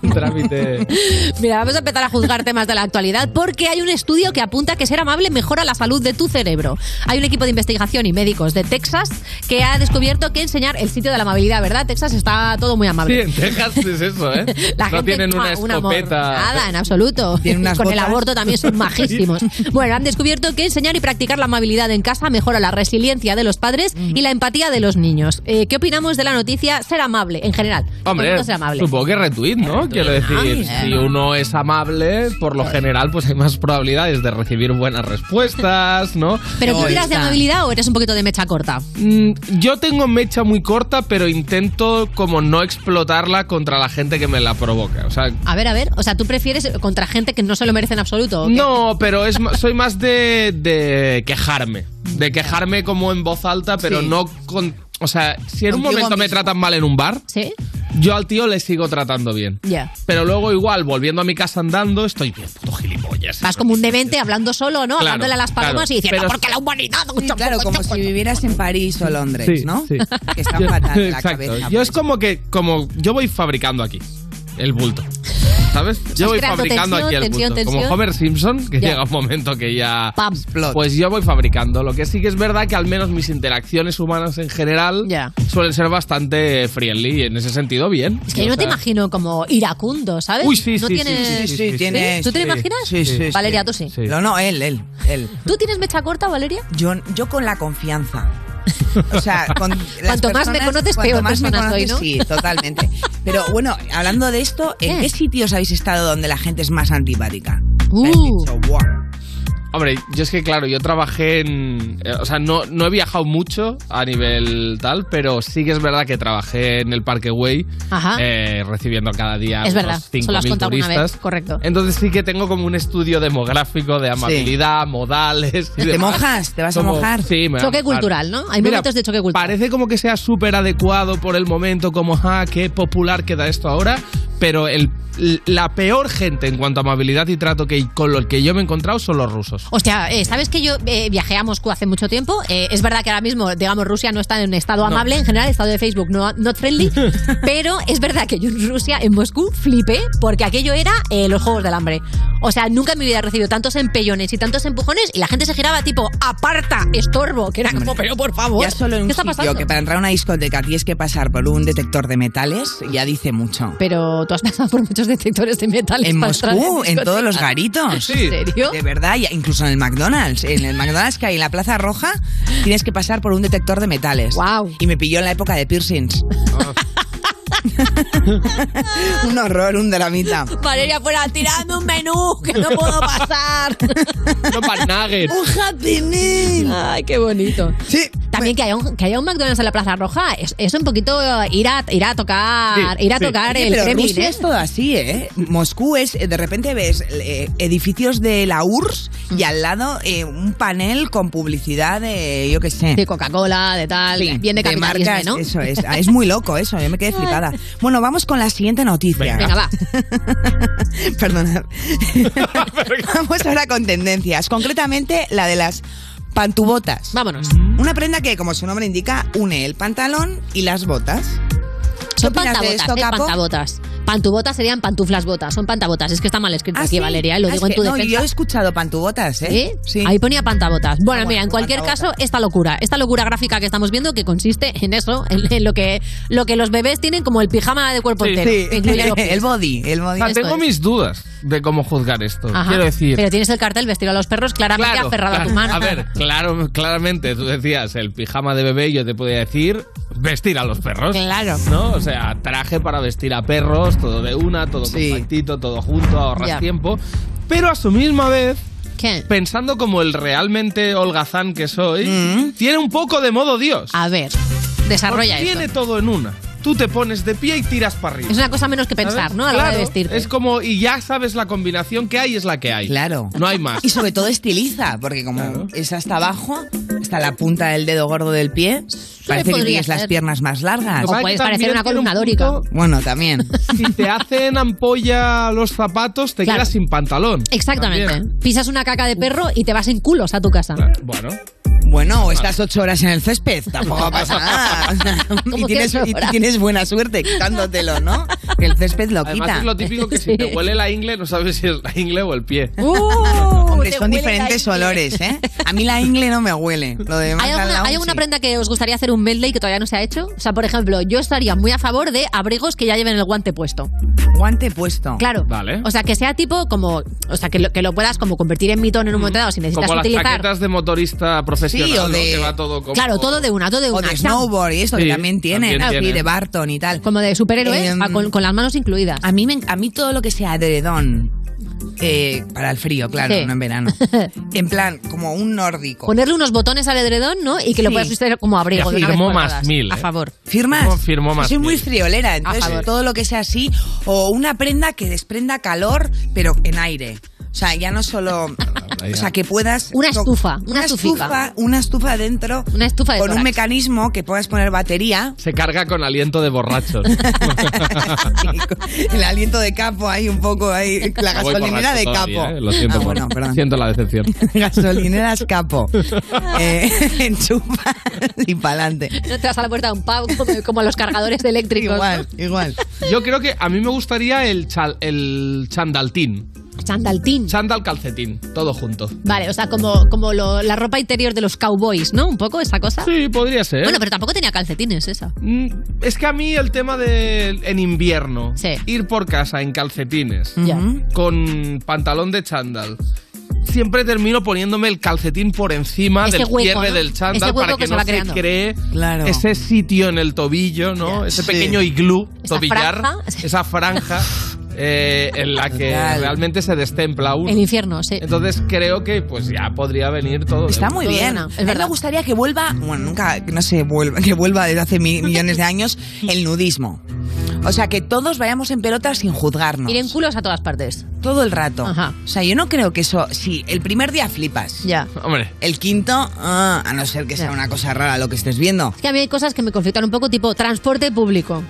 S9: un trámite.
S4: Mira, vamos a empezar a juzgar temas de la actualidad porque hay un estudio que apunta que ser amable mejora la salud de tu cerebro. Hay un equipo de investigación y médicos de Texas que ha descubierto que enseñar el sitio de la amabilidad, ¿verdad? Texas está todo muy
S9: Sí,
S4: amable.
S9: en Texas es eso, ¿eh?
S4: La
S9: no
S4: gente,
S9: tienen una
S4: ¡mua! un amor.
S9: escopeta.
S4: Nada, en absoluto.
S9: Tienen unas
S4: Con el
S9: botas.
S4: aborto también son majísimos. Bueno, han descubierto que enseñar y practicar la amabilidad en casa mejora la resiliencia de los padres y la empatía de los niños. Eh, ¿Qué opinamos de la noticia? Ser amable, en general. Todo el
S9: Hombre,
S4: mundo ser amable.
S9: supongo que retweet, ¿no? Quiero decir,
S4: Ah,
S9: si
S4: bien.
S9: uno es amable, por lo general, pues hay más probabilidades de recibir buenas respuestas, ¿no?
S4: ¿Pero tú tiras de amabilidad o eres un poquito de mecha corta?
S3: Mm.
S9: Yo tengo mecha muy corta, pero intento como no explotarla contra la gente que me la provoca. O sea,
S4: A ver, a ver, o sea, ¿tú prefieres contra gente que no se lo merece en absoluto? o qué?
S9: no, pero es ma- soy más de, de quejarme. De quejarme como en voz alta, pero
S4: Sí.
S9: no con... O sea, si en un
S4: Contigo
S9: momento me
S4: mismo.
S9: tratan mal en un bar,
S4: ¿Sí?
S9: yo al tío le sigo tratando bien.
S4: Ya.
S9: Pero luego igual, volviendo a mi casa andando, estoy bien puto gilipollas.
S4: Vas como un demente hablando solo, ¿no?
S9: Claro,
S4: Hablándole a las palomas
S9: claro,
S4: y diciendo,
S9: pero-
S4: porque la humanidad...
S3: claro, como si vivieras en París o Londres,
S9: Sí,
S3: ¿no?
S9: sí.
S3: Que está fatal la
S9: Exacto.
S3: cabeza. pues.
S9: Yo es como que como yo voy fabricando aquí el bulto. ¿Sabes? Yo voy
S3: creando
S9: fabricando
S3: tensión,
S9: aquí el
S3: tensión,
S9: bulto.
S3: tensión.
S9: Como Homer Simpson, que
S3: Ya.
S9: llega un momento que ya.
S4: Pam.
S9: Pues yo voy fabricando. Lo que sí que es verdad que al menos mis interacciones humanas en general suelen ser bastante friendly. y En ese sentido, bien.
S4: Es que yo no te imagino como iracundo, ¿sabes?
S9: Uy, sí,
S4: no
S9: sí, sí,
S4: tienes...
S9: sí, sí, sí, sí, tiene-
S4: ¿Tú te lo
S9: sí,
S4: imaginas?
S9: sí, sí, sí.
S4: Valeria, tú sí.
S3: No, no, él, él, él.
S4: ¿Tú tienes mecha corta, Valeria?
S3: Yo, yo con la confianza. O sea, con las
S4: Cuanto más me
S3: personas-
S4: conoces,
S3: cuanto
S4: peor
S3: más me
S4: persona soy,
S3: conoces,
S4: ¿no?
S3: Sí, totalmente. Pero bueno, hablando de esto, ¿en
S4: ¿Qué?
S3: qué sitios habéis estado donde la gente es más antipática?
S4: Uh.
S3: Has dicho, "Buah".
S9: Hombre, yo es que claro, yo trabajé en. eh, O sea, no, no he viajado mucho a nivel tal, pero sí que es verdad que trabajé en el Parque Güey,
S4: Ajá.
S9: eh, recibiendo cada día
S4: es
S9: unos
S4: verdad, solo has
S9: 5.000
S4: contado una vez.
S9: turistas.
S4: Correcto.
S9: Entonces sí que tengo como un estudio demográfico de amabilidad, modales. y
S3: ¿Te
S9: demás.
S3: mojas? ¿Te vas a
S9: Como-
S3: mojar?
S9: Sí, me voy a
S4: Choque
S9: mojar.
S4: cultural, ¿no? Hay
S9: Mira,
S4: momentos de choque cultural.
S9: Parece como que sea súper adecuado por el momento, como, ah, qué popular queda esto ahora, pero el, la peor gente en cuanto a amabilidad y trato que con lo que yo me he encontrado son los rusos.
S4: Hostia, eh, ¿sabes que yo eh, viajé a Moscú hace mucho tiempo? Eh, es verdad que ahora mismo, digamos, Rusia no está en estado amable, en general, estado de Facebook no not friendly, pero es verdad que yo en Rusia, en Moscú, flipé porque aquello era eh, los Juegos del Hambre. O sea, nunca en mi vida he recibido tantos empellones y tantos empujones y la gente se giraba tipo, aparta, estorbo, que era como, pero por favor,
S3: Ya solo en
S4: ¿qué
S3: un
S4: está
S3: sitio
S4: pasando?
S3: que para entrar a una discoteca tienes que pasar por un detector de metales, ya dice mucho.
S4: Pero tú has pasado por muchos detectores de metales.
S3: En
S4: para entrar
S3: Moscú, en
S4: discotecas.
S3: todos los garitos.
S4: ¿En serio?
S3: De verdad, y- incluso en el McDonald's. En el McDonald's que hay en la Plaza Roja, tienes que pasar por un detector de metales.
S4: Wow.
S3: Y me pilló en la época de piercings. un horror, un dramita.
S4: Valeria fuera, tirando un menú que no puedo pasar.
S9: No para nuggets.
S4: Un Happy Meal. Ay, qué bonito.
S3: Sí.
S4: También que haya un, que haya un McDonald's en la Plaza Roja es, es un poquito eh, ir a, ir a tocar, ir a tocar
S3: Oye,
S4: el
S3: pero
S4: Kremlin,
S3: Rusia
S4: ¿eh?
S3: es todo así, ¿eh? Moscú es, eh, de repente ves eh, edificios de la URSS
S4: Mm.
S3: y al lado eh, un panel con publicidad de, yo qué sé.
S4: De Coca-Cola, de tal,
S3: Sí,
S4: bien de capitalismo,
S3: marcas,
S4: ¿no?
S3: Eso es, Ah, es muy loco eso, yo me quedé flipada. Bueno, vamos con la siguiente noticia.
S4: Venga, va.
S3: Perdonad. vamos ahora con tendencias, concretamente la de las pantubotas.
S4: Vámonos.
S3: Una prenda que, como su nombre indica, une el pantalón y las botas.
S4: Son
S3: ¿Qué opinas de
S4: pantabotas,
S3: esto,
S4: ¿eh?
S3: Capo?
S4: pantabotas. Pantubotas serían pantuflas botas, son pantabotas. Es que está mal escrito
S3: Ah,
S4: aquí,
S3: ¿sí?
S4: Valeria, lo
S3: Ah,
S4: digo
S3: es
S4: en tu
S3: que no,
S4: defensa.
S3: yo he escuchado pantubotas, ¿eh?
S4: ¿Sí? Ahí ponía pantabotas. Bueno, mira, en cualquier
S3: pantabotas.
S4: caso, esta locura, esta locura gráfica que estamos viendo que consiste en eso, en, en lo que lo que los bebés tienen como el pijama de cuerpo entero, que incluye los pies.
S3: el body, el body.
S9: O sea,
S4: Esto
S9: tengo
S4: es.
S9: mis dudas de cómo juzgar esto.
S4: Ajá.
S9: Quiero decir.
S4: Pero tienes el cartel vestido a los perros claramente
S9: Claro,
S4: aferrado a tu
S9: claro,
S4: mano.
S9: ver, claro, claramente tú decías el pijama de bebé, yo te podía decir vestir a los perros.
S4: Claro.
S9: ¿No? O sea, traje para vestir a perros, todo de una, todo compactito, todo junto, ahorras
S4: Ya.
S9: tiempo. Pero a su misma vez,
S4: ¿Qué?
S9: pensando como el realmente holgazán que soy, tiene un poco de modo Dios.
S4: Mm. A ver, desarrolla
S9: Porque Tiene
S4: esto.
S9: todo en una. Tú te pones de pie y tiras para arriba.
S4: Es una cosa menos que pensar,
S9: ¿Sabes?
S4: ¿no? A la hora de
S9: Claro,
S4: vestirte.
S9: Es como, y ya sabes la combinación que hay, es la que hay.
S3: Claro.
S9: No hay más.
S3: Y sobre todo estiliza, porque como es hasta abajo, hasta la punta del dedo gordo del pie, parece que
S4: podría
S3: tienes las
S4: ser.
S3: piernas más largas.
S4: "Ah, O puedes parecer una columna dórica.
S3: Bueno, también.
S9: Si te hacen ampolla los zapatos, te quedas sin pantalón.
S4: Exactamente.
S9: También.
S4: Pisas una caca de perro y te vas en culos a tu casa.
S9: Bueno.
S3: Bueno, o estás ocho horas en el césped, tampoco pasa nada. Y
S4: ¿Cómo que
S3: tienes,
S4: ocho
S3: y
S4: horas?
S3: tienes buena suerte quitándotelo, ¿no? Que el césped lo
S9: Además
S3: quita.
S9: es lo típico que si te huele la ingle, no sabes si es la ingle o el pie.
S4: Uh.
S3: Hombre,
S4: te
S3: son
S4: huele
S3: diferentes
S4: la ingle.
S3: olores, ¿eh? A mí la ingle no me huele. Lo demás
S4: ¿Hay
S3: al
S4: alguna,
S3: lado
S4: hay alguna
S3: sí.
S4: prenda que os gustaría hacer un medley que todavía no se ha hecho? O sea, por ejemplo, yo estaría muy a favor de abrigos que ya lleven el guante puesto.
S3: Guante puesto.
S4: Claro.
S9: Vale.
S4: O sea, que sea tipo como. O sea, que lo, que lo puedas como convertir en mitón en un momento dado si necesitas
S9: Mm. Como las
S4: utilizar.
S9: chaquetas de motorista profesional,
S3: Sí, o
S9: ¿no?
S3: de-
S9: que va todo como...
S4: Claro, todo de una, todo de
S3: O
S4: una.
S3: de snowboard y esto
S9: Sí,
S3: que también tienen.
S9: también
S3: Así,
S9: tienen.
S3: de Barton y tal.
S4: Como de superhéroes,
S3: Em,
S4: ah, con, con las manos incluidas.
S3: A mí, me- a mí todo lo que sea edredón, eh, para el frío, claro,
S4: Sí.
S3: no en verano. En plan, como un nórdico.
S4: Ponerle unos botones al edredón, ¿no? Y que lo
S3: Sí.
S4: puedas usar como abrigo. de una vez
S9: firmó
S4: por
S9: más
S4: todas.
S9: mil,
S4: A
S9: ¿eh?
S4: favor.
S3: ¿Firmas?
S9: Firmó- firmó más
S3: Soy muy
S9: mil.
S3: friolera, entonces
S4: favor.
S3: todo lo que sea así, o una prenda que desprenda calor, pero en aire. O sea, ya no solo. O sea, que puedas.
S4: Una estufa, una estufica.
S3: estufa. Una estufa dentro. Una estufa
S4: de
S3: Con un
S4: tórax.
S3: mecanismo que puedas poner batería.
S9: Se carga con aliento de borrachos.
S3: El aliento de capo ahí, un poco ahí. La
S9: Voy
S3: gasolinera
S9: borracho
S3: de capo.
S9: todavía, ¿eh? Lo siento,
S3: Ah,
S9: por-
S3: bueno, perdón.
S9: siento la decepción.
S3: Gasolineras capo. Eh, enchufas y pa'lante.
S4: No te vas a la puerta de un pub como, como los cargadores de eléctricos.
S3: Igual, igual.
S9: Yo creo que a mí me gustaría el, chal- el chandaltín.
S4: ¿Chandaltín?
S9: Chandal calcetín, todo junto.
S4: Vale, o sea, como, como lo- la ropa interior de los cowboys, ¿no? Un poco esa cosa.
S9: Sí, podría ser.
S4: Bueno, pero tampoco tenía calcetines esa.
S9: Es que a mí el tema de en invierno, ir por casa en calcetines,
S4: Ya.
S9: con pantalón de chándal. Siempre termino poniéndome el calcetín por encima
S4: Ese
S9: del
S4: Este hueco,
S9: cierre
S4: ¿no?
S9: del
S4: Ese
S9: chándal
S4: hueco
S9: para
S4: que
S9: que,
S4: se
S9: no
S4: va
S9: se
S4: creando.
S9: cree
S4: Claro.
S9: ese sitio en el tobillo, ¿no? Ese
S4: Sí.
S9: pequeño iglú
S4: Esa
S9: tobillar,
S4: franja.
S9: esa franja eh, en la que
S4: Total.
S9: realmente se destempla uno.
S4: El infierno, sí.
S9: Entonces creo que pues ya podría venir todo. de
S3: Está
S9: uno.
S3: muy bien. A mí me gustaría que vuelva, bueno, nunca, que no sé, vuelva, que vuelva desde hace mi- millones de años el nudismo. O sea, que todos vayamos en pelotas sin juzgarnos.
S4: Ir en culos a todas partes.
S3: Todo el rato.
S4: Ajá.
S3: O sea, yo no creo que eso. Si el primer día flipas.
S4: Ya.
S9: Hombre.
S3: El quinto, ah, a no ser que sea una cosa rara lo que estés viendo.
S4: Es que a mí hay cosas que me conflictan un poco, tipo transporte público.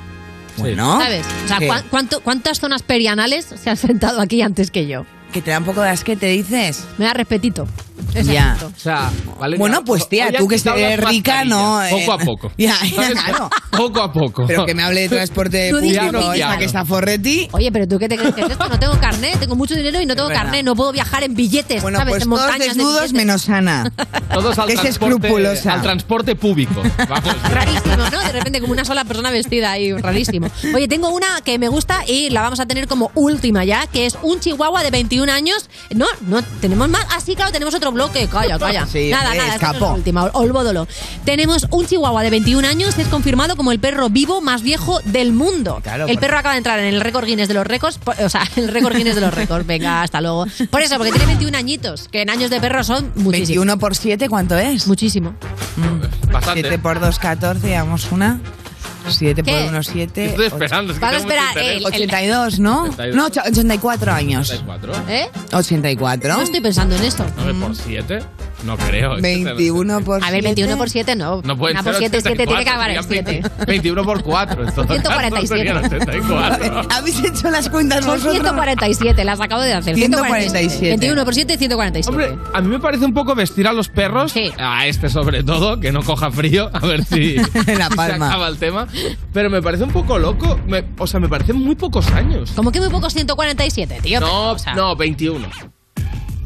S3: Bueno.
S4: ¿Sabes? O sea,
S3: ¿Qué?
S4: ¿cuán- cuánto- ¿cuántas zonas perianales se han sentado aquí antes que yo?
S3: Que te da un poco de asquete, dices.
S4: Me da respetito.
S3: Ya.
S4: Exacto.
S9: O sea, Valeria,
S3: Bueno, pues, tía,
S9: hoy
S3: tú
S9: han
S3: que
S9: quitado
S3: eres
S9: las
S3: rica,
S9: mascarillas,
S3: no, eh,
S9: Poco a poco.
S3: Ya,
S9: ¿Sabes?
S3: claro.
S9: Poco a poco.
S3: Pero que me hable de transporte
S4: Tú dices,
S3: público,
S4: "Mira".
S3: esa que está forreti.
S4: Oye, pero tú qué te crees que es esto? No tengo carnet, tengo mucho dinero y no tengo
S3: verdad.
S4: carnet, no puedo viajar en billetes,
S3: Bueno,
S4: ¿sabes?
S3: pues
S4: en
S3: todos
S4: montañas de
S3: desnudos
S4: billetes.
S3: menos Ana.
S9: Todos al
S3: Que es
S9: transporte,
S3: escrupulosa.
S9: al transporte público. Vamos.
S4: Rarísimo, ¿no? De repente como una sola persona vestida ahí, rarísimo. Oye, tengo una que me gusta y la vamos a tener como última ya, que es un chihuahua de 21 años. No, no, tenemos más. Ah, sí, claro, tenemos otro bloque. Calla, calla.
S3: Sí,
S4: nada,
S3: hombre,
S4: nada, esta no es
S3: escapó.
S4: la última, olbódolo. Tenemos un chihuahua de 21 años, es confirmado como el perro vivo más viejo del mundo.
S3: Claro,
S4: el
S3: porque-
S4: perro acaba de entrar en el récord Guinness de los récords, por- o sea, el récord Guinness de los récords. Venga, hasta luego. Por eso, porque tiene 21 añitos, que en años de perro son muchísimos.
S3: 21 por 7, ¿cuánto es?
S4: Muchísimo.
S3: 7 por 2, 14, damos una. 7 por
S4: ¿Qué?
S3: 1, 7.
S4: Estoy
S9: esperando, es que
S4: Vamos a tengo mucho esperar, interés. el- el-
S3: 82, ¿no?
S9: 82.
S3: No, ocho- 84 años.
S4: ¿Eh?
S3: 84.
S4: No estoy pensando en esto.
S9: ¿Nueve por siete? No creo. es que se-
S3: 21 por 7.
S4: A ver, 21 por 7 no.
S9: No pueden
S4: Una
S9: ser
S4: Ah, por 7 es 7, tiene que
S9: 84,
S4: acabar en
S9: serían
S4: 7.
S9: 21 por 4.
S4: 147.
S3: ¿Habéis hecho las cuentas
S4: Son 147, las acabo de hacer.
S9: 147.
S4: 21 por 7, 147.
S9: Hombre, a mí me parece un poco vestir a los perros, a este sobre todo, que no coja frío, a ver si
S3: La palma.
S9: se acaba el tema. Pero me parece un poco loco, me- o sea, me parecen muy pocos años.
S4: Como que muy pocos 147, tío.
S9: No,
S4: o sea,
S9: no, 21.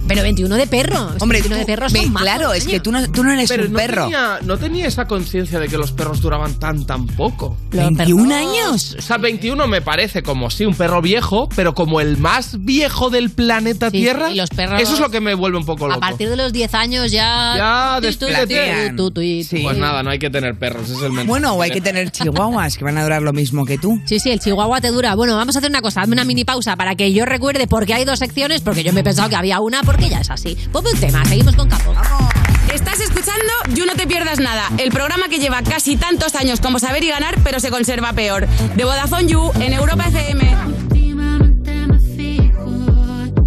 S4: Pero 21 de perro. es que
S9: Hombre,
S4: 21 de
S9: tú-
S4: perro
S9: ve,
S4: son más.
S9: claro, es que
S3: tú no, tú no eres
S9: Pero
S3: un
S9: no
S3: perro.
S9: Tenía, no tenía esa conciencia de que los perros duraban tan, tan poco.
S3: ¿21 años?
S9: O sea, 21 me parece como, sí, un perro viejo, pero como el más viejo del planeta
S4: Sí,
S9: Tierra.
S4: y los perros-
S9: Eso es lo que me vuelve un poco
S4: A
S9: loco.
S4: partir de los 10 años ya.
S9: Ya,
S4: Tú, tú, tú,
S9: despliegan.
S4: tú, tú, tú.
S9: Pues nada, no hay que tener perros, ese es el mensaje.
S3: Bueno, o hay que tener chihuahuas que van a durar lo mismo que tú.
S4: Sí, sí, el chihuahua te dura. Bueno, vamos a hacer una cosa, hazme una mini pausa para que yo recuerde por qué hay dos secciones, porque yo me he pensado que había una, porque ya es así. Ponme un tema, seguimos con Capo.
S7: Estás escuchando You No Te Pierdas Nada, el programa que lleva casi tantos años como saber y ganar, pero se conserva peor. De Vodafone You en Europa FM.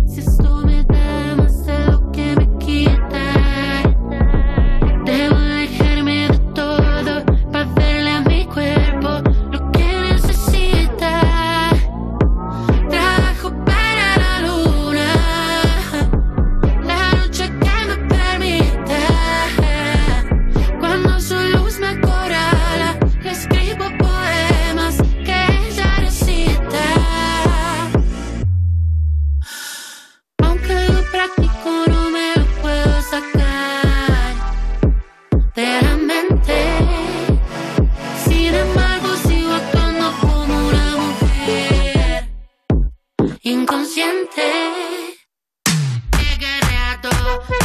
S32: Si esto me da más de lo que me quita, debo dejarme de todo para darle a mi cuerpo lo que necesita. Trabajo para la luna, la noche que me permita. Cuando su luz me acorrala, le escribo poemas que ella recita. Aunque lo practico no me lo puedo sacar de la mente. Sin embargo sigo actuando como una mujer inconsciente. He guerreado,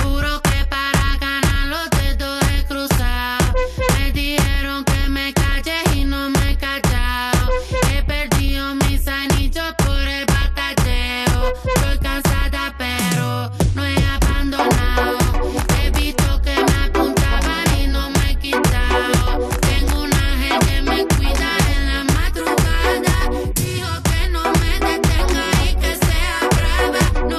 S32: juro que para ganar los dedos he cruzado. Me dijeron que me calle y no me he callado. He perdido mis anillos por el batalleo. Estoy cansada pero no he abandonado. He visto que me apuntaban y no me he quitado. Tengo un ángel que me cuida en la madrugada. Dijo que no me detenga y que sea brava.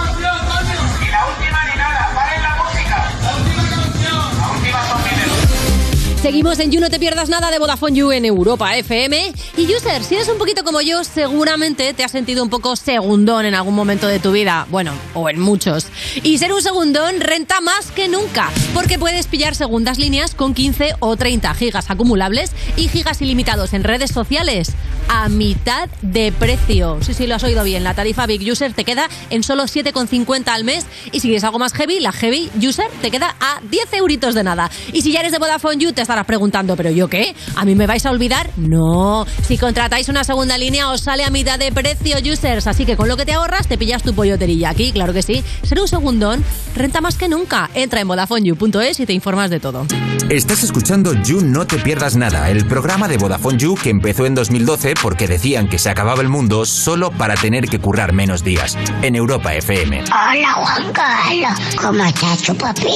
S4: Seguimos en You No Te Pierdas Nada de Vodafone You en Europa FM. Y user, si eres un poquito como yo, seguramente te has sentido un poco segundón en algún momento de tu vida. Bueno, o en muchos. Y ser un segundón renta más que nunca, porque puedes pillar segundas líneas con 15 o 30 gigas acumulables y gigas ilimitados en redes sociales a mitad de precio. Sí, sí, lo has oído bien. La tarifa Big User te queda en solo 7,50 al mes y si quieres algo más heavy, la Heavy User te queda a 10 euritos de nada. Y si ya eres de Vodafone You, te estarás preguntando, ¿pero yo qué? ¿A mí me vais a olvidar? No. Si contratáis una segunda línea, os sale a mitad de precio, users. Así que con lo que te ahorras, te pillas tu polloterilla aquí, claro que sí. Ser un segundón renta más que nunca. Entra en VodafoneYou.es y te informas de todo.
S33: Estás escuchando You No Te Pierdas Nada, el programa de Vodafone You que empezó en 2012 porque decían que se acababa el mundo solo para tener que currar menos días. En Europa FM.
S34: Hola Juan Carlos, ¿cómo estás, chupapija?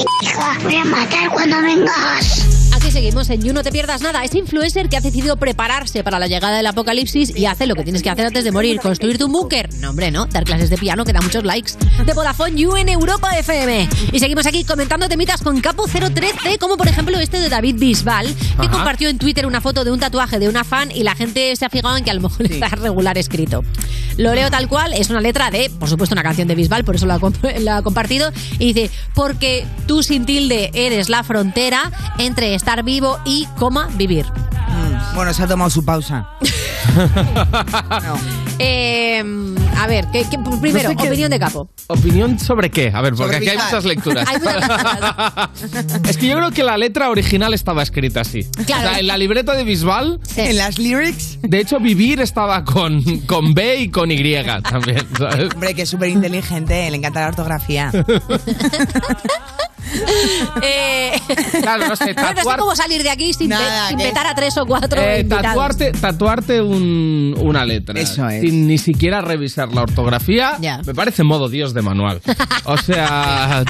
S34: Voy a matar cuando vengas.
S4: Aquí seguimos en You No Te Pierdas Nada. Es influencer que ha decidido prepararse para la llegada del apocalipsis y hace lo que tienes que hacer antes de morir: construirte un búnker. No, hombre, no. Dar clases de piano que da muchos likes. De Vodafone You en Europa FM. Y seguimos aquí comentando temitas con Capo 013, como por ejemplo este de David Bisbal, que
S35: Ajá.
S4: compartió en Twitter una foto de un tatuaje de una fan y la gente se ha fijado en que a lo mejor está regular escrito. Lo leo tal cual, es una letra de, por supuesto, una canción de Bisbal, por eso la, ha comp- la ha compartido. Y dice, porque tú sin tilde eres la frontera entre estar vivo y, coma, vivir.
S3: Bueno, se ha tomado su pausa.
S4: Eh, a ver, ¿qué- qué- primero,
S9: No sé qué-
S4: opinión de capo.
S9: ¿Opinión sobre qué? A ver, porque
S4: Sobre
S9: aquí hay
S4: Bisbal.
S9: muchas lecturas.
S4: Hay muchas
S9: es que yo creo que la letra original estaba escrita así.
S4: Claro.
S9: O sea, en la libreta de Bisbal.
S3: En las lyrics.
S9: De hecho, vivir estaba con, con B y con Y también, ¿sabes?
S3: Hombre, que es súper inteligente, le encanta la ortografía.
S4: Eh,
S9: Claro, no sé,
S4: no sé
S9: tatuar-
S4: cómo salir de aquí sin,
S3: Nada,
S4: pe- sin
S3: que-
S4: petar a tres o cuatro
S9: Eh,
S4: invitados.
S9: tatuarte tatuarte un- una letra
S3: Eso es.
S9: sin ni siquiera revisar la ortografía
S4: Ya.
S9: me parece modo dios de manual. O sea,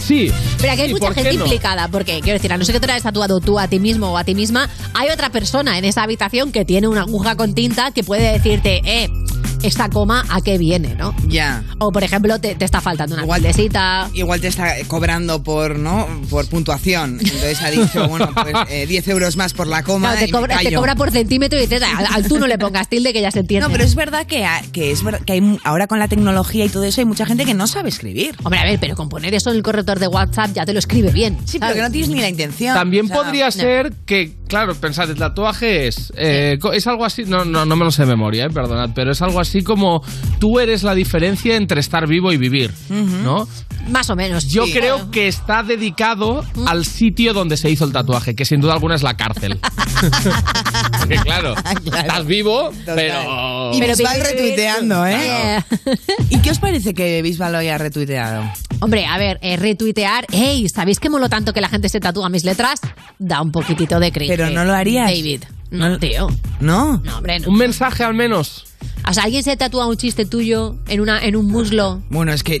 S9: sí.
S4: Pero aquí hay
S9: sí,
S4: mucha
S9: ¿por qué
S4: gente
S9: no?
S4: implicada, porque quiero decir, a no ser que te la hayas tatuado tú a ti mismo o a ti misma, hay otra persona en esa habitación que tiene una aguja con tinta que puede decirte, eh, esta coma a qué viene, ¿no?
S3: Ya.
S4: O por ejemplo, te, te está faltando una tildecita.
S3: Igual te está cobrando por no por puntuación. Entonces ha dicho, bueno, pues eh, 10 euros más por la coma.
S4: Claro, te,
S3: y me
S4: cobra, te
S3: callo.
S4: cobra por centímetro y dices, al, al tú no le pongas tilde que ya se entiende.
S3: No, pero es verdad que, ha- que es verdad que hay, mu- ahora con la tecnología y todo eso hay mucha gente que no sabe escribir.
S4: Hombre, a ver, pero con poner eso en el corrector de WhatsApp ya te lo escribe bien. Sí,
S3: pero que no tienes ni la intención.
S9: También podría ser que, claro, pensad, el tatuaje es. eh, co- es algo así. No, no, no me lo sé de memoria, eh, perdonad, pero es algo así como tú eres la diferencia entre estar vivo y vivir, ¿no?
S4: Más o menos.
S9: Yo
S4: sí.
S9: creo que está dedicado al sitio donde se hizo el tatuaje, que sin duda alguna es la cárcel. Porque claro, estás vivo, pero.
S3: Y Bisbal retuiteando,
S4: Ah,
S3: ¿eh? ¿Y qué os parece que Bisbal lo haya retuiteado?
S4: Hombre, a ver, eh, retuitear. ¡Ey! ¿Sabéis que molo tanto que la gente se tatúa mis letras? Da un poquitito de cringe.
S3: Pero no lo harías.
S4: David. No, tío.
S3: ¿No?
S4: No, hombre, no.
S9: Un mensaje al menos.
S4: O sea, alguien se tatúa un chiste tuyo en, una, en un muslo.
S3: Bueno, es que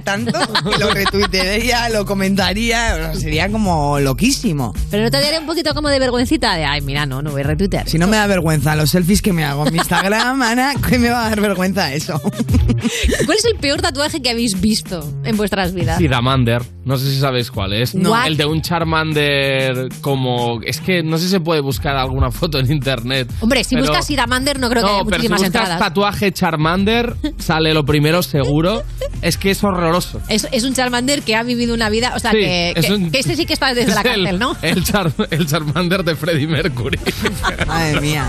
S3: tanto que lo retuitearía, lo comentaría, o sea, sería como loquísimo.
S4: Pero no te daría un poquito como de vergüencita de, ay, mira, no, no voy a retuitear.
S3: Si no me da vergüenza los selfies que me hago en mi Instagram, Ana, que me va a dar vergüenza eso.
S4: ¿Cuál es el peor tatuaje que habéis visto en vuestras vidas?
S9: Sidamander, no sé si sabéis cuál es.
S4: No.
S9: El de un Charmander como... Es que no sé si se puede buscar alguna foto en internet.
S4: Hombre, si
S9: pero-
S4: buscas Sidamander no creo que haya
S9: No, pero si
S4: muchísimas
S9: buscas
S4: entradas.
S9: tatuaje Charmander, sale lo primero seguro. Es que es horroroso.
S4: Es, es un Charmander que ha vivido una vida, o sea,
S9: Sí,
S4: que,
S9: es
S4: que-
S9: un-
S4: que este sí que está desde
S9: Es
S4: la cárcel,
S9: el,
S4: ¿no?
S9: El, Char- el Charmander de Freddie Mercury.
S3: Madre mía.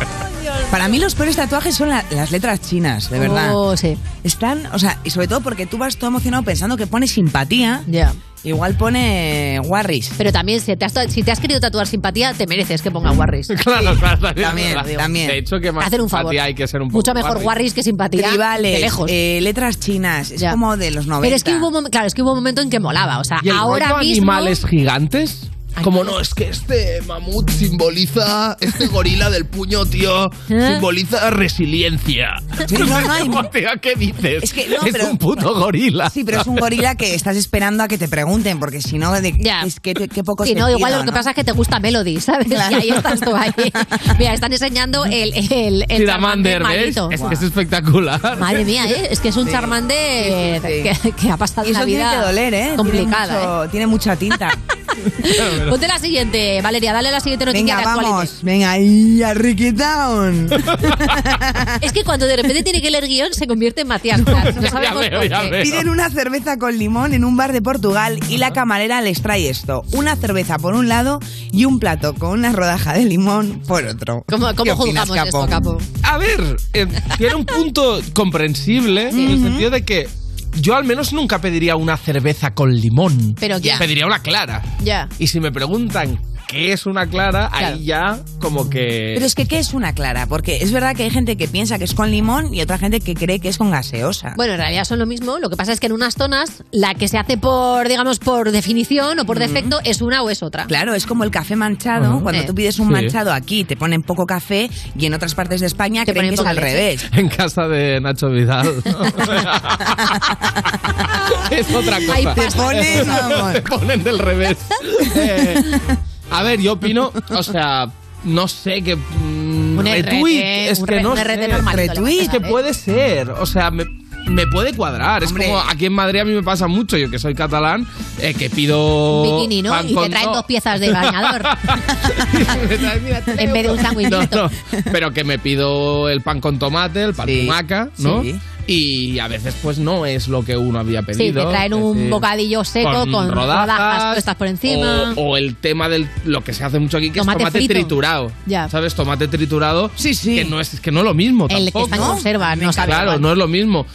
S3: Para mí los peores tatuajes son la- las letras chinas, de verdad.
S4: Oh, sí.
S3: Están, o sea, y sobre todo porque tú vas todo emocionado pensando que pone simpatía.
S4: Ya.
S3: Igual pone Warris.
S4: Pero también, si te, has, si te has querido tatuar simpatía, te mereces que ponga Warris.
S9: claro, claro, también.
S3: También,
S9: ¿verdad?
S3: también.
S9: De hecho, que más
S4: Hacer un favor.
S9: simpatía hay que ser un poco
S4: Mucho mejor Warris que simpatía.
S3: Tribales,
S4: de lejos.
S3: eh, letras chinas, es como de los 90.
S4: Pero es que hubo, un mom- claro, es que hubo un momento en que molaba. O sea,
S9: ¿Y el
S4: ahora
S9: rollo
S4: mismo.
S9: animales gigantes? Como no, es que este mamut simboliza, este gorila del puño, tío,
S24: ¿Eh?
S9: simboliza resiliencia.
S3: Sí, no, no, hay-
S9: Tío, ¿Qué dices?
S3: Es que no, pero-
S9: un puto gorila.
S3: Sí, pero es un gorila que estás esperando a que te pregunten, porque si no, de- es que qué poco
S4: Sí, no,
S3: sentido,
S4: igual lo que
S3: ¿no?
S4: pasa es que te gusta Melody, ¿sabes?
S3: Claro.
S4: Y ahí estás tú ahí. Mira, están enseñando el, el, el
S9: Chiramander, ¿ves?
S4: malito.
S9: Es, es espectacular.
S4: Madre mía, ¿eh? es que es un
S3: Sí.
S4: Charmander
S3: Sí,
S4: Que,
S3: sí,
S4: que ha pasado
S3: Y eso
S4: una
S3: tiene
S4: vida
S3: que doler, ¿eh?
S4: complicada.
S3: Tiene, mucho- tiene mucha tinta.
S4: ¿eh? Ponte la siguiente, Valeria, dale la siguiente noticia
S3: venga,
S4: de actualidad.
S3: vamos. Venga, ahí, a Ricky Town.
S4: Es que cuando de repente tiene que leer guión se convierte en Matías Prats. No sabemos
S3: veo,
S4: por
S3: ya
S4: qué.
S3: veo. Piden una cerveza con limón en un bar de Portugal y la camarera les trae esto: una cerveza por un lado y un plato con una rodaja de limón por otro.
S4: ¿Cómo, cómo
S3: ¿Qué opinas,
S4: juzgamos esto, Capo?
S9: A ver, eh, tiene un punto comprensible en el sentido de que yo al menos nunca pediría una cerveza con limón.
S4: Pero ya.
S9: Pediría una clara.
S4: Ya.
S9: Y si me preguntan qué es una clara, ahí ya como que...
S3: Eh. Pero es que, ¿qué es una clara? Porque es verdad que hay gente que piensa que es con limón y otra gente que cree que es con gaseosa.
S4: Bueno, en realidad son lo mismo. Lo que pasa es que en unas zonas la que se hace por, digamos, por definición o por defecto es una o es otra.
S3: Claro, es como el café manchado.
S4: Ujú.
S3: Cuando
S4: Eh.
S3: tú pides un
S9: Sí.
S3: manchado aquí, te ponen poco café y en otras partes de España creen
S4: ponen
S3: que es
S4: poca
S3: al
S4: leche.
S3: revés.
S9: En casa de Nacho Vidal. es otra cosa.
S3: Ahí pasa. Te ponen, vamos.
S9: Te ponen del revés. Eh, a ver, yo opino, o sea, no sé qué. mm,
S4: Un
S9: retweet,
S4: RT,
S9: es
S4: un
S9: que
S4: re-
S9: no
S4: un RT
S9: sé.
S4: normalito le
S9: Retweet,
S4: vas a
S9: que
S4: dar, ¿eh?
S9: puede ser, o sea, me, me puede cuadrar. Es como aquí en Madrid a mí me pasa mucho, yo que soy catalán, eh, que pido.
S4: Bikini, ¿no?
S9: pan
S4: Y te
S9: con-
S4: traen
S9: no,
S4: dos piezas de bañador. en vez de un
S9: no,
S4: sándwichito.
S9: no, pero que me pido el pan con tomate, el pan con maca, ¿no?
S3: sí.
S9: Y a veces pues no es lo que uno había
S4: Sí,
S9: pedido.
S4: te traen
S9: es
S4: un
S9: decir,
S4: bocadillo seco con, rodajas, puestas por encima.
S9: O, o el tema del lo que se hace mucho aquí que
S4: Tomate
S9: es tomate
S4: frito.
S9: triturado.
S4: Ya.
S9: ¿Sabes? Tomate triturado. Sí, sí. Que no es, es que no es lo mismo
S4: el que
S9: tampoco.
S4: está en conserva, no sabe
S9: Claro,
S4: igual.
S9: no es lo mismo.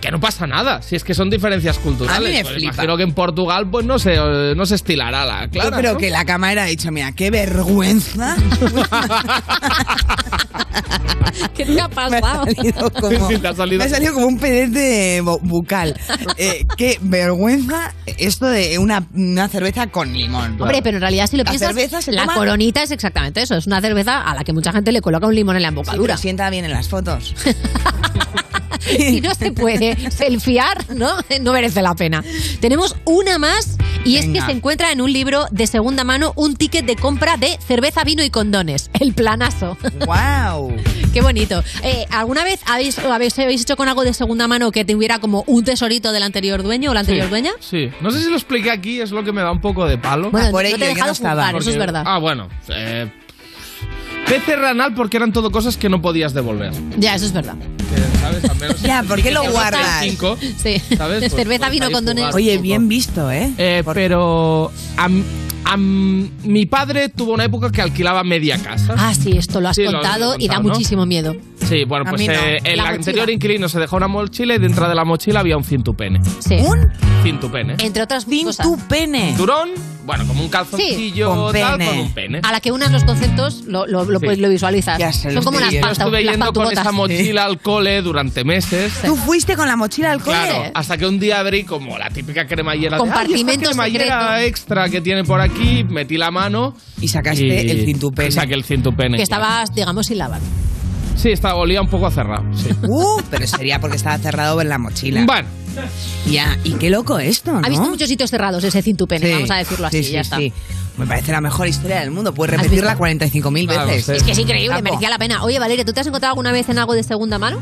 S9: Que no pasa nada, si es que son diferencias culturales.
S3: A mí me
S9: Pues
S3: flipa.
S9: Imagino que en Portugal pues no se, eh, no se estilará la clara.
S3: Yo creo
S9: ¿no?
S3: que la cámara ha dicho, mira, qué vergüenza.
S4: ¿Qué te ha pasado?
S3: Me ha salido como,
S9: Sí, sí, te ha salido.
S3: me ha salido como un pedete bu- bucal. Eh, qué vergüenza esto de una, una cerveza con limón.
S4: Hombre, pero en realidad si lo
S3: La
S4: piensas,
S3: cerveza se
S4: la
S3: toma-
S4: coronita es exactamente eso. Es una cerveza a la que mucha gente le coloca un limón en la
S3: Sí,
S4: embocadura.
S3: pero sienta bien en las fotos.
S4: y no se puede selfiear, ¿no? No merece la pena. Tenemos una más y es
S3: Venga.
S4: que se encuentra en un libro de segunda mano un ticket de compra de cerveza, vino y condones. El planazo.
S3: ¡Wow!
S4: Qué bonito. Eh, ¿Alguna vez habéis, habéis, habéis hecho con algo de segunda mano que tuviera como un tesorito del anterior dueño o la anterior
S9: sí,
S4: dueña?
S9: Sí. No sé si lo expliqué aquí, es lo que me da un poco de palo.
S4: Bueno, Ah, por no te he ello, yo dejado no estaba. juzgar, eso es verdad.
S9: Ah, bueno. Eh, PC ranal porque eran todo cosas que no podías devolver.
S4: Ya, eso es verdad.
S9: Eh, ¿Sabes? Al menos-
S3: Ya, ¿por qué lo
S9: Cerveza
S3: guardas?
S9: y cinco,
S4: Sí.
S9: ¿sabes? Pues
S4: cerveza,
S9: puedes
S4: vino,
S9: ahí
S4: condones.
S9: jugar.
S3: Oye, bien visto, ¿eh?
S9: Eh, pero a m- a m- mi padre tuvo una época que alquilaba media casa.
S4: Ah, sí, esto lo has
S9: Sí, lo- lo he
S4: contado y da
S9: contado, ¿no?
S4: muchimo miedo.
S9: Sí, bueno,
S4: A
S9: pues
S4: mí no.
S9: eh, el
S4: La
S9: anterior
S4: mochila.
S9: inquilino se dejó una mochila y dentro de la mochila había un cintupene.
S4: Sí.
S9: Cintupene.
S4: Entre otras cosas.
S3: pene.
S9: Turón, bueno, como un calzoncillo
S4: Con
S9: tal,
S4: pene.
S9: con un pene.
S4: A la que unas los conceptos lo, lo, lo,
S9: Sí.
S4: pues, lo visualizas. Son como unas
S9: Yo
S4: pasta-
S9: estuve
S4: las
S9: yendo con
S4: pantubotas.
S9: esa mochila al cole durante meses.
S3: ¿Tú fuiste con la mochila al cole?
S9: Claro, hasta que un día abrí como la típica cremallera. de,
S4: Compartimento
S9: "Ay, esta cremallera
S4: secreto".
S9: extra que tiene por aquí, metí la mano.
S3: Y sacaste el
S9: cintupene. Saqué el cintupene.
S4: Que estabas, digamos, sin lavar.
S9: Sí, estaba, olía un poco a cerrado. sí.
S3: Uh, pero sería porque estaba cerrado en la mochila.
S9: Bueno.
S3: Ya, y qué loco esto, ¿no?
S4: Ha visto muchos sitios cerrados ese cintupene,
S3: Sí,
S4: vamos a decirlo así,
S3: sí, sí,
S4: ya está.
S3: sí. Me parece la mejor historia del mundo. Puedes repetirla 45.000
S4: Vamos,
S3: veces.
S4: Es que es increíble,
S3: Capo.
S4: merecía la pena. Oye, Valeria, ¿tú te has encontrado alguna vez en algo de segunda mano?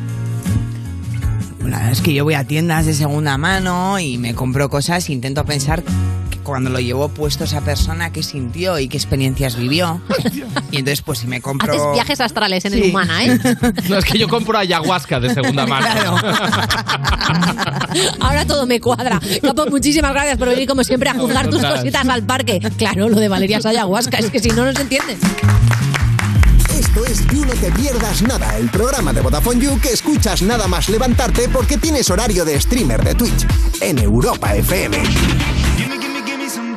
S3: La verdad Pues es que yo voy a tiendas de segunda mano y me compro cosas e intento pensar que cuando lo llevó puesto esa persona que sintió y qué experiencias vivió. Y entonces, pues si me compro.
S4: Haces viajes astrales en el
S3: Sí.
S4: humana, ¿eh?
S9: No, es que yo compro ayahuasca de segunda mano.
S4: Ahora todo me cuadra. Capo, muchísimas gracias por venir, como siempre, a juzgar tus
S9: Total.
S4: cositas al parque. Claro, lo de Valeria es ayahuasca, es que si no, no se entiende.
S5: Esto es You No Te Pierdas Nada, el programa de Vodafone You que escuchas nada más levantarte porque tienes horario de streamer de Twitch en Europa FM.
S21: Gimme, gimme, gimme some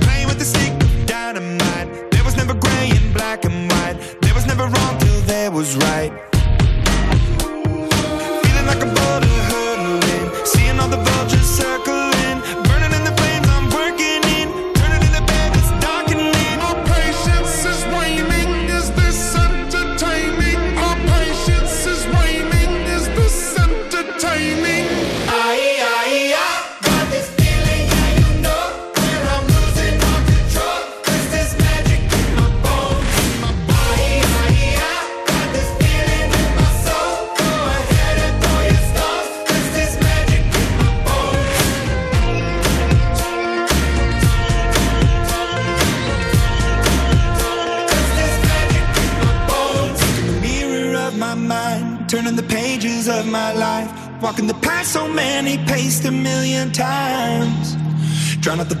S21: Playing with the stick of dynamite. There was never gray and black and white. There was never wrong till there was right. Feeling like a boulder hurtling. Seeing all the vultures circling. Burning in the flames I'm working in. Turning in the bed that's dark and lit.
S7: Our patience is waning. Is this entertaining? Our patience is waning. Is this entertaining? Aye, aye, aye. Got this feeling, yeah, you know, where I'm losing all control. 'Cause there's magic in my bones. My body, aye, aye. Got this feeling in my soul. Go ahead and throw your stones. 'Cause there's magic in my bones.
S21: Looking in the mirror of my mind. Turning the pages of my life. Walking the path so many paced a million times. Drown out the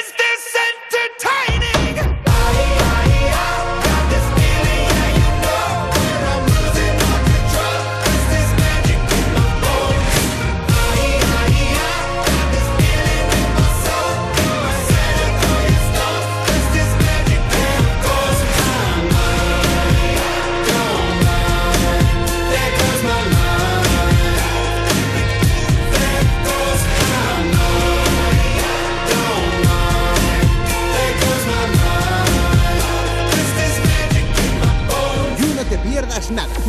S21: Is this entertaining?
S5: Y no te pierdas nada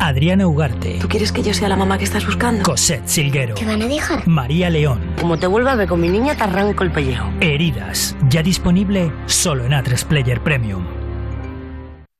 S14: Adriana Ugarte.
S36: ¿Tú quieres que yo sea la mamá que estás buscando?
S14: Cosette Silguero.
S36: ¿Te van a dejar?
S14: María León.
S36: Como te vuelva a ver con mi niña, te arranco el pellejo.
S14: Heridas. Ya disponible solo en A3 Player Premium.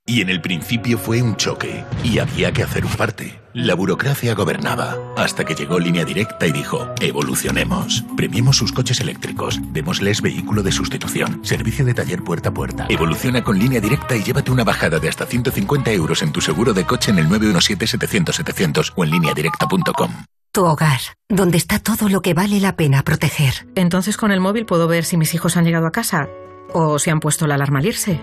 S1: Y en el principio fue un choque y había que hacer un parte. La burocracia gobernaba hasta que llegó Línea Directa y dijo, evolucionemos. Premiemos sus coches eléctricos, démosles vehículo de sustitución, servicio de taller puerta a puerta. Evoluciona con Línea Directa y llévate una bajada de hasta 150 euros en tu seguro de coche en el 917-700-700 o en lineadirecta.com.
S4: Tu hogar, donde está todo lo que vale la pena proteger.
S37: Entonces con el móvil puedo ver si mis hijos han llegado a casa o si han puesto la alarma al irse.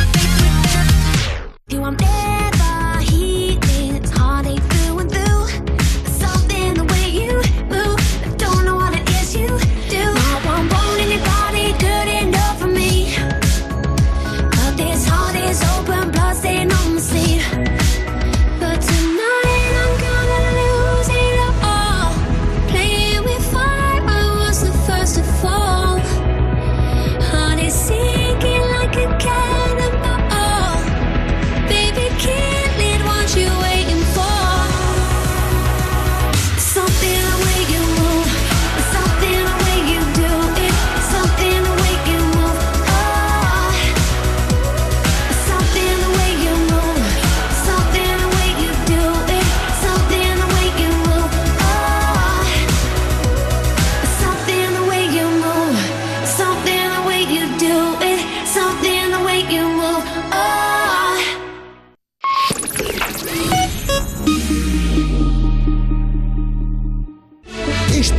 S19: You I'm dead by healing, it's heartache through and through. There's something the way you move, I don't know what it is you do. Not one bone in your body good enough for me. But this heart is open, blood stain on my sleeve. But tonight I'm gonna lose it all. Playing with fire, I was the first to fall. Heart is sinking like a cannonball. Baby, kill it, what you waiting for? Something the way you move, something the way you do it, something the way you move, oh. Something the way you move, something the way you do it, something the way you move, oh. Something the way you move, something the way you do it, something the way you move, oh.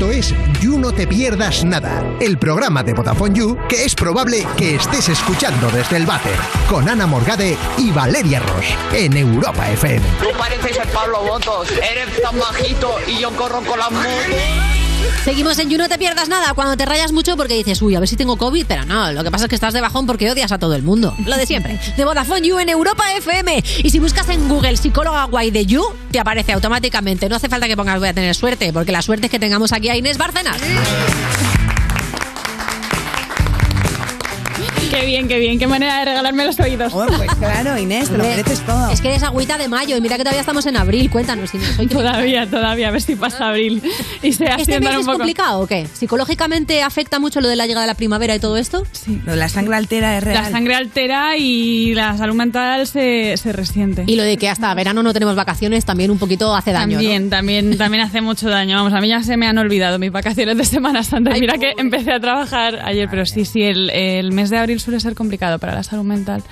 S5: Esto es You No Te Pierdas Nada, el programa de Vodafone You que es probable que estés escuchando desde el váter, con Ana Morgade y Valeria Ross, en Europa FM.
S31: Tú pareces el Pablo Botos, eres tan bajito y yo corro con las motos.
S4: Seguimos en You, no te pierdas nada cuando te rayas mucho porque dices, uy, a ver si tengo COVID, pero no, lo que pasa es que estás de bajón porque odias a todo el mundo. Lo de siempre. De Vodafone You en Europa FM. Y si buscas en Google psicóloga guay de You, te aparece automáticamente. No hace falta que pongas voy a tener suerte, porque la suerte es que tengamos aquí a Inés Bárcenas.
S28: Qué bien, qué bien, qué manera de regalarme los oídos.
S3: pues claro, Inés, te lo mereces todo.
S4: Es que eres agüita de mayo y mira que todavía estamos en abril. Cuéntanos, Inés. oye,
S28: Todavía, todavía, a ver si pasa abril y
S4: ¿Este
S28: se
S4: mes
S28: asientan un
S4: es
S28: poco.
S4: complicado o qué? ¿Psicológicamente afecta mucho lo de la llegada de la primavera y todo esto?
S3: Sí. Lo de la sangre altera es
S28: La sangre altera y la salud mental se, se resiente.
S4: Y lo de que hasta verano no tenemos vacaciones también un poquito hace daño. ¿no?
S28: También, también, también hace mucho daño. Vamos, a mí ya se me han olvidado mis vacaciones de Semana Santa. Y Mira que empecé a trabajar ayer, pero sí, sí, el, el mes de abril suele ser complicado para la salud mental.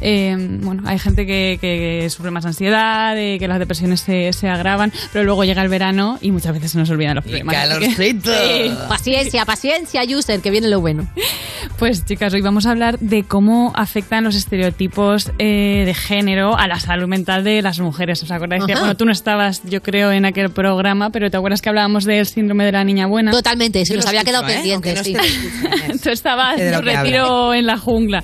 S28: Eh, bueno, hay gente que, que sufre más ansiedad, eh, que las depresiones se, se agravan, pero luego llega el verano y muchas veces se nos olvidan los problemas. Así que- Sí.
S4: Paciencia, paciencia, user, que viene lo bueno.
S28: Pues chicas, hoy vamos a hablar de cómo afectan los estereotipos eh, de género a la salud mental de las mujeres. ¿Os acordáis? Que,
S4: Ajá.
S28: bueno, tú no estabas, yo creo, en aquel programa, pero ¿te acuerdas que hablábamos del síndrome de la niña buena?
S4: Totalmente, se nos había quedado pendiente.
S28: pendientes.
S4: sí.
S28: ¿eh? Tú estabas
S4: Sé de
S28: en
S4: lo
S28: un
S4: que
S28: retiro en la jungla.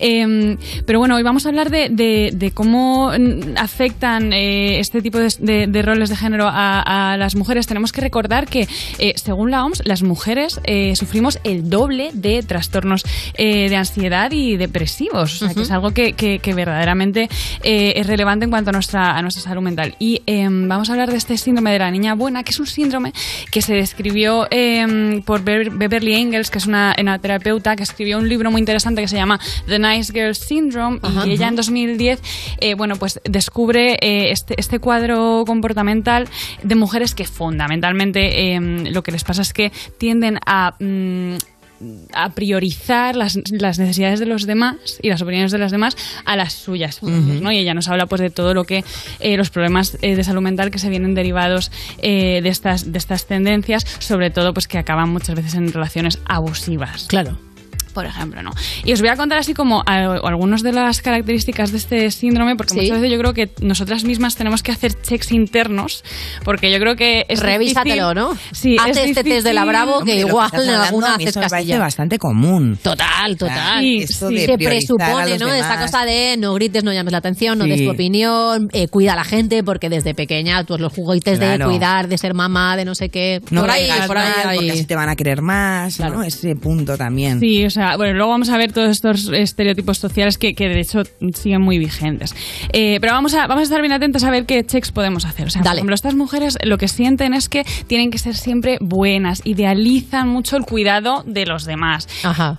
S28: Eh, pero bueno, hoy vamos a hablar de, de- de cómo mm, afectan eh, este tipo de, de- de roles de género a, a las mujeres. Tenemos que recordar que, eh, según la OMS, las mujeres eh, sufrimos el doble de trastornos eh, de ansiedad y depresivos. O sea, que es algo que, que- que verdaderamente eh, es relevante en cuanto a nuestra, a nuestra salud mental. Y em, vamos a hablar de este síndrome de la niña buena, que es un síndrome que se describió em, por Be- Beverly Engels, que es una, una terapeuta que escribió un libro muy interesante que se llama The Nice Girl Syndrome.
S23: Ajá.
S28: y ella en 2010, eh, bueno, pues descubre eh, este, este cuadro comportamental de mujeres que fundamentalmente em, lo que les pasa es que tienden a... mm, a priorizar las, las necesidades de los demás y las opiniones de los demás a las suyas.
S11: Ujú.
S28: ¿no? Y ella nos habla pues de todo lo que eh, los problemas eh, de salud mental que se vienen derivados eh, de, estas, de estas tendencias, sobre todo pues que acaban muchas veces en relaciones abusivas.
S4: Claro.
S28: Por ejemplo, ¿no? Y os voy a contar así como al- algunas de las características de este síndrome, porque
S4: Sí.
S28: muchas veces yo creo que nosotras mismas tenemos que hacer checks internos, porque yo creo que es
S4: Revísatelo,
S28: difícil-
S4: ¿no?
S28: Sí,
S4: Haz
S28: es
S4: este test de la
S28: difícil-
S4: Bravo, que igual
S3: estás hablando
S4: alguna
S3: a mí
S4: haces
S3: eso me parece
S4: castilla.
S3: bastante común.
S4: Total, total.
S3: Sí, esto de
S4: se
S3: priorizar a
S4: presupone,
S3: los
S4: ¿no? Esa
S3: demás.
S4: cosa de no grites, no llames la atención, no des
S3: Sí.
S4: tu opinión, eh, cuida a la gente, porque desde pequeña tú los juguetes de
S3: Claro.
S4: cuidar, de ser mamá, de no sé qué.
S3: No
S4: por ahí,
S3: caigas
S4: por ahí.
S3: mal, porque así te van a querer más, ¿no? Ese punto también.
S28: Sí, o sea, bueno, luego vamos a ver todos estos estereotipos sociales que, que de hecho siguen muy vigentes. Eh, pero vamos a, vamos a estar bien atentos a ver qué checks podemos hacer. O sea, por ejemplo, estas mujeres lo que sienten es que tienen que ser siempre buenas, idealizan mucho el cuidado de los demás.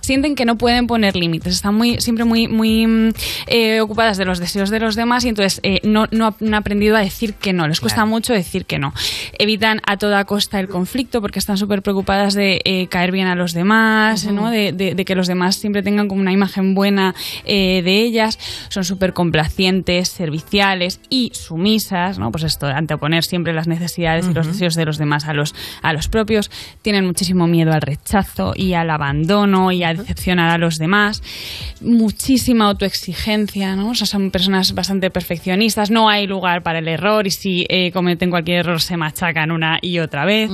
S28: Sienten que no pueden poner límites, están muy, siempre muy, muy mm, eh, ocupadas de los deseos de los demás y entonces eh, no, no han aprendido a decir que no, les cuesta mucho decir que no. Evitan a toda costa el conflicto porque están súper preocupadas de eh, caer bien a los demás,
S23: Ujú.
S28: ¿no? de, de- de que los demás siempre tengan como una imagen buena eh, de ellas. Son súper complacientes, serviciales y sumisas, ¿no? Pues esto, anteponer siempre las necesidades y los
S23: Ujú.
S28: deseos de los demás a los, a los propios. Tienen muchísimo miedo al rechazo y al abandono y a decepcionar a los demás. Muchísima autoexigencia, ¿no? O sea, son personas bastante perfeccionistas. No hay lugar para el error y si eh, cometen cualquier error se machacan una y otra vez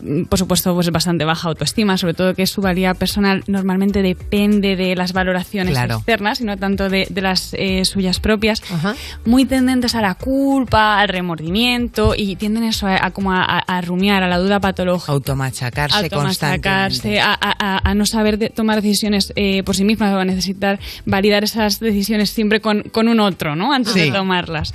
S28: mm, por supuesto, pues bastante baja autoestima, sobre todo que su valía personal normalmente depende de las valoraciones
S23: Claro.
S28: externas y no tanto de, de las eh, suyas propias. Muy tendentes a la culpa, al remordimiento y tienden eso a, a como a, a- a rumiar, a la duda patológica.
S3: Automachacarse,
S28: automachacarse,
S3: constantemente.
S28: eh, a, a- a- a no saber de- tomar decisiones eh, por sí misma, va a necesitar validar esas decisiones siempre con, con un otro, ¿no? Antes
S23: Sí.
S28: de tomarlas.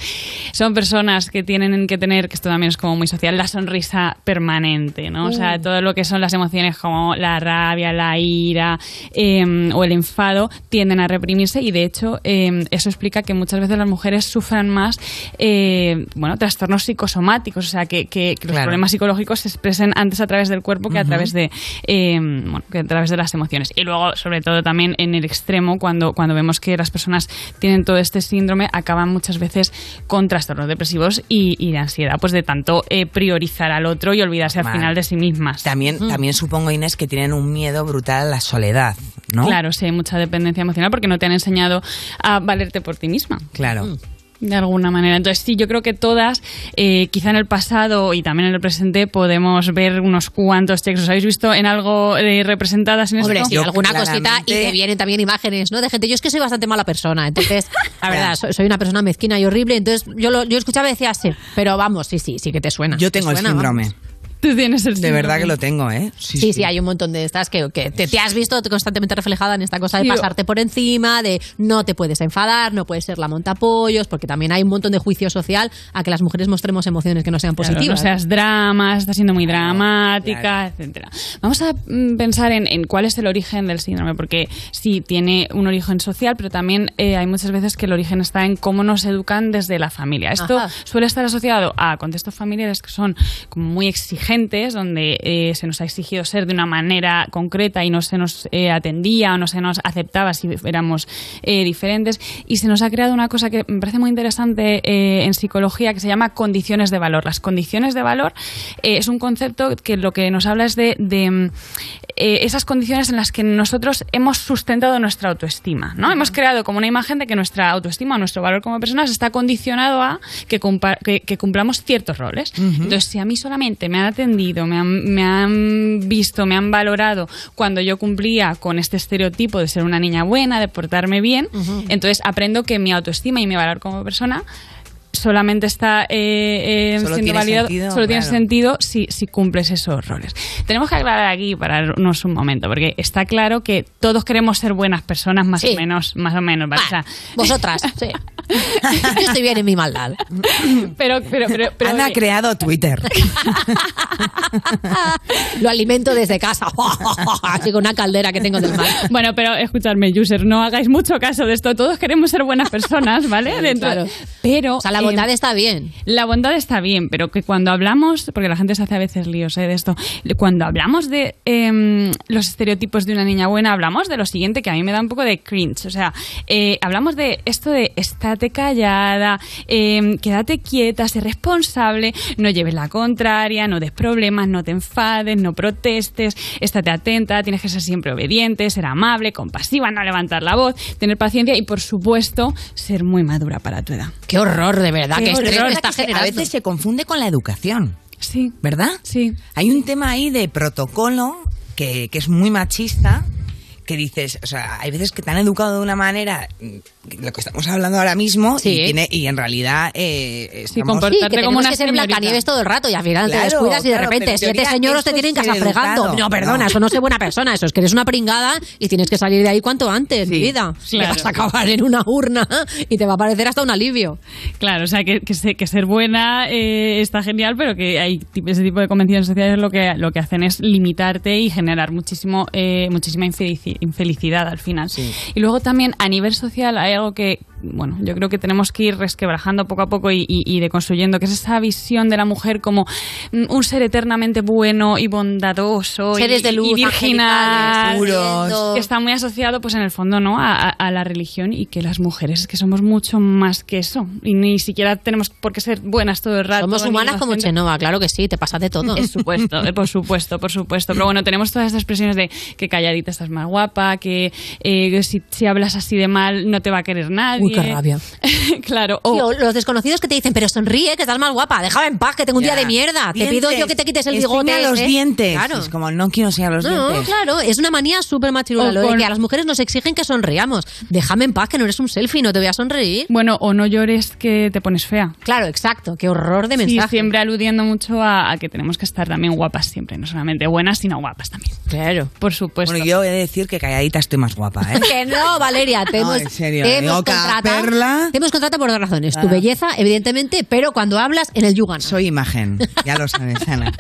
S28: Son personas que tienen que tener, que esto también es como muy social, la sonrisa permanente, ¿no? O sea,
S23: Mm.
S28: todo lo que son las emociones como la rabia, la ira, eh, o el enfado tienden a reprimirse y de hecho eh, eso explica que muchas veces las mujeres sufran más eh, bueno trastornos psicosomáticos, o sea que, que- que los
S33: Claro.
S28: problemas psicológicos se expresen antes a través del cuerpo que a
S33: Ujú.
S28: través de eh, bueno, que a través de las emociones y luego sobre todo también en el extremo cuando cuando vemos que las personas tienen todo este síndrome acaban muchas veces con trastornos depresivos y, y de ansiedad pues de tanto eh, priorizar al otro y olvidarse al
S33: Vale.
S28: final de sí mismas Mm.
S33: También, también supongo, Inés, que tienen un miedo brutal a la soledad, ¿no?
S28: Claro, sí, hay mucha dependencia emocional porque no te han enseñado a valerte por ti misma. Mm.
S33: Claro.
S4: Mm,
S28: De alguna manera. Entonces, sí, yo creo que todas, eh, quizá en el pasado y también en el presente, podemos ver unos cuantos textos. ¿Habéis visto en algo eh, representadas en
S4: Hombre,
S28: esto?
S4: sí, alguna cosita y te vienen también imágenes, ¿no? De gente, yo es que soy bastante mala persona, entonces, la verdad, soy, soy una persona mezquina y horrible, entonces yo lo, yo escuchaba y decía, sí, pero vamos, sí, sí, sí que te suena.
S33: Yo
S4: te
S33: tengo el
S4: suena,
S33: síndrome.
S4: vamos.
S28: Tú tienes el
S33: De verdad
S4: síndrome.
S33: que lo tengo, ¿eh? Sí,
S4: Sí, sí, hay un montón de estas que, que te, te has visto constantemente reflejada en esta cosa de
S33: Yo-
S4: pasarte por encima, de no te puedes enfadar, no puedes ser la montapollos, porque también hay un montón de juicio social a que las mujeres mostremos emociones que no sean
S28: Claro,
S4: positivas.
S28: no seas drama, estás siendo muy dramática,
S4: claro.
S28: etcétera. Vamos a mm, pensar en, en cuál es el origen del síndrome, porque sí, tiene un origen social, pero también eh, hay muchas veces que el origen está en cómo nos educan desde la familia. Esto
S33: Ajá.
S28: suele estar asociado a contextos familiares que son como muy exigentes, donde eh, se nos ha exigido ser de una manera concreta y no se nos eh, atendía o no se nos aceptaba si éramos eh, diferentes. Y se nos ha creado una cosa que me parece muy interesante eh, en psicología que se llama condiciones de valor. Las condiciones de valor eh, es un concepto que lo que nos habla es de, de, mm, eh, esas condiciones en las que nosotros hemos sustentado nuestra autoestima. ¿no? Hemos creado como una imagen de que nuestra autoestima, nuestro valor como personas está condicionado a que, compa- que- que cumplamos ciertos roles.
S33: Ujú.
S28: Entonces, si a mí solamente me han atendido, me han, me han visto, me han valorado cuando yo cumplía con este estereotipo de ser una niña buena, de portarme bien, entonces aprendo que mi autoestima y mi valor como persona solamente está eh, eh,
S33: Solo
S28: siendo
S33: tiene
S28: validado,
S33: sentido,
S28: solo tiene
S33: claro.
S28: sentido si, si cumples esos roles. Tenemos que aclarar aquí, pararnos un momento, porque está claro que todos queremos ser buenas personas, más o menos, más o menos, ¿vale? O sea,
S4: Vosotras, sí. Yo estoy bien en mi maldad.
S28: pero, pero, pero, pero
S33: Ana ha
S28: oye,
S33: creado Twitter.
S4: Lo alimento desde casa. Así con una caldera que tengo del mal.
S28: Bueno, pero escuchadme, user, no hagáis mucho caso de esto. Todos queremos ser buenas personas, ¿vale? Dentro-
S4: claro.
S28: Pero. eh,
S4: O sea, la bondad está bien.
S28: La bondad está bien, pero que cuando hablamos, porque la gente se hace a veces líos eh, de esto, cuando hablamos de em, los estereotipos de una niña buena, hablamos de lo siguiente que a mí me da un poco de cringe. O sea, eh, hablamos de esto de estate callada, em, quédate quieta, sé responsable, no lleves la contraria, no des problemas, no te enfades, no protestes, estate atenta, tienes que ser siempre obediente, ser amable, compasiva, no levantar la voz, tener paciencia y, por supuesto, ser muy madura para tu edad.
S4: Qué horror, de verdad,
S28: Qué
S4: que este- estrés
S28: horror.
S4: me está
S28: Es que a
S4: generando.
S33: A veces se confunde con la educación.
S28: Sí.
S33: ¿Verdad?
S28: Sí.
S33: Hay un tema ahí de protocolo que, que es muy machista, que dices, o sea, hay veces que te han educado de una manera, mm, lo que estamos hablando ahora mismo, y, tiene- y en realidad... Eh, estamos-
S4: Sí, que tenemos que ser Blancanieves todo el rato y al final
S33: Claro,
S4: te descuidas y de
S33: claro, pero
S4: repente
S33: en
S4: siete
S33: teoría
S4: señores
S33: eso
S4: te tienen
S33: es
S4: casa
S33: ser
S4: fregando.
S33: educado.
S4: No, perdona,
S33: No.
S4: eso no es buena persona, eso es que eres una pringada y tienes que salir de ahí cuanto antes, mi vida. Te
S28: claro.
S4: vas a acabar en una urna y te va a parecer hasta un alivio.
S28: Claro, o sea, que, que, se- que ser buena eh, está genial, pero que hay tip- ese tipo de convenciones sociales lo que, lo que hacen es limitarte y generar muchísimo, eh, muchísima infelici- infelicidad al final. Y luego también a nivel social hay algo que, bueno, yo creo que tenemos que ir resquebrajando poco a poco y, y- y deconstruyendo, que es esa visión de la mujer como mm, un ser eternamente bueno y bondadoso. y-
S4: Seres de luz,
S28: y virginal,
S4: angelicales, puros.
S28: que está muy asociado, pues en el fondo, ¿no? A, a- a la religión y que las mujeres es que somos mucho más que eso. Y ni siquiera tenemos por qué ser buenas todo el rato.
S4: Somos
S28: ni
S4: humanas como
S28: inocentes.
S4: Chenova, claro que sí, te pasas de todo.
S28: Por supuesto, eh, por supuesto, por supuesto. Pero bueno, tenemos todas estas expresiones de que calladita estás más guapa, que eh, si, si hablas así de mal no te va a querer nadie.
S4: Uy, qué rabia.
S28: claro. o-
S4: Sí, o los desconocidos que te dicen, pero sonríe, que estás más guapa, déjame en paz, que tengo un día de mierda. Te pido yo que te quites el bigote.
S33: a los
S4: ¿eh?
S33: dientes.
S4: Claro.
S33: Es como, no quiero enseñar los
S4: No,
S33: dientes.
S4: claro, es una manía súper
S33: O
S4: machirulo lo de
S33: con-
S4: que a las mujeres nos exigen que sonriamos. Déjame en paz, que no eres un selfie, no te voy a sonreír.
S28: Bueno, o no llores que te pones fea.
S4: Claro, exacto, qué horror de
S28: Sí,
S4: mensaje.
S28: siempre aludiendo mucho a, a que tenemos que estar también guapas siempre, no solamente buenas, sino guapas también.
S4: Claro.
S28: Por supuesto.
S33: Bueno, yo he de decir que calladita estoy más guapa, ¿eh?
S4: Que no, Valeria, te
S33: No,
S4: hemos,
S33: en serio,
S4: te
S33: digo,
S4: hemos contratado. Te hemos contratado por dos razones. Tu
S33: Ah.
S4: belleza, evidentemente, pero cuando hablas en el yugan.
S33: Soy imagen, ya lo sabes, Ana.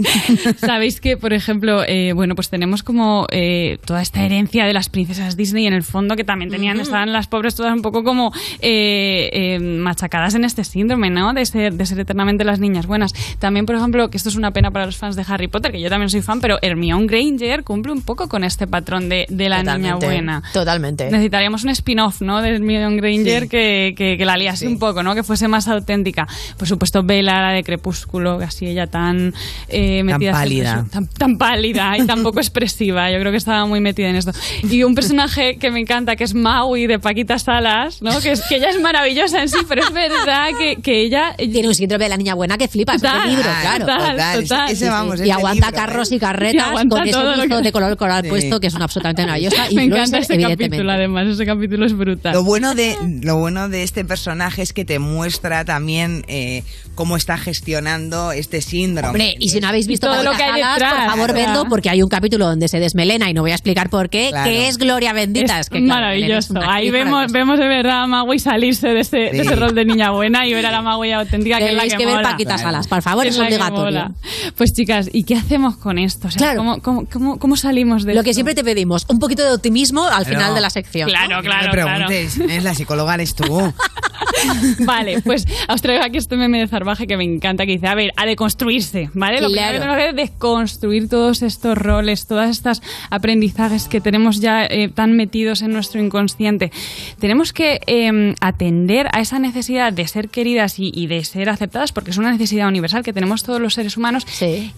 S28: Sabéis que, por ejemplo, eh, bueno, pues tenemos como eh, toda esta herencia de las princesas Disney en el fondo que también tenían,
S38: Ujú.
S28: estaban las pobres todas un poco como eh, eh, machacadas en este síndrome, ¿no? De ser, de ser eternamente las niñas buenas. También, por ejemplo, que esto es una pena para los fans de Harry Potter, que yo también soy fan, pero Hermione Granger cumple un poco con este patrón de, de la
S39: Totalmente,
S28: niña buena.
S39: Totalmente.
S28: Necesitaríamos un spin-off, ¿no? De Hermione Granger
S39: Sí.
S28: que, que, que la liase un poco, ¿no? Que fuese más auténtica. Por supuesto, Bella, la de Crepúsculo, así ella tan eh, metida en su
S3: pálida.
S28: persona- tan, tan pálida y tampoco expresiva. Yo creo que estaba muy metida en esto. Y un personaje que me encanta, que es Maui de Paquita Salas, ¿no? Que, es, que ella es maravillosa en sí, pero es verdad que, que ella...
S4: Tiene un síndrome de la niña buena que flipa, es
S28: Total,
S4: un libro, claro.
S28: total, Total, total. ese
S4: Sí, sí.
S28: vamos,
S4: Y
S28: ese
S4: aguanta
S28: libro,
S4: carros
S28: ¿eh?
S4: y carretas
S28: Y aguanta
S4: con
S28: todo
S4: ese
S28: lo
S4: lizo
S28: que-
S4: de color coral
S28: Sí.
S4: puesto, que es una absolutamente maravillosa.
S28: Me
S4: y este
S28: encanta
S4: Blueser,
S28: ese
S4: evidentemente.
S28: capítulo, además,
S4: este
S28: ese capítulo es brutal.
S3: Lo bueno de, lo bueno de este personaje es que te muestra también eh, cómo está gestionando este síndrome.
S4: Hombre, y si no habéis visto
S3: Todo
S4: Paquita
S3: lo que hay
S4: Salas, por
S3: detrás,
S4: favor,
S3: ¿verdad?
S4: vedlo, porque hay un capítulo donde se desmelena y no voy a explicar por qué,
S28: Claro.
S4: que es Gloria Bendita.
S28: Es
S4: que, claro, Belén es
S28: maravilloso.
S4: una
S28: Ahí
S4: actriz
S28: vemos, vemos de verdad a Maui salirse de ese, de
S4: Sí.
S28: ese rol de niña buena y ver a la Maui auténtica que es la
S4: Tenéis
S28: que,
S4: que ver
S28: mola.
S4: Paquita Salas, por favor, es
S28: la que
S4: obligatorio.
S28: mola. Pues chicas, ¿y qué hacemos con esto? O sea, ¿cómo, cómo, cómo, cómo salimos de
S4: Lo que siempre te pedimos, un poquito de optimismo al final de la sección.
S28: Claro,
S4: ¿no?
S28: claro,
S3: me preguntes, es la psicóloga eres tú.
S28: Vale, pues os traigo aquí este meme de Zarbaje que me encanta, que dice, a ver, a deconstruirse, ¿vale? Lo
S4: Claro.
S28: primero que tenemos que hacer es desconstruir todos estos roles, todas estas aprendizajes que tenemos ya eh, tan metidos en nuestro inconsciente. Tenemos que eh, atender a esa necesidad de ser queridas y, y de ser aceptadas, porque es una necesidad universal que tenemos todos los seres humanos,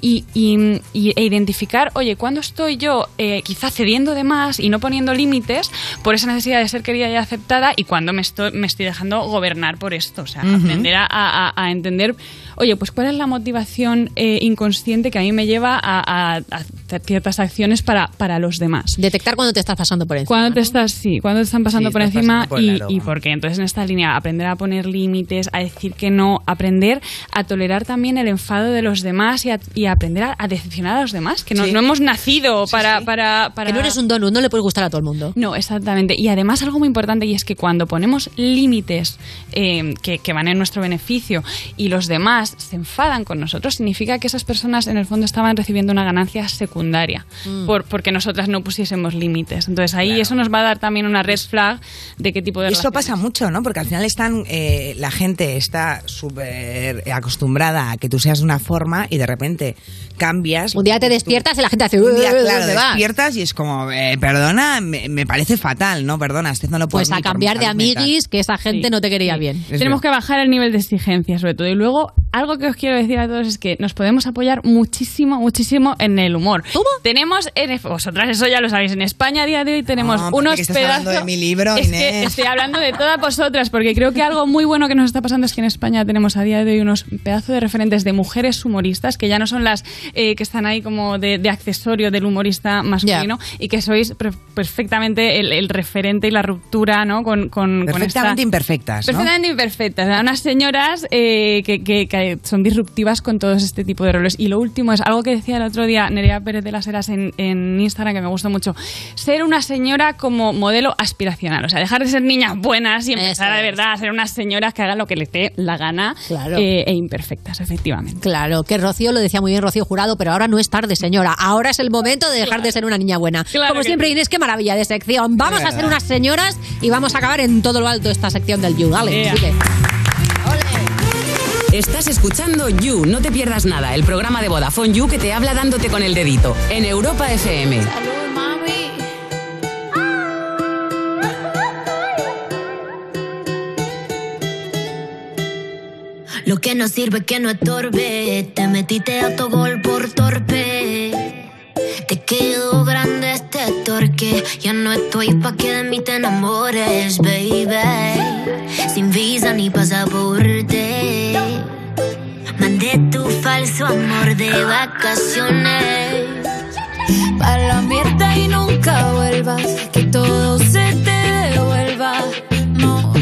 S28: y, y- y- e identificar, oye, ¿cuándo estoy yo eh, quizá cediendo de más y no poniendo límites por esa necesidad de ser querida y aceptada y cuándo me estoy, me estoy dejando gobernar por esto? O sea,
S40: Ujú.
S28: aprender a, a- a entender, oye, pues cuál es la motivación eh, inconsciente que a mí me lleva a, a- a hacer ciertas acciones para, para los demás.
S4: Detectar cuando te estás pasando por encima.
S28: Cuando te estás, sí, cuando te están pasando
S4: Sí,
S28: por
S4: estás
S28: encima
S4: pasando por el
S28: y,
S4: aro,
S28: y
S4: vamos.
S28: por qué. Entonces, en esta línea, aprender a poner límites, a decir que no, aprender a tolerar también el enfado de los demás y, a- y aprender a, a decepcionar a los demás, que no,
S4: Sí.
S28: no hemos nacido para, para, para.
S4: Que no eres un donut, no le puedes gustar a todo el mundo.
S28: No, exactamente. Y además algo muy importante y es que cuando ponemos límites eh, que, que van en nuestro beneficio y los demás se enfadan con nosotros, significa que esas personas en el fondo estaban recibiendo una ganancia secundaria
S38: Mm.
S28: por, porque nosotras no pusiésemos límites. Entonces ahí eso nos va a dar también una red flag de qué tipo de...
S3: Eso
S28: relación.
S3: pasa mucho, ¿no? Porque al final están, eh, la gente está súper acostumbrada a que tú seas de una forma y de repente cambias.
S4: Un día te despiertas y la gente hace...
S3: Un día,
S4: "Uh,
S3: claro,
S4: ¿dónde vas?".
S3: despiertas y es como, eh, perdona, me, me parece fatal, ¿no? Perdona, esto no lo puedo
S4: Pues a cambiar de amiguis, que esa gente no te quería bien.
S28: Tenemos que bajar el nivel de exigencia, sobre todo. Y luego, algo que os quiero decir a todos es que nos podemos apoyar muchísimo, muchísimo en el humor. ¿Cómo? Tenemos, en, vosotras eso ya lo sabéis, en España a día de hoy tenemos
S4: Ah,
S3: No,
S28: unos
S3: porque estás hablando
S28: pedazos-
S3: de mi libro,
S28: es
S3: Inés.
S28: que estoy hablando de todas vosotras, porque creo que algo muy bueno que nos está pasando es que en España tenemos a día de hoy unos pedazos de referentes de mujeres humoristas, que ya no son las eh, que están ahí como de, de accesorio del humorista masculino, y que sois pre- perfectamente el, el referente y la ruptura, ¿no? Con, con, con esta-
S3: Perfectamente imperfectas, ¿no?
S28: Perfectamente imperfectas. ¿verdad? Unas señoras eh, que, que- que son disruptivas con todos este tipo de roles. Y lo último es algo que decía el otro día Nerea Pérez de las Heras en, en Instagram, que me gustó mucho. Ser una señora como modelo aspiracional. O sea, dejar de ser niñas buenas y empezar
S4: Eso
S28: a, de
S4: es.
S28: verdad a ser unas señoras que hagan lo que les dé la gana
S4: Claro.
S28: eh, e imperfectas, efectivamente.
S4: Claro, que Rocío lo decía muy bien, Rocío Jurado, pero ahora no es tarde, señora. Ahora es el momento de dejar de ser una niña buena. Como siempre, Inés, qué maravilla de sección. Vamos a
S39: verdad.
S4: ser unas señoras y vamos a acabar en todo lo alto esta sección del You, dale.
S39: Yeah.
S4: así que-
S11: Estás escuchando You, no te pierdas nada, el programa de Vodafone You que te habla dándote con el dedito en Europa FM.
S19: Salud, mami.
S34: Lo que no sirve que no estorbe. Te metiste a tu gol por torpe. Te quedó grande este torque. Ya no estoy pa' que de mí te enamores, baby. Sin visa ni pasaporte. Mandé tu falso amor de vacaciones.
S19: Para la mierda y nunca vuelvas. Que todo se te devuelva. No,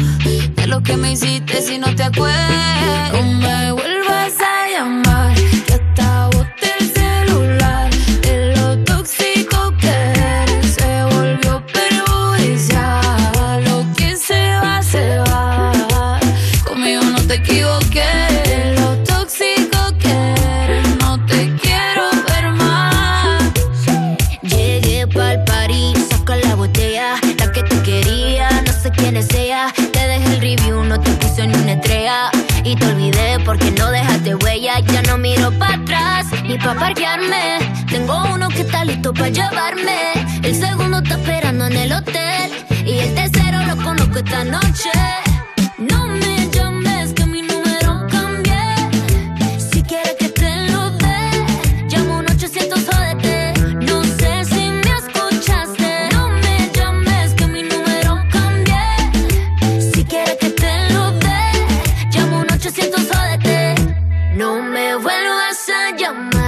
S19: de lo que me hiciste si no te acuerdas. No me vuelvas a llamar. Que hasta boté el celular. De lo tóxico que eres, se volvió perjudicial. Lo que se va, se va. Conmigo no te equivoques. De lo tóxico que eres, no te quiero.
S25: fea. Te dejé el review, no te puse ni una estrella. Y te olvidé porque no dejaste huella. Ya no miro para atrás ni para parquearme. Tengo uno que está listo para llevarme. El segundo está esperando en el hotel. Y el tercero lo conozco esta noche. No me llames que mi número cambié. Si quieres que te lo dé, llamo un 800 jodete. No sé si me escuchaste. No me llames que mi número cambié. Si quieres que te lo dé, llamo un 800 jodete. No me vuelvas a llamar.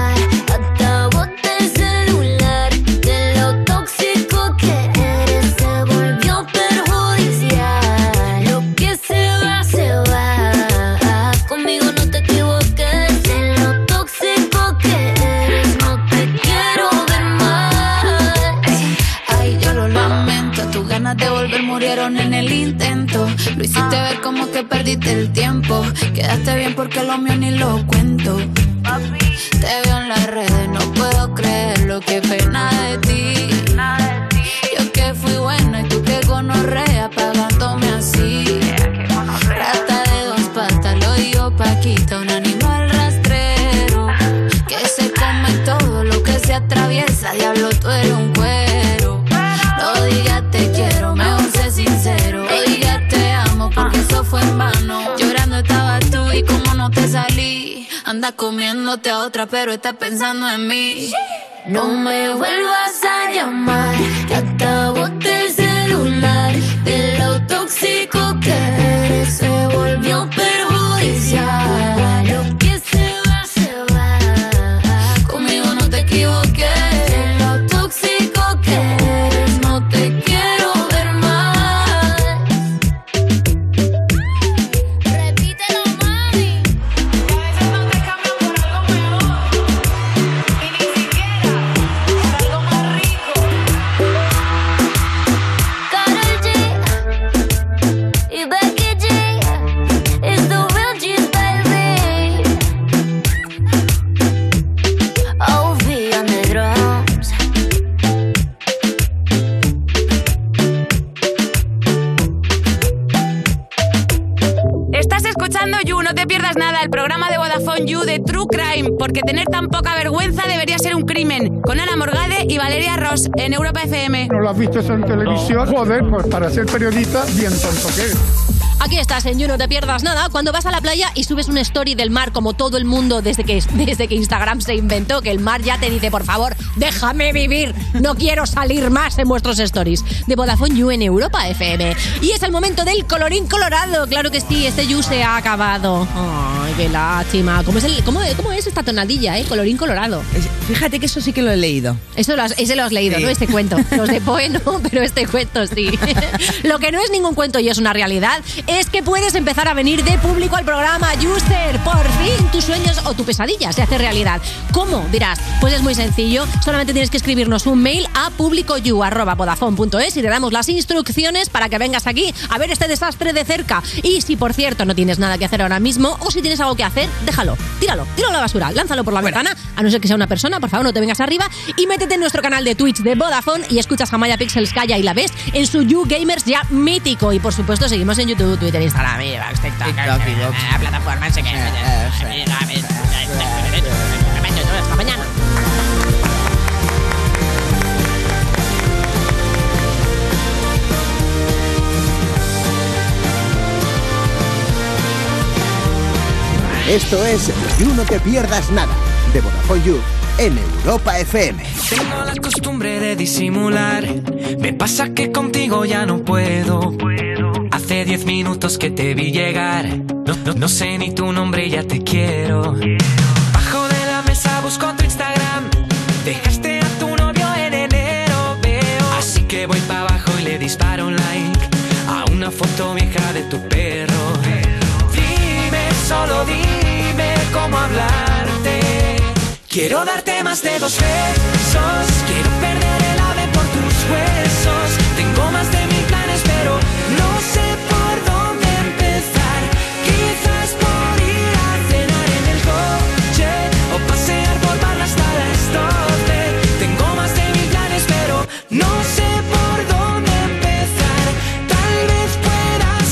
S25: Hasta bote el celular. De lo tóxico que eres se volvió perjudicial. Lo que se va, se va. Conmigo no te equivoques. De lo tóxico que eres no te quiero ver más.
S19: Ay, yo lo lamento. Tus ganas de volver murieron en el intento. Lo hiciste ver como que perdiste el tiempo. Quedaste bien porque lo mío ni lo cuento. Te veo en las redes, no puedo creer lo que pena de ti. Yo que fui buena y tú que gonorrea pagándome así. Rata de dos patas, lo digo Paquita, un animal rastrero. Que se come todo lo que se atraviesa, diablo, tú eres un cuero. No digas te quiero, mejor sé sincero. No digas te amo, porque eso fue en vano. Llorando estabas tú y como no te salí. Andas comiéndote a otra, pero estás pensando en mí.
S25: No me vuelvas a llamar. Que hasta bote el celular. De lo tóxico que eres se volvió perjudicial. Lo que se va, se va.
S19: Conmigo no te equivoques.
S25: De lo tóxico que eres no te quiero ver más. Repítelo, mami. Karol G y Becky G is the real G's baby. OV on the drums.
S11: Estás escuchando You, no te pierdas nada, el programa de Vodafone You de True Crime, porque tener tan poca vergüenza debería ser un crimen. Con Ana Morgade y Valeria Ross en Europa FM.
S21: ¿No lo has visto eso en televisión? Joder, pues para ser periodista, bien tonto que eres.
S4: Aquí estás en You, no te pierdas nada. Cuando vas a la playa y subes una story del mar como todo el mundo desde que, desde que Instagram se inventó, que el mar ya te dice, por favor, déjame vivir, no quiero salir más en vuestros stories. De Vodafone You en Europa FM. Y es el momento del colorín colorado. Claro que sí, este You se ha acabado. Ay, qué lástima. ¿Cómo es, el, cómo, cómo es esta tonadilla, eh? Colorín colorado.
S41: Fíjate que eso sí que lo he leído.
S4: Eso lo has, ese lo has leído,
S41: Sí.
S4: ¿no? Este cuento. Los de Poe no, pero este cuento sí. lo que no es ningún cuento y es una realidad es que puedes empezar a venir de público al programa User. Por fin tus sueños o tu pesadilla se hace realidad. ¿Cómo? Dirás. Pues es muy sencillo. Solamente tienes que escribirnos un mail a publicoyu.vodafone.es y te damos las instrucciones para que vengas aquí a ver este desastre de cerca. Y si, por cierto, no tienes nada que hacer ahora mismo o si tienes algo que hacer, déjalo. Tíralo. Tíralo a la basura. Lánzalo por la ventana. A no ser que sea una persona, por favor, no te vengas arriba. Y métete en nuestro canal de Twitch de Vodafone y escuchas a Maya Pixels Calla y la ves en su You Gamers ya mítico. Y, por supuesto, seguimos en YouTube, Twitter, Instagram. y la TikTok,
S3: Ah,
S4: la plataforma, no sé qué. Hasta mañana.
S5: Esto es You No Te Pierdas Nada de Vodafone You en Europa FM.
S42: Tengo la costumbre de disimular. Me pasa que contigo ya no puedo. Hace 10 minutos que te vi llegar. No, no- no sé ni tu nombre, ya te quiero. Bajo de la mesa busco tu Instagram. Dejaste a tu novio en enero, veo. Así que voy para abajo y le disparo un like a una foto vieja de tu perro. Dime, solo dime cómo hablarte. Quiero darte más de dos besos. Quiero perder el ave por tus huesos. Tengo más de mil planes, pero no sé por dónde empezar. Quizás por ir a cenar en el coche o pasear por barra hasta las 12. Tengo más de mil planes, pero no sé por dónde empezar. Tal vez puedas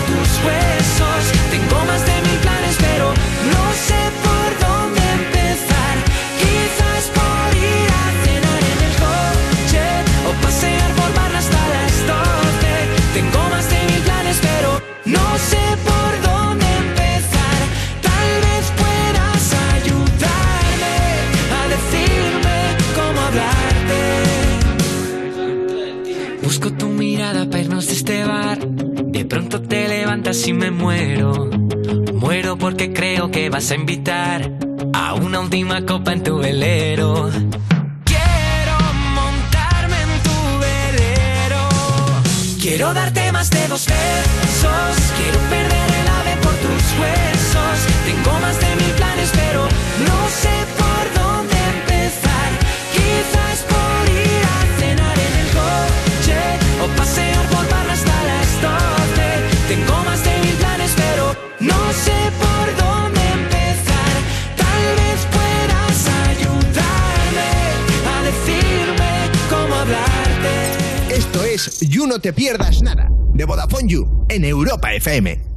S7: tus huesos. Tengo más de mil planes, pero no sé por dónde empezar. Quizás por ir a cenar en el coche o pasear por barra hasta las 12. Tengo más de mil planes, pero no sé por dónde empezar. Tal vez puedas ayudarme a decirme cómo hablarte. Busco tu mirada para irnos de este bar. De pronto te levantas y me muero. Muero porque creo que vas a invitar a una última copa en tu velero. Quiero montarme en tu velero. Quiero darte más de dos besos. Quiero perder el ave por tus huesos. Tengo más de mil planes, pero no sé por dónde empezar. Quizás por ir a cenar en el coche o pasear por barra hasta las 12. Tengo más de mil planes, pero no sé por dónde empezar. Tal vez puedas ayudarme a decirme cómo hablarte.
S5: Esto es You No Te Pierdas Nada de Vodafone You en Europa FM.